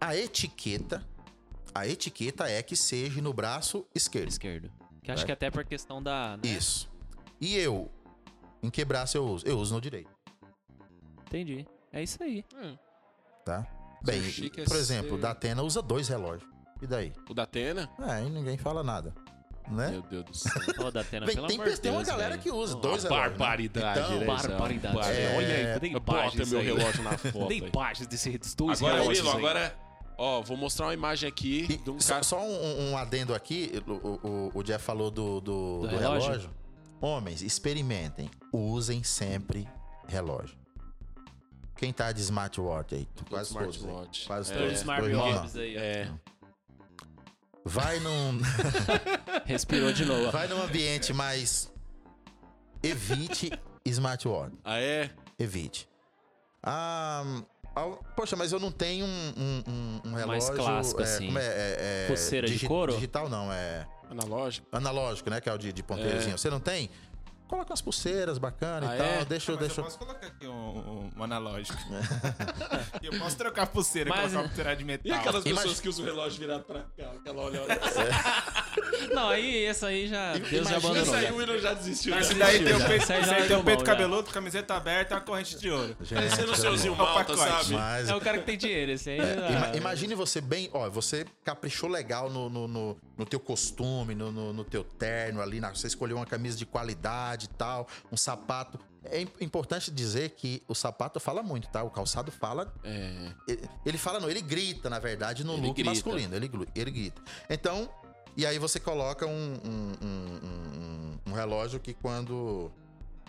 a etiqueta, a etiqueta é que seja no braço esquerdo.
Esquerdo. Que acho que é até por questão da... né?
Isso. E eu, em que braço eu uso? Eu uso no direito,
Entendi. É isso aí.
tá? Bem,
Seu chique é
por exemplo,
seu.
o da Atena usa dois relógios. E daí?
O da Atena?
Ah, aí ninguém fala nada, né?
Meu Deus do céu.
Ô, Datena,
Bem,
pelo
tem,
amor de
tem uma
Deus,
galera
velho.
que usa
Ô,
é
dois relógios. né?
barbaridade, né?
Então,
um Barbaridade.
É,
Olha aí, tem
Bota
imagens
meu
aí.
relógio na foto.
Tem
aí.
imagens desse, dos dois
é
Agora,
relógios
Murilo,
aí.
agora. Ó, vou mostrar uma imagem aqui
E
de um
só,
cara.
só um, um adendo aqui, o, o- o Jeff falou do, do- do
relógio?
relógio. Homens, experimentem. Usem sempre relógio. Quem tá de smartwatch aí? Quase todos. aí.
smartwatch.
Quase
É.
Todos
todos.
os Smart
Dois mil e nove.
Jobs aí, ó.
É.
Vai num,
Respirou de novo. ó.
vai num ambiente mais. Evite smartwatch.
Ah, é?
Evite. Ah, al- poxa, mas eu não tenho um, um- um- um relógio.
Mais clássico,
é,
assim.
como é, é, é,
Pulseira de
digi-
couro?
Digital não, é.
Analógico.
analógico, né? Que é o de, de ponteirozinho. Você não tem? Coloca umas pulseiras bacanas
Ah,
e tal.
é?
Deixa, eu-
Mas
deixa.
eu
eu-
posso colocar aqui um, um analógico.
É.
eu posso trocar a pulseira,
Mas- é.
colocar uma pulseira de metal.
E aquelas
Imagina-
pessoas que usam o relógio virado pra cá, aquela olhada.
Não, aí essa aí já... Deus já
imagina
abandonou. né?
Isso aí
já.
o William já desistiu.
Esse daí tem o
já.
peito,
Isso aí é já
esse aí tem
largou
o peito
mão, já.
cabeludo, camiseta aberta e uma corrente de ouro.
Gente,
Parecendo o
pelo
seuzinho
amor.
malta,
pacote.
sabe?
Mas.
É o cara que tem dinheiro, esse aí. ah,
um É, ima- imagine você bem, ó, você caprichou legal no, no, no, no teu costume, no, no, no teu terno ali, na- você escolheu uma camisa de qualidade e tal, um sapato. É im- importante dizer que o sapato fala muito, tá? O calçado fala
É.
Ele- Ele fala, não, ele grita, na verdade, no
Ele
look
grita.
masculino. Ele, glu- ele grita. Então, e aí você coloca um, um- um- um- um- um relógio que quando.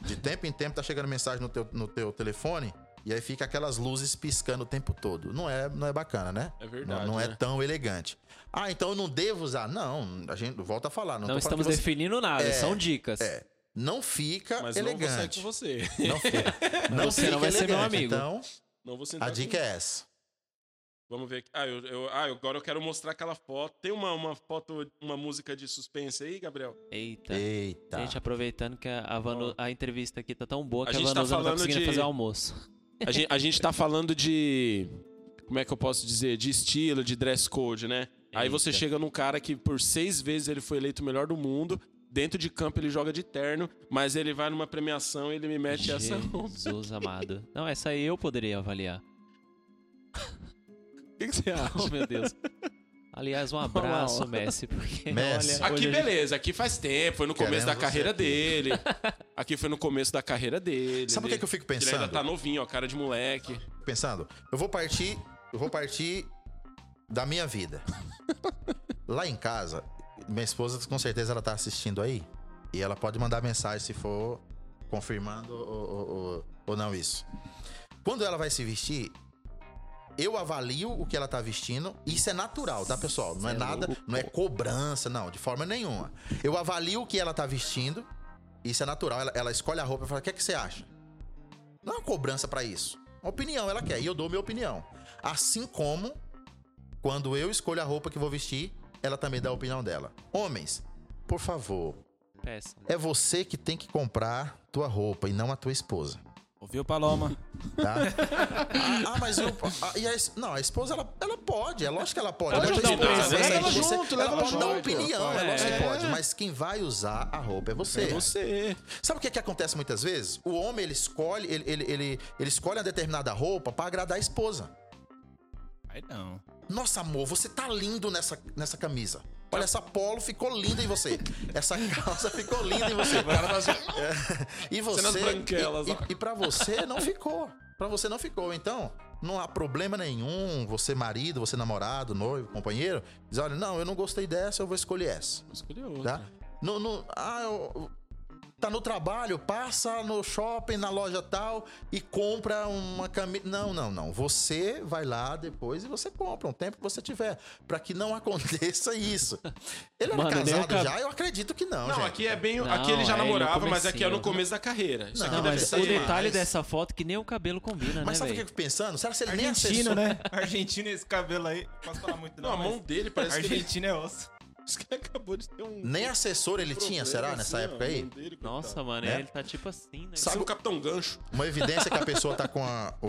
De tempo em tempo tá chegando mensagem no teu, no teu telefone. E aí fica aquelas luzes piscando o tempo todo. Não é, não é bacana, né?
É verdade,
Não, não
né?
é tão elegante. Ah, então eu não devo usar. Não, a gente volta a falar. Não,
Não
tô falando
estamos
que você-
definindo nada,
É,
são dicas.
É. Não fica
Mas não vou sair
elegante.
com você.
Não fica. Não
Você não
fica
vai ser meu
elegante.
amigo.
Então,
Não vou sentar
a
tá com
dica é essa.
Vamos ver aqui. Ah, eu, eu- ah, agora eu quero mostrar aquela foto. Tem uma, uma foto, uma música de suspense aí, Gabriel?
Eita.
Eita.
Tá. Gente, aproveitando que a, a Vanu- a entrevista aqui tá tão boa
A
que a,
gente tá
Vanusa não tá
falando
conseguindo
de-
fazer almoço.
A gente, a gente tá falando de. Como é que eu posso dizer? De estilo, de dress code, né? Aí você
Eita.
chega num cara que por seis vezes ele foi eleito o melhor do mundo. Dentro de campo ele joga de terno, mas ele vai numa premiação e ele me mete essa roupa.
Jesus amado. Não, essa aí eu poderia avaliar.
O que, que você acha?
Oh, meu Deus. Aliás, um abraço, Messi, porque
Messi.
olha...
Aqui
hoje a gente-
beleza, aqui faz tempo, foi no começo
Queremos
da
você
carreira
aqui.
dele. Aqui foi no começo da carreira dele.
Sabe o que,
Ele-
que eu fico
Ele ainda
pensando?
tá novinho, ó, cara de moleque.
Pensando, eu vou partir, eu vou partir da minha vida. Lá em casa, minha esposa com certeza ela tá assistindo aí e ela pode mandar mensagem se for confirmando ou, ou- ou- ou não isso. Quando ela vai se vestir, eu avalio o que ela tá vestindo. Isso é natural, tá, pessoal? Não é
Cê é
nada,
louco.
não é cobrança, não, de forma nenhuma. Eu avalio o que ela tá vestindo. Isso é natural. Ela, ela escolhe a roupa e fala: o que, é que você acha? Não é uma cobrança pra isso. Uma opinião ela quer. E eu dou minha opinião. Assim como quando eu escolho a roupa que vou vestir, ela também dá a opinião dela. Homens, por favor,
Péssimo.
é você que tem que comprar tua roupa e não a tua esposa.
Ouviu, Paloma?
Tá? ah, ah, mas eu. ah, e a, es- não, a esposa, ela, ela pode. É lógico que ela pode.
Ela
Ela
pode
tem
dar um
esposa,
presente.
ela
Leva ela
você-
junto,
ela
leva ela
pode dar
junto.
opinião, é lógico que
É.
pode. Mas quem vai usar a roupa é você.
É você.
Sabe o que, que acontece muitas vezes? O homem ele escolhe, ele, ele, ele, ele escolhe uma determinada roupa pra agradar a esposa.
Aí não.
Nossa, amor, você tá lindo nessa, nessa camisa. Olha, essa polo ficou linda em você. Essa calça ficou linda em você. É, e você.
tá assim, Cenas branquelas,
e,
ó.
e, e pra você não ficou. Pra você não ficou. Então, não há problema nenhum. Você, marido, você, namorado, noivo, companheiro, diz: Tá? olha, não, eu não gostei dessa, eu vou escolher essa.
Escolheu
Tá? Não, não, ah, eu- tá no trabalho, passa no shopping, na loja tal e compra uma camisa. Não, não, não. Você vai lá depois e você compra um tempo que você tiver, pra que não aconteça isso. Ele era
Mano, nem
casado
o cab-
já, eu acredito que não,
Não,
gente.
aqui é bem.
Não,
aqui ele já
é no
namorava, mas aqui é no
comecinho.
começo da carreira. Isso
Não,
aqui
Não,
deve
mas
ser
o detalhe
mais.
dessa foto é que nem o cabelo combina,
Mas
né,
sabe o que eu
velho?
fico pensando? Será que ele nem é
Argentino,
acessou?
né? Argentino esse cabelo aí. Posso falar muito
Não, a
não,
mão
mas
dele parece que ele,
Argentino é osso.
Isso que ele acabou de ter um.
Nem assessor ele tinha,
problema,
será, nessa
assim, ó,
época
a mão
aí?
dele, coitado.
Nossa, mano,
Né?
ele tá tipo assim, né?
Sabe
Sabe-
o Capitão Gancho?
Uma evidência que a pessoa tá com a- o,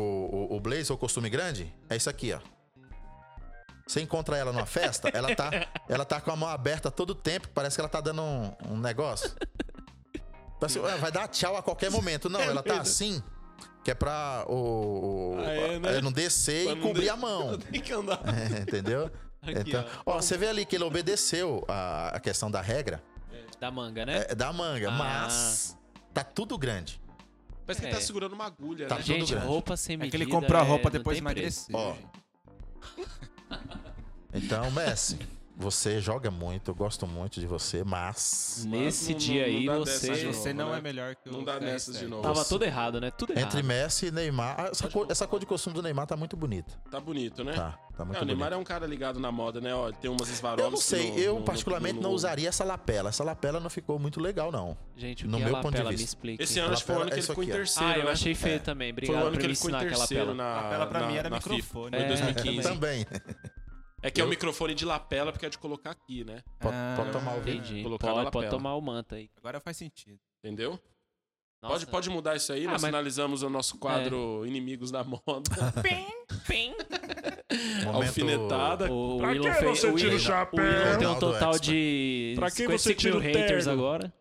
o, o blazer ou costume grande é isso aqui, ó. Você encontra ela numa festa, ela tá, ela tá com a mão aberta todo o tempo, parece que ela tá dando um, um negócio. Parece que, "Ah, vai dar tchau a qualquer momento. Não, ela tá assim, que é pra o, o-
Ah, é, né?
ela não descer
Pra
e
não
cobrir
de-
a mão.
Tem que andar.
É, entendeu?
Aqui,
Então, ó, você vê ali que ele obedeceu a, a questão da regra
Da manga, né?
é, da manga,
Ah.
mas tá tudo grande.
Parece que
É.
ele tá segurando uma agulha,
Tá
né?
tudo
Gente,
grande.
roupa sem
É que
medida.
ele comprou a roupa
é, não
depois
tem preço.
emagreceu.
Ó.
gente.
Então, Messi, você joga muito, eu gosto muito de você, mas
Nesse
Não-
dia
não- não
aí,
dá
você-
dessas de
Você
novo,
não
né?
é melhor que o
Não dá
CR7.
nessas de novo.
Tava tudo errado, né? Tudo errado.
entre Messi e Neymar, ah, essa cor, essa cor de costume do Neymar tá muito bonita.
Tá bonito, né?
Tá, tá
É,
muito
o Neymar
bonita.
é um cara ligado na moda, né? Ó, tem umas esvarolas.
Eu não
que
sei,
no-
eu
no-
particularmente
no-
não usaria essa lapela. Essa lapela não ficou muito legal, não.
Gente, o
No
que é
meu ponto de
lapela? Me
vista.
explica.
Esse
hein?
ano acho que foi o ano
Lapela
que
é
ele
isso
ficou em
aqui, ó.
terceiro.
Ah, eu
né?
achei feio também.
Foi o
Obrigado
ano
por
que
me
ele ficou em
ensinar aquela
terceiro
lapela.
na.
Lapela pra
na-
mim era
na
microfone.
FIFA. Foi em
É,
2015.
Também.
É que é o microfone de lapela, porque é de colocar aqui, né?
Pode, pode tomar o vinho.
Entendi.
Colocar na
Pode,
lapela.
pode tomar o manta aí.
Agora faz sentido.
Entendeu?
Nossa.
Pode, pode mudar isso aí,
Ah,
nós
mas-
finalizamos o nosso quadro Inimigos da Moda. Alfinetada.
O
Pra
Willow
que
fez.
você
O
tira o
Willow
chapéu?
tem um
Ronaldo
total
expert.
de
Pra que você
55 mil
tira o terno?
haters agora.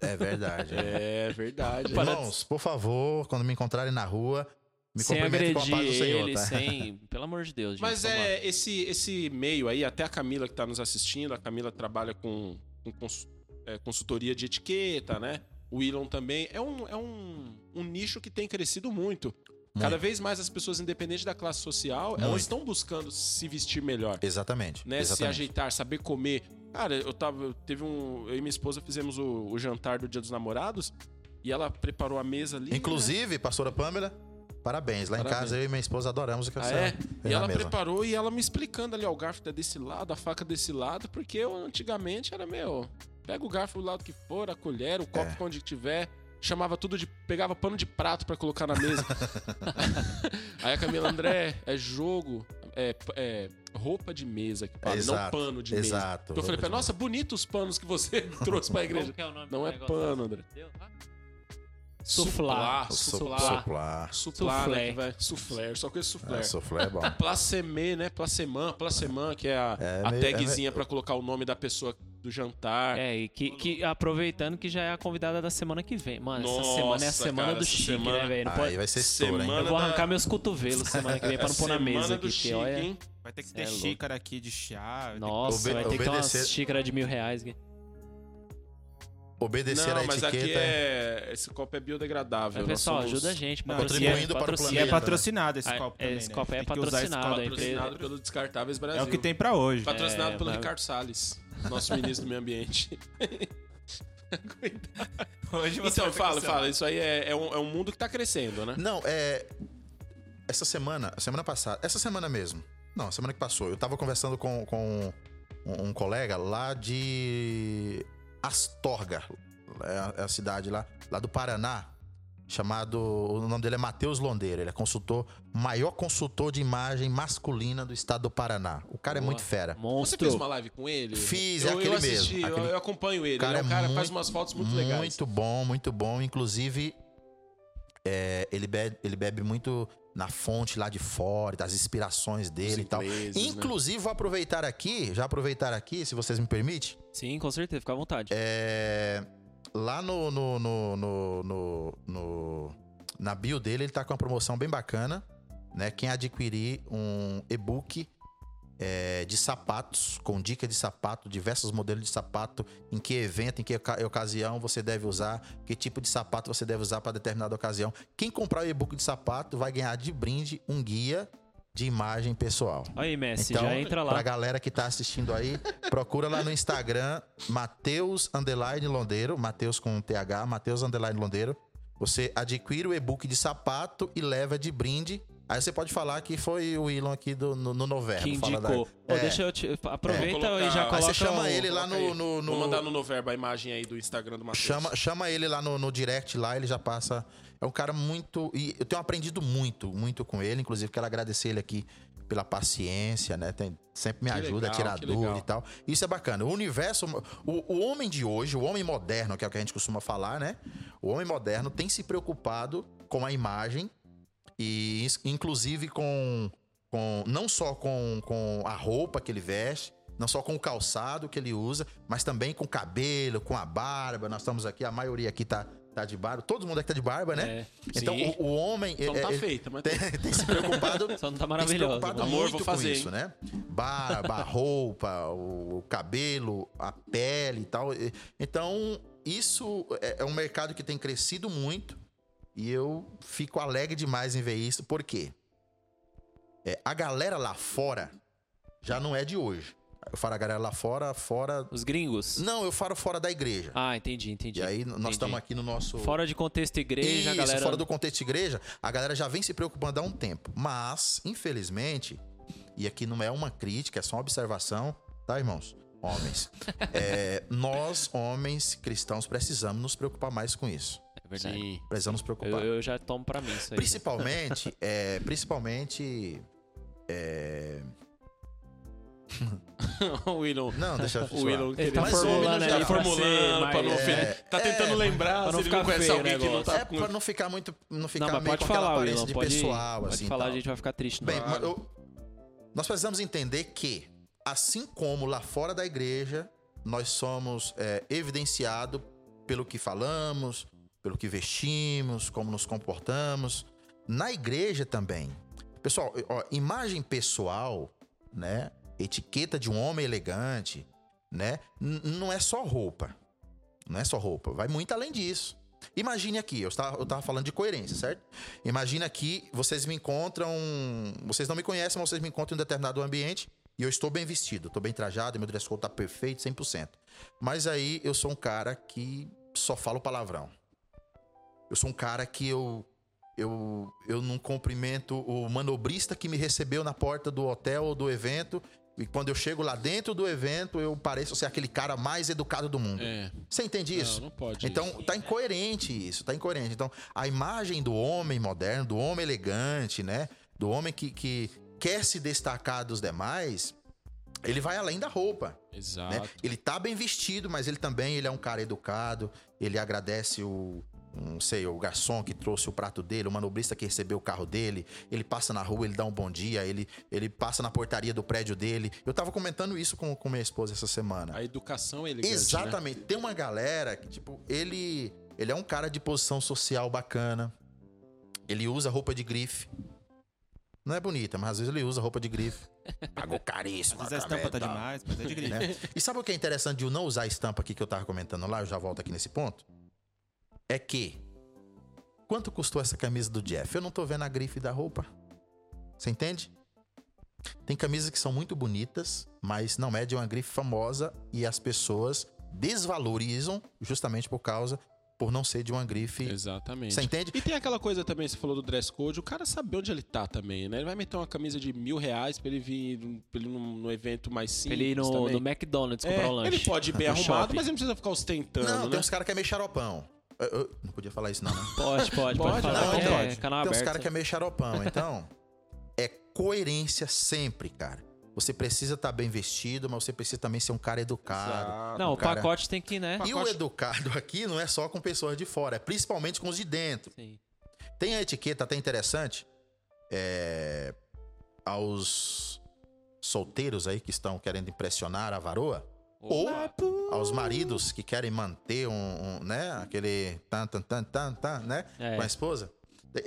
É verdade.
É verdade.
Irmãos, por favor, quando me encontrarem na rua, me
sem
cumprimentem
agredir
com a paz do Senhor,
ele,
tá?
sem. Pelo amor de Deus, gente.
Mas
vamos lá.
é esse, esse meio aí, até a Camila que tá nos assistindo, a Camila trabalha com, com cons- é, consultoria de etiqueta, né? O Elon também. É, um, é um, um nicho que tem crescido muito. Cada vez mais as pessoas, independente da classe social,
Muito.
elas estão buscando se vestir melhor.
Exatamente.
né? Se
exatamente.
ajeitar, saber comer. Cara, eu tava. eu Teve um. Eu e minha esposa fizemos o, o jantar do Dia dos Namorados e ela preparou a mesa ali. né?
Inclusive, pastora Pamela, parabéns. Lá
Parabéns.
em casa, eu e minha esposa adoramos o que
Ah,
você
é?
fez
E
Tá na
ela
mesa.
preparou e ela me explicando ali, ó, o garfo é desse lado, a faca desse lado, porque eu antigamente era meu. Pega o garfo do lado que for, a colher, o copo
É.
pra onde tiver. Chamava tudo de. pegava pano de prato pra colocar na mesa. Aí a Camila André, é jogo, é, é roupa de mesa que fala, não
Exato,
pano de mesa. Então
Exato.
Eu falei pra
roupa
ela, nossa, bonitos os panos que você trouxe pra igreja.
Como que é o nome
Não
do
é
negócio?
pano, André.
Suplar.
de- Su-
Suplar. Suplar.
Suplar.
Suplar, né,
Suflé.
que vai- Suflé, só conheço suflé.
É, suflé é bom.
Placemê, né? Placemã, placemã, que é a,
É
a
meio-
tagzinha pra colocar o nome da pessoa do jantar.
É, e que, que aproveitando que já é a convidada da semana que vem. Mano, essa
Nossa,
semana é a semana
cara,
do
essa
chique,
semana-
né, velho? Não
Aí
pode...
vai ser estouro, hein?
Semana-
Eu vou arrancar
da-
meus cotovelos semana que vem pra não pôr na mesa aqui,
Semana do
porque
chique,
olha.
hein?
Vai ter que
Cê
ter
é louco.
xícara aqui de chá. vai ter que-
Nossa,
Obe-
vai ter que ter umas
obedecer-
xícaras de mil reais. Gui.
Obedecer
Não,
à
mas
etiqueta.
aqui é... Esse copo é biodegradável.
Mas,
nós
pessoal,
somos
ajuda a gente.
Não,
patrocina,
contribuindo para o
E
patrocina.
é
planeta.
patrocinado esse
Ah,
copo
é,
também,
esse
né?
copo é
Tem que usar esse
patrocinado,
copo.
a empresa-
Patrocinado pelo Descartáveis Brasil.
É o que tem pra hoje.
Patrocinado
É,
pelo
mas-
Ricardo Salles, nosso ministro do meio ambiente.
Hoje você
Então,
vai
fala,
pensar.
fala. Isso aí é, é um, é um mundo que tá crescendo, né?
Não, é. Essa semana, semana passada, essa semana mesmo. Não, semana que passou. Eu tava conversando com, com um, um colega lá de Astorga, é a, é a cidade lá, lá do Paraná, chamado. O nome dele é Matheus Londeira. Ele é consultor, maior consultor de imagem masculina do estado do Paraná. O cara é
Boa.
muito fera.
Você fez
Monstro.
uma live com ele?
Fiz, é
eu, eu
aquele
assisti,
mesmo,
eu-
aquele-
Eu, acompanho ele.
Cara,
ele é um
é
cara que faz
muito-
umas fotos muito, legais.
Muito bom, muito bom. Inclusive, é, ele, bebe, ele bebe muito na fonte lá de fora, das inspirações
Os
dele e tal.
ingleses, né?
Inclusive, vou aproveitar aqui, já aproveitar aqui, se vocês me permitem,
Sim, com certeza, fica à vontade.
é, lá no, no, no, no- no- no- na bio dele, ele tá com uma promoção bem bacana, né? Quem adquirir um e-book é, de sapatos, com dica de sapato, diversos modelos de sapato, em que evento, em que oca- ocasião você deve usar, que tipo de sapato você deve usar para determinada ocasião. Quem comprar o e-book de sapato vai ganhar de brinde um guia de imagem pessoal.
Aí, Messi, já entra lá.
Então, pra galera que tá assistindo aí, procura lá no Instagram, Mateus Underline Londeiro, Mateus com TH, Mateus Underline Londeiro. Você adquire o e-book de sapato e leva de brinde. Aí você pode falar que foi o Elon aqui do, no, no Noverbo.
Que
fala da-
indicou. Ô,
É.
deixa eu te... Aproveita
Vou colocar-
e já
Aí
coloca
Aí você chama
o-
ele lá
Coloca
no,
aí.
no, no-
Vou mandar no Noverbo a imagem aí do Instagram do Matheus.
Chama, chama ele lá no, no direct, lá ele já passa. É um cara muito. E eu tenho aprendido muito, muito com ele. Inclusive, quero agradecer ele aqui pela paciência, né? Tem, sempre me
Que
ajuda
legal,
a tirar
que
dúvida
legal.
e tal. Isso é bacana. O universo. O, o homem de hoje, o homem moderno, que é o que a gente costuma falar, né? O homem moderno tem se preocupado com a imagem e ins- inclusive com, com não só com, com a roupa que ele veste, não só com o calçado que ele usa, mas também com o cabelo, com a barba. Nós estamos aqui, a maioria aqui tá, tá de barba. Todo mundo aqui tá de barba, né?
É.
então
Sim.
o, o homem
Então
é-
tá
é-
feita, mas
tem, tem se preocupado
Só não tá
tem se
maravilhoso.
preocupado
Amor,
muito
vou fazer,
com isso, né? Barba, roupa, o o cabelo, a pele e tal. E- Então, isso é é um mercado que tem crescido muito e eu fico alegre demais em ver isso, porque é, a galera lá fora já não é de hoje. Eu falo a galera lá fora, fora.
Os gringos?
Não, eu falo fora da igreja.
Ah, entendi, entendi.
e aí nós
entendi.
estamos aqui no nosso.
Fora de contexto igreja, a
Isso,
galera...
fora do contexto de igreja, a galera já vem se preocupando há um tempo. Mas, infelizmente, e aqui não é uma crítica, é só uma observação, tá, irmãos? Homens. É, nós, homens cristãos, precisamos nos preocupar mais com isso.
É verdade.
Precisamos nos
Eu,
preocupar.
eu já tomo pra mim isso aí.
Principalmente, é, principalmente. é,
o Willow.
Não, deixa eu
O Willow
Ele tá
Mas
formulando
homem
aí
tá
não já-
pra ser
formulando, pra não
mais-
ofender.
É,
tá tentando
é,
pra
lembrar se
não
ele não
ficar
conhece
feio o
alguém que não
negócio.
tá
É
com...
pra não ficar muito. Não ficar
Não, mas pode
meio com aquela
falar,
aparência
Willow.
de
Pode,
pessoal,
pode
assim.
falar,
tal.
a gente vai ficar triste.
Bem,
não.
Claro.
eu- nós precisamos entender que, assim como lá fora da igreja, nós somos é, evidenciados pelo que falamos, pelo que vestimos, como nos comportamos. Na igreja também. Pessoal, ó, imagem pessoal, né? Etiqueta de um homem elegante, né? N- não é só roupa. Não é só roupa. Vai muito além disso. Imagine aqui, eu estava, eu estava falando de coerência, certo? Imagina aqui, vocês me encontram. Vocês não me conhecem, mas vocês me encontram em um determinado ambiente e eu estou bem vestido, estou bem trajado, meu dress code tá perfeito, 100%. Mas aí eu sou um cara que só falo palavrão. Eu sou um cara que eu. Eu, eu não cumprimento o manobrista que me recebeu na porta do hotel ou do evento. E quando eu chego lá dentro do evento, eu pareço ser aquele cara mais educado do mundo.
É,
Você entende isso?
não, não pode
Então,
isso.
tá incoerente isso, tá incoerente. Então, a imagem do homem moderno, do homem elegante, né? Do homem que, que quer se destacar dos demais, ele vai além da roupa. né?
Exato.
Ele tá bem vestido, mas ele também ele é um cara educado, ele agradece o. Não sei, o garçom que trouxe o prato dele, o manobrista que recebeu o carro dele, ele passa na rua, ele dá um bom dia, ele, ele passa na portaria do prédio dele. Eu tava comentando isso com, com minha esposa essa semana.
A educação é elegante, né?
Exatamente. Tem uma galera que, tipo, ele, ele é um cara de posição social bacana. Ele usa roupa de grife. Não é bonita, mas às vezes ele usa roupa de grife. Pagou
Às
caríssimo.
vezes a estampa tá demais, mas é de gripe.
né? E sabe o que é interessante de eu não usar a estampa aqui que eu tava comentando lá? Eu já volto aqui nesse ponto. É que. Quanto custou essa camisa do Jeff? Eu não tô vendo a grife da roupa. Você entende? Tem camisas que são muito bonitas, mas não é de uma grife famosa e as pessoas desvalorizam justamente por causa por não ser de uma grife.
Exatamente.
Você entende?
E tem aquela coisa também, você falou do dress code, o cara saber onde ele tá também, né? Ele vai meter uma camisa de mil reais pra ele vir num- pra ele num, num evento mais simples
Ele ir no,
também.
no McDonald's
É,
comprar um lanche.
ele pode ir bem
No
arrumado,
shopping.
mas ele não precisa ficar ostentando,
Não,
né?
tem uns caras que é meio xaropão. Eu- eu- não podia falar isso, não, né?
Pode, pode, pode.
Pode,
falar.
não,
é,
pode.
canal
Tem uns
aberto.
caras que é meio xaropão, então. é coerência sempre, cara. Você precisa estar bem vestido, mas você precisa também ser um cara educado.
Exato.
Não,
um
o
cara-
pacote tem que, né?
E o educado aqui não é só com pessoas de fora, é principalmente com os de dentro.
Sim.
Tem a etiqueta até interessante é, aos solteiros aí que estão querendo impressionar a varoa. Ou aos maridos que querem manter um, um, né, aquele tan tan tan tan tan, né,
É.
com a esposa.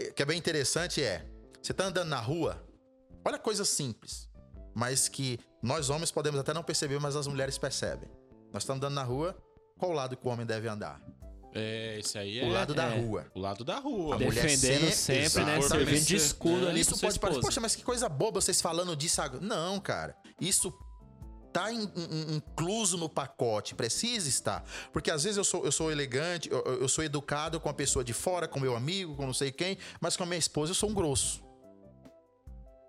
O que é bem interessante é, você tá andando na rua, olha coisa simples, mas que nós homens podemos até não perceber, mas as mulheres percebem. Nós estamos andando na rua, qual lado que o homem deve andar?
É, isso aí é.
o lado da
é.
rua.
o lado da rua.
A mulher
Defendendo
sempre-
sempre, né?
Exato.
Servindo de escudo ali
Isso
pro seu
pode parecer,
esposo.
poxa, mas que coisa boba vocês falando disso agora. Não, cara. Isso tá in- in- in- incluso no pacote, precisa estar. Porque às vezes eu sou, eu sou elegante, eu, eu- eu sou educado com a pessoa de fora, com meu amigo, com não sei quem, mas com a minha esposa eu sou um grosso.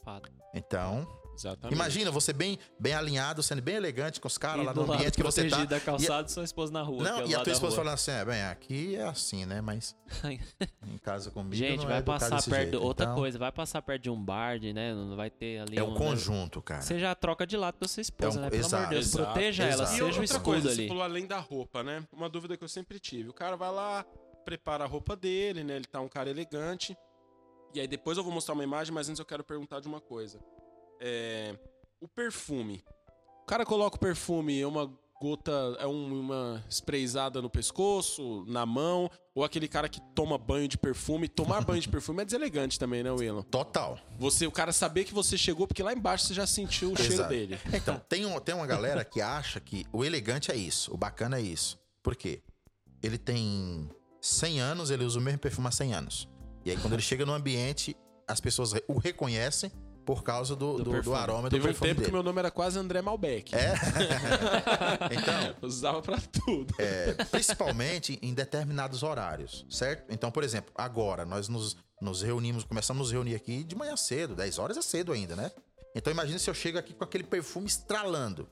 Fato.
Então,
Exatamente.
imagina você bem, bem alinhado, sendo bem elegante com os caras
E
lá
do
no
lado
ambiente que você tá.
protegido da
E a-
calçada, sua esposa na rua. que é
não,
o
e a
lado
tua
da
esposa
rua.
falando assim, é, bem, aqui é assim, né? Mas em casa comigo
Gente,
não é
vai
educado
passar
desse
perto.
jeito.
outra
Então,
coisa, vai passar perto de um bar, de, né? Não vai ter ali.
É
um-
o conjunto, cara.
Você já troca de lado da sua esposa,
É um-
né? Pelo amor
exato,
de Deus,
exato,
proteja ela,
exato.
E
seja o
outra
escudo
coisa, você
ali.
falou além da roupa, né? Uma dúvida que eu sempre tive. O cara vai lá, prepara a roupa dele, né? Ele tá um cara elegante. E aí depois eu vou mostrar uma imagem, mas antes eu quero perguntar de uma coisa. É, o perfume. O cara coloca o perfume, é uma gota, é um- uma sprayzada no pescoço, na mão, ou aquele cara que toma banho de perfume. Tomar banho de perfume é deselegante também, né, Willan?
Total.
Você, o cara saber que você chegou porque lá embaixo você já sentiu o cheiro
Exato.
dele.
Então, tem, um, tem uma galera que acha que o elegante é isso, o bacana é isso. Por quê? Ele tem 100 anos, ele usa o mesmo perfume há 100 anos. E aí, quando ele chega no ambiente, as pessoas re- o reconhecem por causa do, do, do
perfume.
aroma e do
Teve um
perfume
tempo que
dele.
meu nome era quase André Malbec.
É. então,
Usava pra tudo.
é, principalmente em determinados horários, certo? Então, por exemplo, agora nós nos, nos reunimos, começamos a nos reunir aqui de manhã cedo, 10 horas é cedo ainda, né? Então imagina se eu chego aqui com aquele perfume estralando.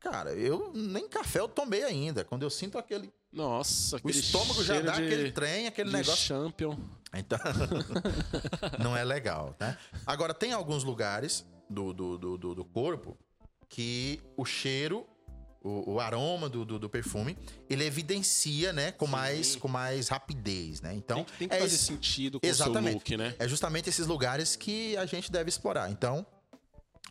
Cara, eu nem café eu tomei ainda. Quando eu sinto aquele.
Nossa,
O
aquele
estômago já
cheiro
dá
de,
aquele trem, aquele
de
negócio.
champion.
Então, não é legal, né? Agora, tem alguns lugares do, do, do, do- do corpo que o cheiro, o, o aroma do, do, do perfume, ele evidencia, né? Com, mais, com mais rapidez, né? Então,
Tem, que- tem que
é
fazer
esse-
sentido com o seu
Exatamente.
look, né?
é justamente esses lugares que a gente deve explorar. Então,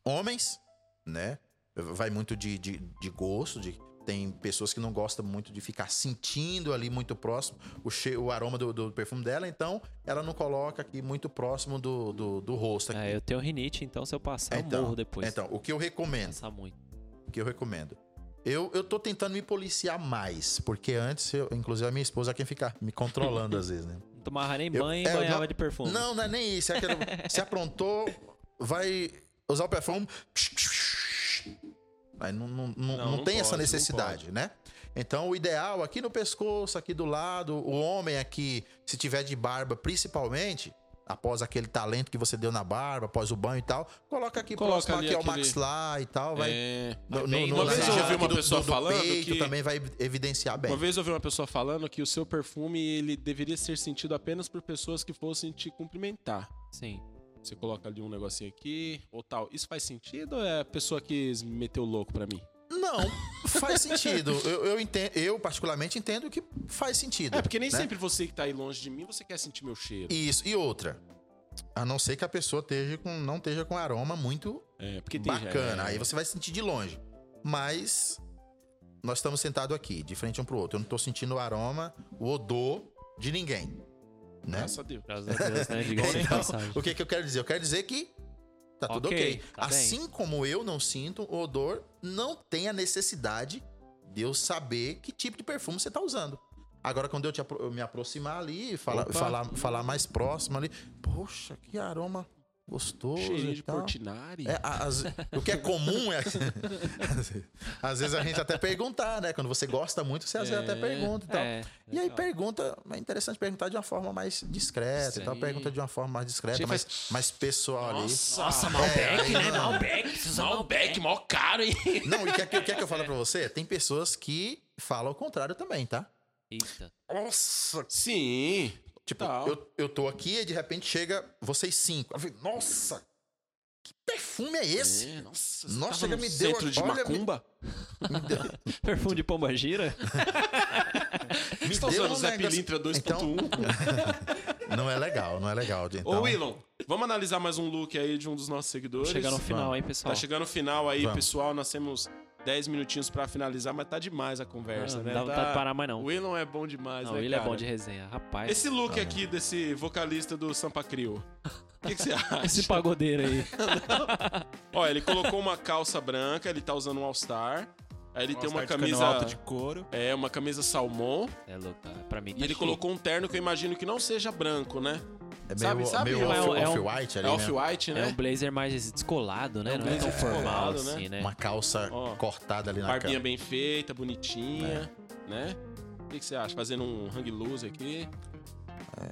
homens, né? Vai muito de, de, de gosto, de. Tem pessoas que não gostam muito de ficar sentindo ali muito próximo o, che o aroma do, do perfume dela, então ela não coloca aqui muito próximo do, do, do rosto. Aqui.
É, eu tenho rinite, então se eu passar, eu morro depois.
então, o que eu recomendo?
Passar muito.
O que eu recomendo? Eu, eu tô tentando me policiar mais, porque antes, eu, inclusive, a minha esposa é quem fica me controlando às vezes, né?
Não tomava nem
Eu-
banho
é,
e banhava
não-
de perfume.
Não, não é nem isso. É aquele, se aprontou, vai usar o perfume. Aí não, não, não, não
não
tem
pode,
essa
não
necessidade, né? Então, o ideal aqui no pescoço, aqui do lado, o homem aqui, se tiver de barba, principalmente, após aquele talento que você deu na barba, após o banho e tal, coloca aqui
Coloca
próximo
ali
aqui ao
aquele-
maxilar e tal, vai.
É.
No,
bem
no, no,
uma
na
vez eu
região
ouvi
aqui
uma
do-
pessoa
do
falando
peito
que-
também vai evidenciar bem.
Uma vez eu ouvi uma pessoa falando que o seu perfume ele deveria ser sentido apenas por pessoas que fossem te cumprimentar.
Sim.
Você coloca ali um negocinho aqui ou tal. Isso faz sentido ou é a pessoa que meteu louco pra mim?
Não, faz sentido. Eu, eu, entendo, eu particularmente entendo que faz sentido.
É, porque nem
né?
sempre você que tá aí longe de mim, você quer sentir meu cheiro.
Isso, e outra. A não ser que a pessoa esteja com, não esteja com aroma muito
É, porque tem
bacana.
é,
Aí você vai sentir de longe. Mas nós estamos sentados aqui, de frente um pro outro. Eu não tô sentindo o aroma, o odor de ninguém. Né?
Graças a Deus.
Graças a Deus, né? Diga nem
Então,
passagem.
o que, que eu quero dizer? Eu quero dizer que tá tudo ok.
Ok, tá bem.
assim como eu não sinto o odor, não tem a necessidade de eu saber que tipo de perfume você tá usando. Agora, quando eu, te apro- eu me aproximar ali, falar,
Opa.
falar, falar mais próximo ali, poxa, que aroma gostoso.
Cheirinho
e
de
tal.
Portinari.
É, a- as- o que é comum é. às vezes a gente até perguntar, né? Quando você gosta muito, você às vezes até
É.
pergunta e tal.
É,
E aí
legal.
pergunta, é interessante perguntar de uma forma mais discreta e tal,
Sim.
pergunta de uma forma mais discreta,
Chega
mais, mais pessoal
Nossa, né,
ali. É, aí não.
Malbec, precisa
Malbec, mó caro, hein?
Não, e o que, é que- o que é que eu falo pra você? Tem pessoas que falam o contrário também, tá?
Eita.
Nossa!
Sim.
Tipo,
Tal.
eu, eu tô aqui e de repente chega vocês cinco. Eu falei, nossa! Que perfume é esse?
É, nossa,
Nossa,
tava
ele
num
me deu-
centro de
olha, me-
macumba. É.
Perfume de pomba gira?
Me
Estão
deu
tá usando
um
o Zé
negócio- Então,
Pilintra 2.1.
Não é legal, não é legal. de- Então,
Ô, Willon, vamos analisar mais um look aí de um dos nossos seguidores.
Chegar no final,
vamos.
hein, pessoal?
Tá chegando o final aí,
Vamos.
pessoal. Nós temos 10 minutinhos pra finalizar, mas tá demais a
Ah,
conversa,
não
né?
dá vontade de parar mais, não.
O Willon é bom demais,
Não,
né,
ele é
cara?
bom de Tá. resenha. Rapaz, esse,
Esse look aqui desse vocalista do Sampa Crio. O que, que você acha?
pagodeiro aí.
Ó, ele colocou uma calça branca, ele tá usando um All Star. Aí ele tem uma
All-Star de
camisa.
cano alto de couro.
É, uma camisa salmão.
É louco, tá? Pra mim.
E ele colocou um terno que eu imagino que não seja branco, né?
É meio,
Sabe- sabe,
meio
é um-
off-
é um-
off-white
É
ali, né?
off-white,
É um
né?
blazer mais descolado, né?
É um
Não é tão
blazer
formal
descolado, né?
assim, né?
Uma calça
Ó,
cortada ali na
Barbinha
cara. É.
bem feita, bonitinha, né? O que, que você acha? Fazendo um hang loose aqui.
É.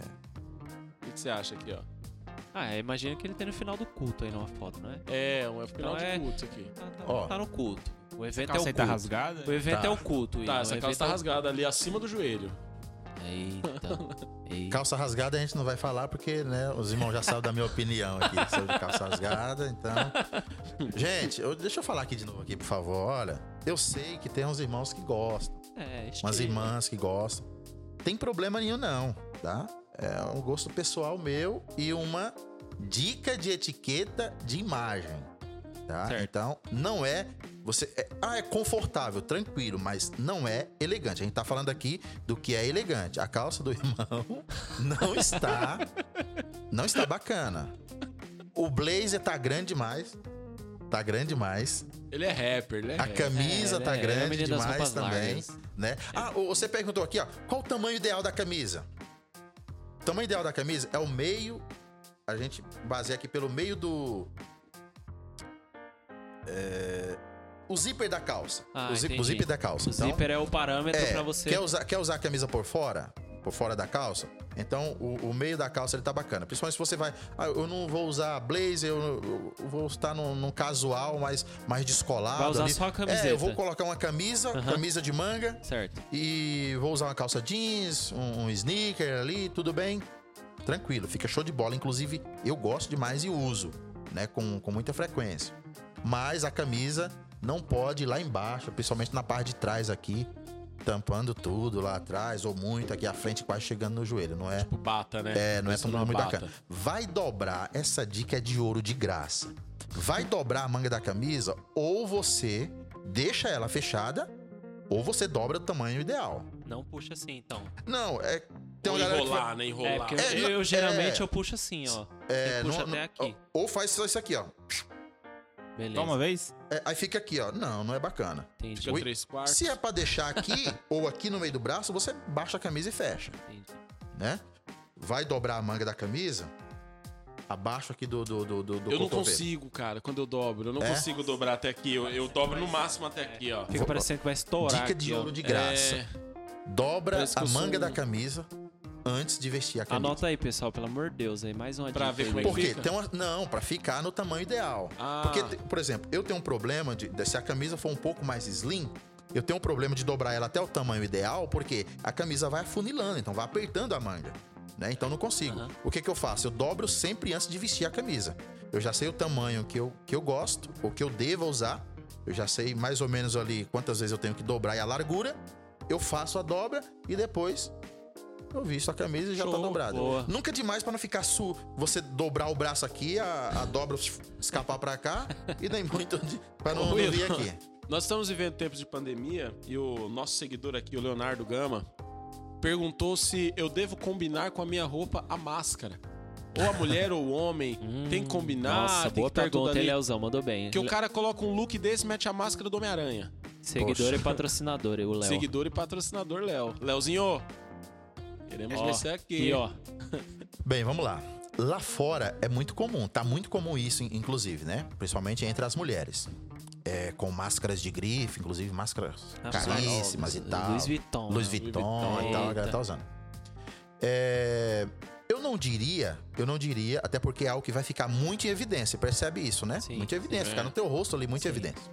O que, que você acha aqui, ó?
Ah, imagina que ele tem no final do culto aí numa foto, não é?
É, um final
Então é-
de culto aqui.
Tá, tá-
Ó.
tá no culto. O evento é o
Calça aí tá
culto.
rasgada.
O evento
Tá.
é o culto. Igor.
Tá,
O
essa
evento
calça tá
é o-
rasgada ali acima do joelho.
Eita. Eita.
Calça rasgada a gente não vai falar porque, né, os irmãos já sabem da minha opinião aqui sobre calça rasgada, então. Gente, eu- deixa eu falar aqui de novo aqui, por favor. Olha, eu sei que tem uns irmãos que gostam,
É, estilo.
umas irmãs que gostam. Tem problema nenhum não, tá? É um gosto pessoal meu e uma dica de etiqueta de imagem, tá?
Certo.
Então, não é você é- ah, é confortável, tranquilo, mas não é elegante. A gente tá falando aqui do que é elegante. A calça do irmão não está não está bacana. O blazer tá grande demais. Tá grande demais.
Ele é rapper, ele é
A
rapper.
camisa
É,
tá
é, é o
grande
menino das
demais
roupas
também,
largas. É.
né? Ah, o- você perguntou aqui, ó, qual o tamanho ideal da camisa? O tamanho ideal da camisa é o meio. A gente baseia aqui pelo meio do é, o zíper da calça.
Ah,
o, zí- o
entendi.
zíper da calça.
O
Então,
zíper é o parâmetro
é,
pra você.
Quer usar, quer usar a camisa por fora? Por fora da calça? Então, o, o meio da calça ele tá bacana. Principalmente se você vai. Ah, eu não vou usar blazer, eu, eu vou estar num, num casual mais, mais descolado.
Vai usar
ali.
só a camiseta.
É, eu vou colocar uma camisa,
Aham.
camisa de manga,
Certo.
e vou usar uma calça jeans, um, um sneaker ali, tudo bem. Tranquilo, fica show de bola. Inclusive, eu gosto demais e uso, né? Com, com muita frequência. Mas a camisa não pode ir lá embaixo, principalmente na parte de trás aqui, tampando tudo lá atrás, ou muito aqui à frente, quase chegando no joelho, não é?
Tipo bata, né?
É, não é
Isso
tão muito
bata.
bacana. Vai dobrar, essa dica é de ouro de graça. Vai dobrar a manga da camisa ou você deixa ela fechada ou você dobra o tamanho ideal.
Não puxa assim, então.
Não, é tem
Ou
uma galera que
enrolar,
fala-
né?
É,
Enrolar.
porque eu,
É,
eu
não-
geralmente
é.
eu puxo assim, ó.
é,
eu puxo
não-
até
não-
aqui.
Ou faz só isso aqui, ó.
Beleza.
Toma uma vez?
É, aí fica aqui, ó. Não, não é bacana.
Entendi,
Fica
Ui.
três quartos.
Se é pra deixar aqui ou aqui no meio do braço, você baixa a camisa e fecha,
entendi.
né? Vai dobrar a manga da camisa abaixo aqui do do do, do, do
Eu não
cotovelo.
consigo, cara, quando eu dobro. Eu não
É?
consigo dobrar até aqui. Eu, eu dobro no máximo até aqui, ó.
Fica parecendo que vai estourar.
Dica de
aqui, ó.
ouro de graça.
É,
Dobra
Parece que
a
eu sou
manga
um-
da camisa antes de vestir a camisa.
Anota aí, pessoal, pelo amor de Deus. Aí mais uma
Pra
dica.
ver
aí.
como é que
Por quê?
fica?
Tem uma- Não, pra ficar no tamanho ideal.
Ah.
Porque, te- por exemplo, eu tenho um problema de, de- Se a camisa for um pouco mais slim, eu tenho um problema de dobrar ela até o tamanho ideal, porque a camisa vai afunilando, então vai apertando a manga. Né? Então não consigo.
Aham.
O que, que eu faço? Eu dobro sempre antes de vestir a camisa. Eu já sei o tamanho que eu, que eu gosto, ou que eu devo usar. Eu já sei mais ou menos ali quantas vezes eu tenho que dobrar e a largura. Eu faço a dobra e depois eu visto a camisa e já tá
Show,
dobrada.
boa.
Nunca é demais pra não ficar su. Você dobrar o braço aqui, a, a dobra escapar pra cá e nem muito de, pra não, não
Will.
vir aqui.
Nós estamos vivendo tempos de pandemia e o nosso seguidor aqui, o Leonardo Gama, perguntou se eu devo combinar com a minha roupa a máscara. Ou a mulher ou o homem tem que combinar,
Hum, Nossa,
tem
boa
que tá tudo
pergunta,
ali.
hein, Leozão. Mandou bem.
Que o cara coloca um look desse e mete a máscara do Homem-Aranha.
Seguidor
Poxa.
e patrocinador, o Léo.
Seguidor e patrocinador Léo. Léozinho, queremos
Ó,
você aqui.
E ó,
Bem, vamos lá. Lá fora é muito comum, tá muito comum isso, in- inclusive, né? Principalmente entre as mulheres. É, com máscaras de grife, inclusive máscaras
Ah,
caríssimas e
Louis
tal.
Vuitton,
Louis
né?
Vuitton
Vuitton.
e tal, a galera
Eita.
tá usando. É, eu não diria, eu não diria, até porque é algo que vai ficar muito em evidência, percebe isso, né?
Sim.
muito em evidência, ficar no teu rosto ali, muito em evidência.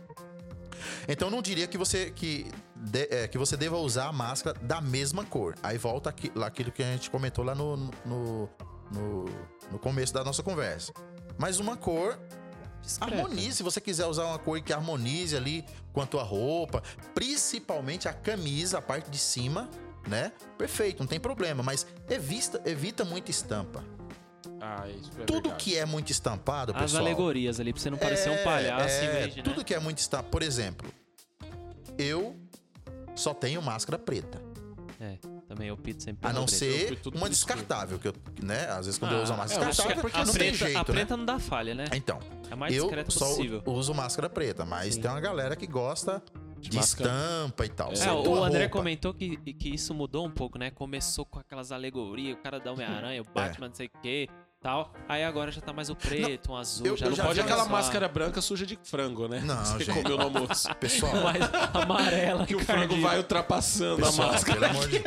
Então eu não diria que você que, de- é, que você deva usar a máscara da mesma cor. Aí volta aqui, lá aquilo que a gente comentou lá no, no, no, no começo da nossa conversa. Mas uma cor
discreto.
harmonize. Se você quiser usar uma cor que harmonize ali com a tua roupa, principalmente a camisa, a parte de cima, né? Perfeito, não tem problema. Mas evita, evita muita estampa.
Ah, isso é
Tudo
verdade.
que é muito estampado,
As
pessoal.
alegorias ali, pra você não parecer um
É,
palhaço
é,
em vez de, né?
Tudo que é muito estampado. Por exemplo, eu só tenho máscara preta.
É, também eu pito sempre.
A não
pelo preto.
ser
Eu fui tudo
uma
por escuro.
descartável, que eu, né? Às vezes quando eu uso a
Ah,
máscara
é, acho que
descartável,
a
não
preta,
tem jeito,
A
né?
preta não dá falha, né?
Então,
É a mais
eu
discreta
só
possível.
uso máscara preta, mas
Sim.
tem uma galera que gosta
de
de
mascando.
estampa e tal.
É,
Você
o
doa
André
roupa.
comentou que, que isso mudou um pouco, né? Começou com aquelas alegorias, o cara da Homem-Aranha, o
É.
Batman, não sei o que, tal. Aí agora já tá mais o preto, um azul,
eu-
já
eu
não
já
pode
Pode
vi
aquela
aquela
essa-
máscara branca suja de frango, né?
Não,
Você
gente.
comeu no almoço.
Pessoal,
mais amarela
que o frango vai ultrapassando a
pessoal,
máscara.
pelo amor de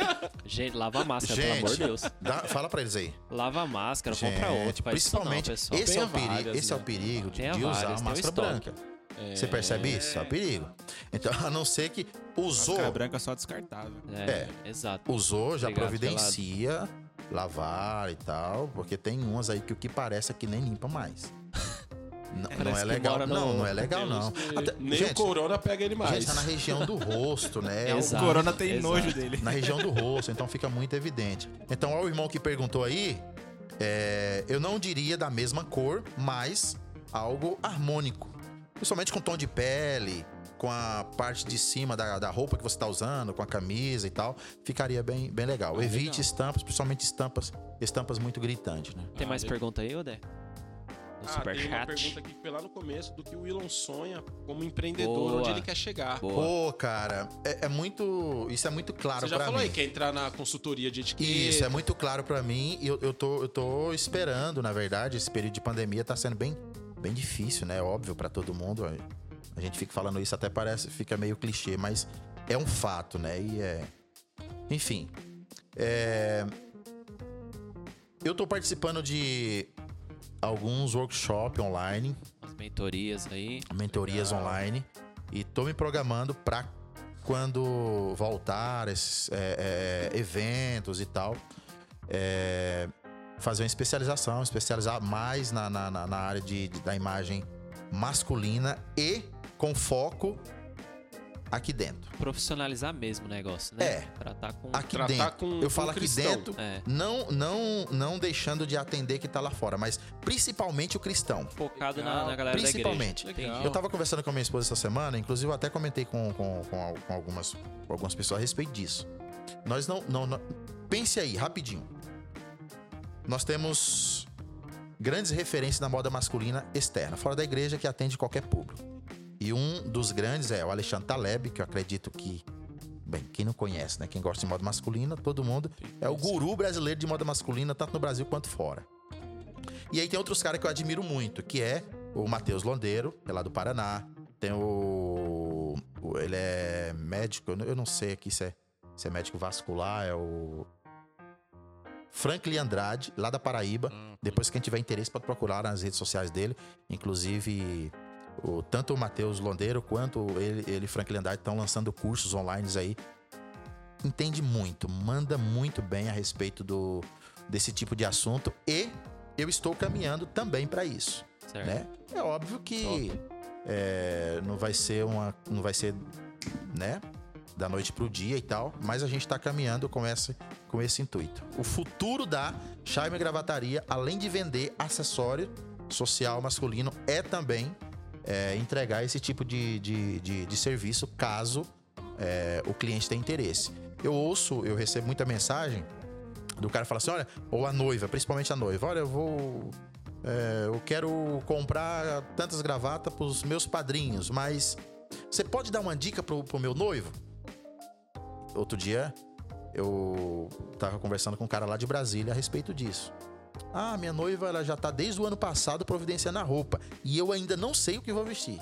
Gente, lava a máscara, pelo
Gente.
amor de Deus.
Dá- fala pra eles aí.
Lava a máscara,
Gente,
compra outra. Faz
principalmente,
isso não, pessoal.
esse,
Tem
é o perigo,
várias,
esse é o
né?
perigo de,
Tem
de
várias,
usar a
tem um
máscara
estoque.
branca. Você percebe isso? É o perigo. Então, a não ser que usou,
Cara branca é só descartável.
É, exato.
usou, já
Obrigado,
providencia, lavar e tal, porque tem umas aí que o que parece é que nem limpa mais. Não, não
Parece que
é legal,
mora no-
não, não é legal, não. Até-
Nem o corona pega ele mais.
gente, tá na região do rosto, né?
Exato.
O Corona tem
Tá. Exato.
nojo dele.
na região do rosto, então fica muito evidente. Então, ao irmão que perguntou aí, é, eu não diria da mesma cor, mas algo harmônico. Principalmente com o tom de pele, com a parte de cima da, da roupa que você tá usando, com a camisa e tal, ficaria bem, bem legal.
Ah,
Evite
legal.
estampas, principalmente estampas, estampas muito gritantes, né?
Tem mais
Ah,
pergunta aí, Odé? No
Ah, tem uma
superchat.
pergunta aqui que foi lá no começo do que o Elon sonha como empreendedor,
Boa.
onde ele quer chegar.
Boa.
Pô, cara, é, é muito. Isso é muito claro
Você já
pra
falou
mim.
aí, quer entrar na consultoria de etiqueta.
Isso, é muito claro pra mim. E eu, eu, tô, eu tô esperando, na verdade, esse período de pandemia tá sendo bem, bem difícil, né? Óbvio pra todo mundo. A gente fica falando isso, até parece, fica meio clichê, mas é um fato, né? E é. Enfim. É... Eu tô participando de alguns workshops online,
As mentorias aí.
mentorias online, e tô me programando pra quando voltar esses é, é, eventos e tal, é, fazer uma especialização, especializar mais na, na, na- na área de, de- da imagem masculina e com foco aqui dentro.
Profissionalizar mesmo o negócio, né?
É.
Tratar com.
Aqui
Tratar
dentro.
com-
Eu
com
falo aqui
cristão.
dentro,
É.
não, não, não deixando de atender que tá lá fora, mas principalmente o cristão.
Focado na,
Legal.
na galera
Principalmente.
da igreja.
Legal.
é Eu tava conversando com a minha esposa essa semana, inclusive eu até comentei com, com, com al- com algumas, com algumas pessoas a respeito disso. Nós não, não, não- Pense aí, rapidinho. Nós temos grandes referências na moda masculina externa, fora da igreja que atende qualquer público. E um dos grandes é o Alexandre Taleb, que eu acredito que. Bem, quem não conhece, né? Quem gosta de moda masculina, todo mundo. É o guru brasileiro de moda masculina, tanto no Brasil quanto fora. E aí tem outros caras que eu admiro muito, que é o Matheus Londeiro, que é lá do Paraná. Tem o. o- Ele é médico, eu não- eu não sei aqui se é, se é médico vascular, é o. Franklin Andrade, lá da Paraíba. Depois, quem tiver interesse, pode procurar nas redes sociais dele. Inclusive, o, tanto o Matheus Londeiro quanto ele, ele e Franklin Andrade estão lançando cursos online aí. Entende muito, manda muito bem a respeito do, desse tipo de assunto. E eu estou caminhando também para isso
Certo.
né? É óbvio que
Top.
é, não vai ser uma, não vai ser, né? Da noite pro dia e tal, mas a gente tá caminhando com esse, com esse intuito. O futuro da Chaime Gravataria, além de vender acessório social masculino, é também é, entregar esse tipo de, de, de, de serviço caso é, o cliente tenha interesse. Eu ouço, eu recebo muita mensagem do cara falar assim: olha, ou a noiva, principalmente a noiva, olha, eu vou é, eu quero comprar tantas gravatas pros meus padrinhos, mas você pode dar uma dica pro, pro meu noivo? Outro dia eu tava conversando com um cara lá de Brasília a respeito disso. Ah, minha noiva ela já tá desde o ano passado providenciando a roupa e eu ainda não sei o que vou vestir.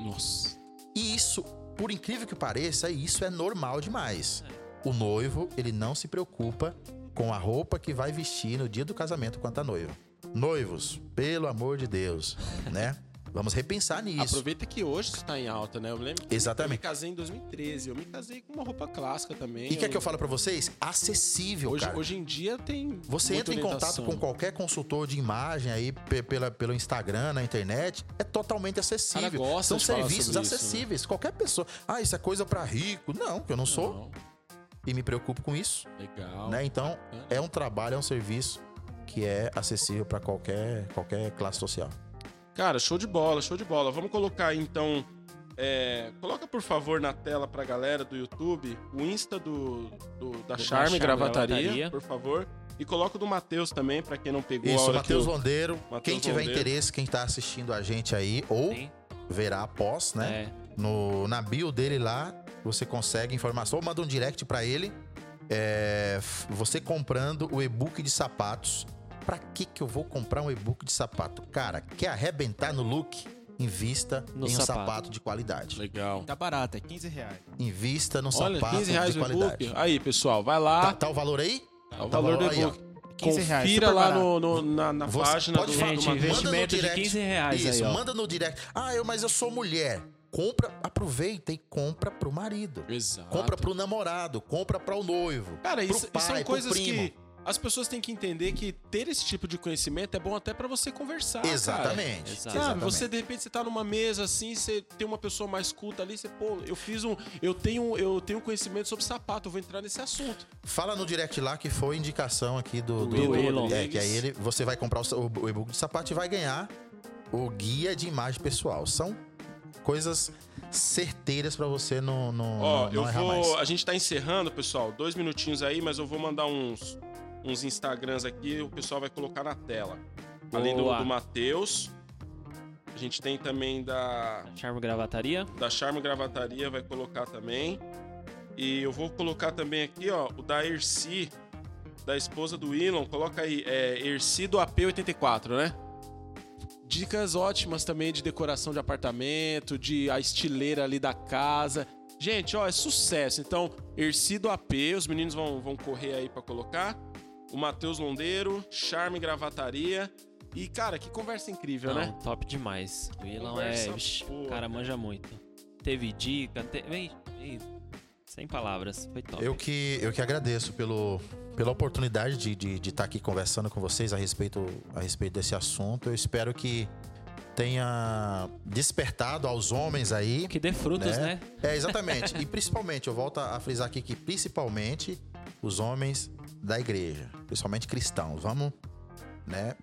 Nossa.
E isso, por incrível que pareça, isso é normal demais.
É.
O noivo, ele não se preocupa com a roupa que vai vestir no dia do casamento quanto a noiva. Noivos, pelo amor de Deus, né? Vamos repensar nisso.
Aproveita que hoje você tá em alta, né? Eu lembro que eu me
Exatamente.
casei em 2013. Eu me casei com uma roupa clássica também.
E o que é que eu falo pra vocês? Acessível,
hoje,
cara.
hoje em dia tem.
Você
muita
entra em contato
orientação.
com um qualquer consultor de imagem aí pe- pela, pelo Instagram, na internet, é totalmente acessível.
Cara, gosta
São
de falar
serviços
sobre isso, né?
acessíveis. Qualquer pessoa. Ah, isso é coisa pra rico. Não, que eu não sou
Não,
e me preocupo com isso.
legal.
né? Então, é um trabalho, é um serviço que é acessível para qualquer, qualquer classe social.
Cara, show de bola, show de bola. Vamos colocar então. é, coloca, por favor, na tela pra galera do YouTube o Insta do, do- da Charme
Charme
Gravataria,
Gravataria.
por favor. E coloca o do Matheus também, pra quem não pegou a
Isso,
hora
Matheus
que eu...
Londeiro.
Matheus
quem tiver
Londeiro.
interesse, quem tá assistindo a gente aí, ou
Sim.
verá após, né?
É.
No, na bio dele lá, você consegue informação. Ou manda um direct pra ele. É, f- você comprando o e-book de sapatos. Pra que que eu vou comprar um e-book de sapato? Cara, quer arrebentar no look? Invista
No
em um
sapato.
sapato de qualidade.
Legal.
Tá barato, é 15
15 reais.
Invista num
Olha,
sapato
15 reais
de
o e-book.
qualidade.
Aí, pessoal, vai
Tá,
lá.
tá o valor aí?
o
tá
valor do
aí, ó.
e-book.
15 reais,
Confira
super
lá
barato.
no, no- na, na
Você
página
pode
do,
falar,
do
Gente,
manda
Matheus.
no
investimento de
direct.
15 reais
Isso,
aí, ó.
manda no direct. Ah, eu, mas eu sou mulher. Compra, aproveita e compra pro marido.
Exato.
Compra pro namorado, compra para o noivo.
Cara,
pro
isso,
pai,
isso são
pro
coisas
primo.
que as pessoas têm que entender que ter esse tipo de conhecimento é bom até pra você conversar. Ah, cara.
Exatamente.
Exato.
Sabe,
exatamente.
Ah, você de repente você tá numa mesa assim, você tem uma pessoa mais culta ali, você, pô, eu fiz um, eu tenho, eu tenho conhecimento sobre sapato, eu vou entrar nesse assunto.
Fala no direct lá que foi indicação aqui do,
Do Elon.
É, que aí ele, você vai comprar o, sa- o e-book de sapato e vai ganhar o guia de imagem pessoal. São coisas certeiras para você não, não,
Ó,
não-
eu
não errar
vou.
mais.
A gente tá encerrando, pessoal. Dois minutinhos aí, mas eu vou mandar uns, uns Instagrams aqui o pessoal vai colocar na tela. Além do,
Boa.
do Matheus. A gente tem também da,
Charme Gravataria.
da Charme Gravataria, vai colocar também. E eu vou colocar também aqui, ó, o da Erci, da esposa do Elon. Coloca aí, é Erci do AP84, né? Dicas ótimas também de decoração de apartamento, de a estileira ali da casa. Gente, ó, é sucesso. Então, Erci do AP, os meninos vão, vão correr aí pra colocar. O Matheus Londeiro, Charme Gravataria. E, cara, que conversa incrível,
Não,
né?
top demais. O Elon é.
Conversa
Vixe,
boa,
o cara
cara.
né?
manja muito. Teve dica, teve. Ei, ei, Sem palavras, foi top.
Eu que, eu que agradeço pelo, pela oportunidade de estar de, de tá aqui conversando com vocês a respeito, a respeito desse assunto. Eu espero que tenha despertado aos homens aí.
Que dê frutos,
Né?
né?
É, exatamente. e principalmente, eu volto a frisar aqui que principalmente os homens da igreja, principalmente cristãos, vamos, né,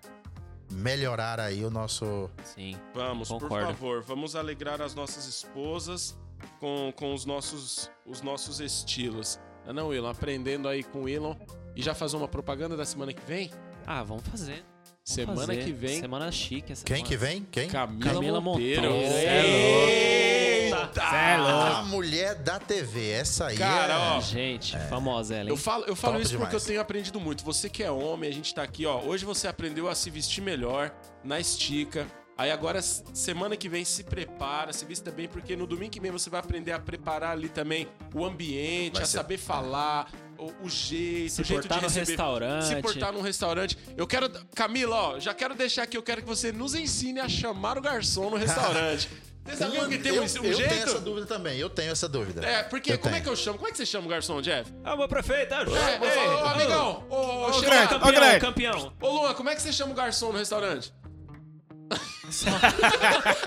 melhorar aí o nosso...
Sim.
Vamos,
Concordo.
por favor, vamos alegrar as nossas esposas com, com os, nossos, os nossos estilos. Ah, não, Elon, aprendendo aí com o Elon. E já fazer uma propaganda da semana que vem?
Ah, vamos fazer. Vamos
semana
fazer.
que vem,
Semana chique essa
Quem que vem? Quem?
Camila,
Camila
Monteiro.
Monteiro. Cê é louco.
Eita!
Ah, A mulher da TV, essa aí
Cara,
é...
ó,
Gente, famosa ela, hein?
Eu falo, eu falo
Top
isso porque eu
demais.
tenho aprendido muito. Você que é homem, a gente tá aqui, ó. Hoje você aprendeu a se vestir melhor, na estica. Aí agora, s- semana que vem, se prepara, se vista bem, porque no domingo que vem você vai aprender a preparar ali também o ambiente,
Vai
a
ser-
saber falar, o, o jeito,
Se
o jeito
portar
de
no
receber.
restaurante.
Se portar num restaurante. Eu quero. Camila, ó, já quero deixar aqui, eu quero que você nos ensine a chamar o garçom no restaurante. Você sabiam que tem um,
eu,
um
eu
jeito?
tenho essa dúvida também, eu tenho essa dúvida.
É, porque
Eu
como é
tenho.
que eu chamo? Como é que você chama o garçom, Jeff?
Ah, meu prefeito, ah,
É, ei, ô, amigão! Ô, ô, ô,
Greg,
chega-
ô, Greg.
campeão.
Ô, Luan, como é que você chama o garçom no restaurante?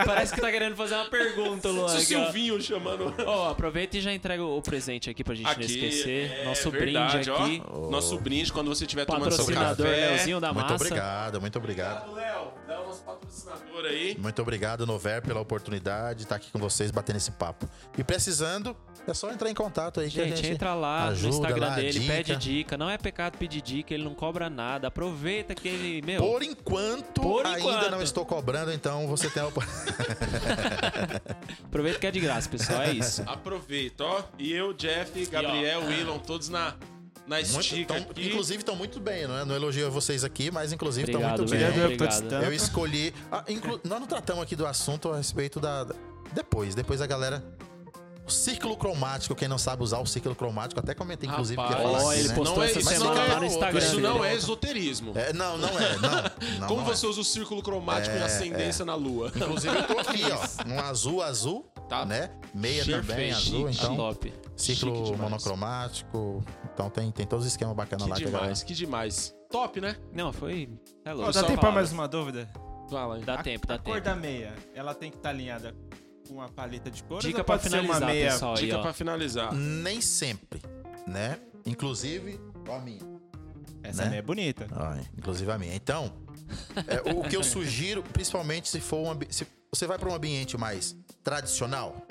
Parece que tá querendo fazer uma pergunta, Luan.
Se o
aqui, ó.
Silvinho chamando.
é Ó, aproveita e já entrega o presente aqui pra gente não esquecer.
é
Nosso
verdade,
brinde
ó.
aqui.
Nosso brinde quando você estiver tomando seu
Patrocinador
café.
Leozinho da
Muito
Massa.
obrigado, muito obrigado.
Obrigado, Léo. Léo, nosso patrocinador aí.
Muito obrigado, Nover, pela oportunidade de estar aqui com vocês, batendo esse papo. E precisando, é só entrar em contato aí que a
Gente,
gente
entra lá no
ajuda
Instagram
lá,
dele,
dica.
pede dica. Não é pecado pedir dica, ele não cobra nada. Aproveita que ele, meu,
Por enquanto,
Por
ainda
enquanto.
não estou cobrando, então você tem a oportunidade.
aproveita que é de graça, pessoal. É isso.
Aproveita, ó. E eu, Jeff, Gabriel,
ah.
Willon, todos na, na
Muito,
estica
tão-
aqui.
inclusive, estão muito bem, não é? Não elogio a vocês aqui, mas inclusive estão
Obrigado,
Então,
velho.
muito bem.
Obrigado, eu que tô
obrigado.
distante.
Eu escolhi. Ah, inclu- Nós não tratamos aqui do assunto a respeito da. da- Depois, depois a galera. O círculo cromático, quem não sabe usar o círculo cromático, até comentei, inclusive, que ia
Rapaz,
falar
ó,
aqui,
ele
né?
postou
não é,
essa
isso
semana
não é-
lá no Instagram
Isso não
dele.
é esoterismo.
É, não, não é. Não, não,
Como
não é.
você usa o círculo cromático em ascendência na lua?
Inclusive, eu tô aqui, ó. Um azul, azul,
Tá.
né? Meia
Chique,
também,
chique,
azul, então.
Tá Top.
Chique
Ciclo
demais.
monocromático. Então tem, tem todos os esquemas bacanas
Que
lá. que a
demais, que demais. Top, né?
Não, foi. É louco.
Ó, dá
Só
tempo pra
palavras.
mais um. uma dúvida?
Fala aí.
Dá
A-
tempo, dá
a cor
tempo.
da meia, ela tem que estar alinhada com uma paleta de cores
Dica
ou
pra
pode ser é uma
finalizar,
meia...
pessoal. Aí,
Dica
ó.
pra finalizar.
galera- Nem sempre, né? Inclusive, ó a minha.
Essa
Né?
meia é bonita.
Tá.
Ó, inclusive a minha. Então, é, o que eu sugiro, principalmente se for um ambi- se você vai para um ambiente mais tradicional,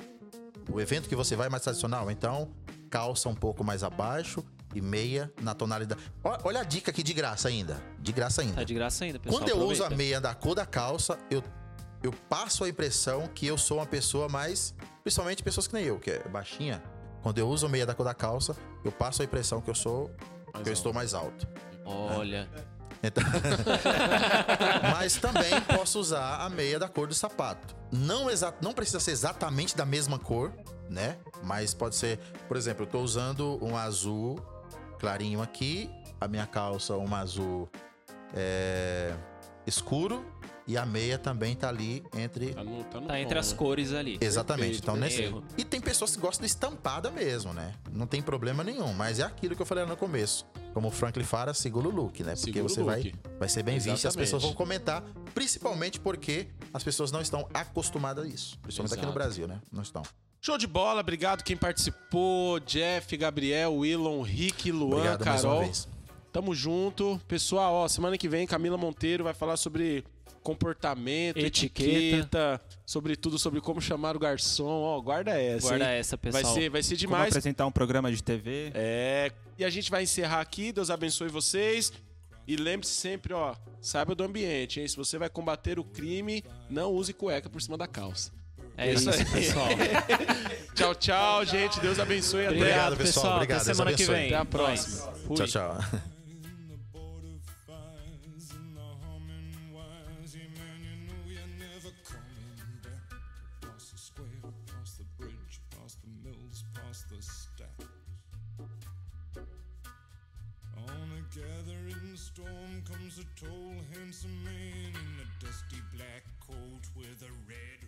o evento que você vai é mais tradicional, então calça um pouco mais abaixo e meia na tonalidade. Ó, Olha a dica aqui Tá de graça ainda, de graça ainda.
Tá de graça ainda, pessoal.
Quando eu uso a
aproveita.
meia da cor da calça, eu eu passo a impressão que eu sou uma pessoa mais. Principalmente pessoas que nem eu, que é baixinha. Quando eu uso meia da cor da calça, eu passo a impressão que eu sou. que eu estou mais alto.
Olha. tá
Então- Mas também posso usar a meia da cor do sapato. Não, exa- não precisa ser exatamente da mesma cor, né? Mas pode ser, por exemplo, eu tô usando um azul clarinho aqui, a minha calça um azul é, escuro e a meia também tá ali entre.
Tá, no, tá, no
Tá entre
tom,
as
né?
cores ali.
Exatamente. Então, nesse...
Erro.
E tem pessoas que gostam de estampada mesmo, né? Não tem problema nenhum, mas é aquilo que eu falei lá no começo. Como o Franklin Fara, segura o look, né? Porque
Segura o
você vai
look.
Vai ser bem visto e as
Exatamente.
pessoas vão comentar, principalmente porque as pessoas não estão acostumadas a isso. Principalmente aqui no
Exato.
Brasil, né? Não estão.
Show de bola, obrigado quem participou. Jeff, Gabriel, Willon, Rick, Luan,
Obrigado mais uma
Carol.
vez.
Tamo junto. Pessoal, ó, semana que vem Camila Monteiro vai falar sobre comportamento,
Etiqueta.
etiqueta, sobre tudo, sobre como chamar o garçom. Ó, guarda essa.
Guarda
hein?
essa,
Vai
pessoal.
ser, vai ser
Como
demais.
apresentar um programa de TV.
É, e a gente vai encerrar aqui. Deus abençoe vocês. E lembre-se sempre, ó, saiba do ambiente, hein? Se você vai combater o crime, não use cueca por cima da calça.
É isso,
aí.
pessoal.
Tchau, tchau, gente. Deus abençoe. Até a
Obrigado,
Obrigado,
pessoal.
pessoal.
Até
Obrigado, Deus
semana que
abençoe.
vem.
Até a
Nós.
próxima. Fui.
Tchau, tchau.
butterflies and the humming wires. Yeah, man, you know you're never coming back. Past the square, past the bridge, past the mills, past the stacks. On a gathering storm comes a tall, handsome man in a dusty black coat with a red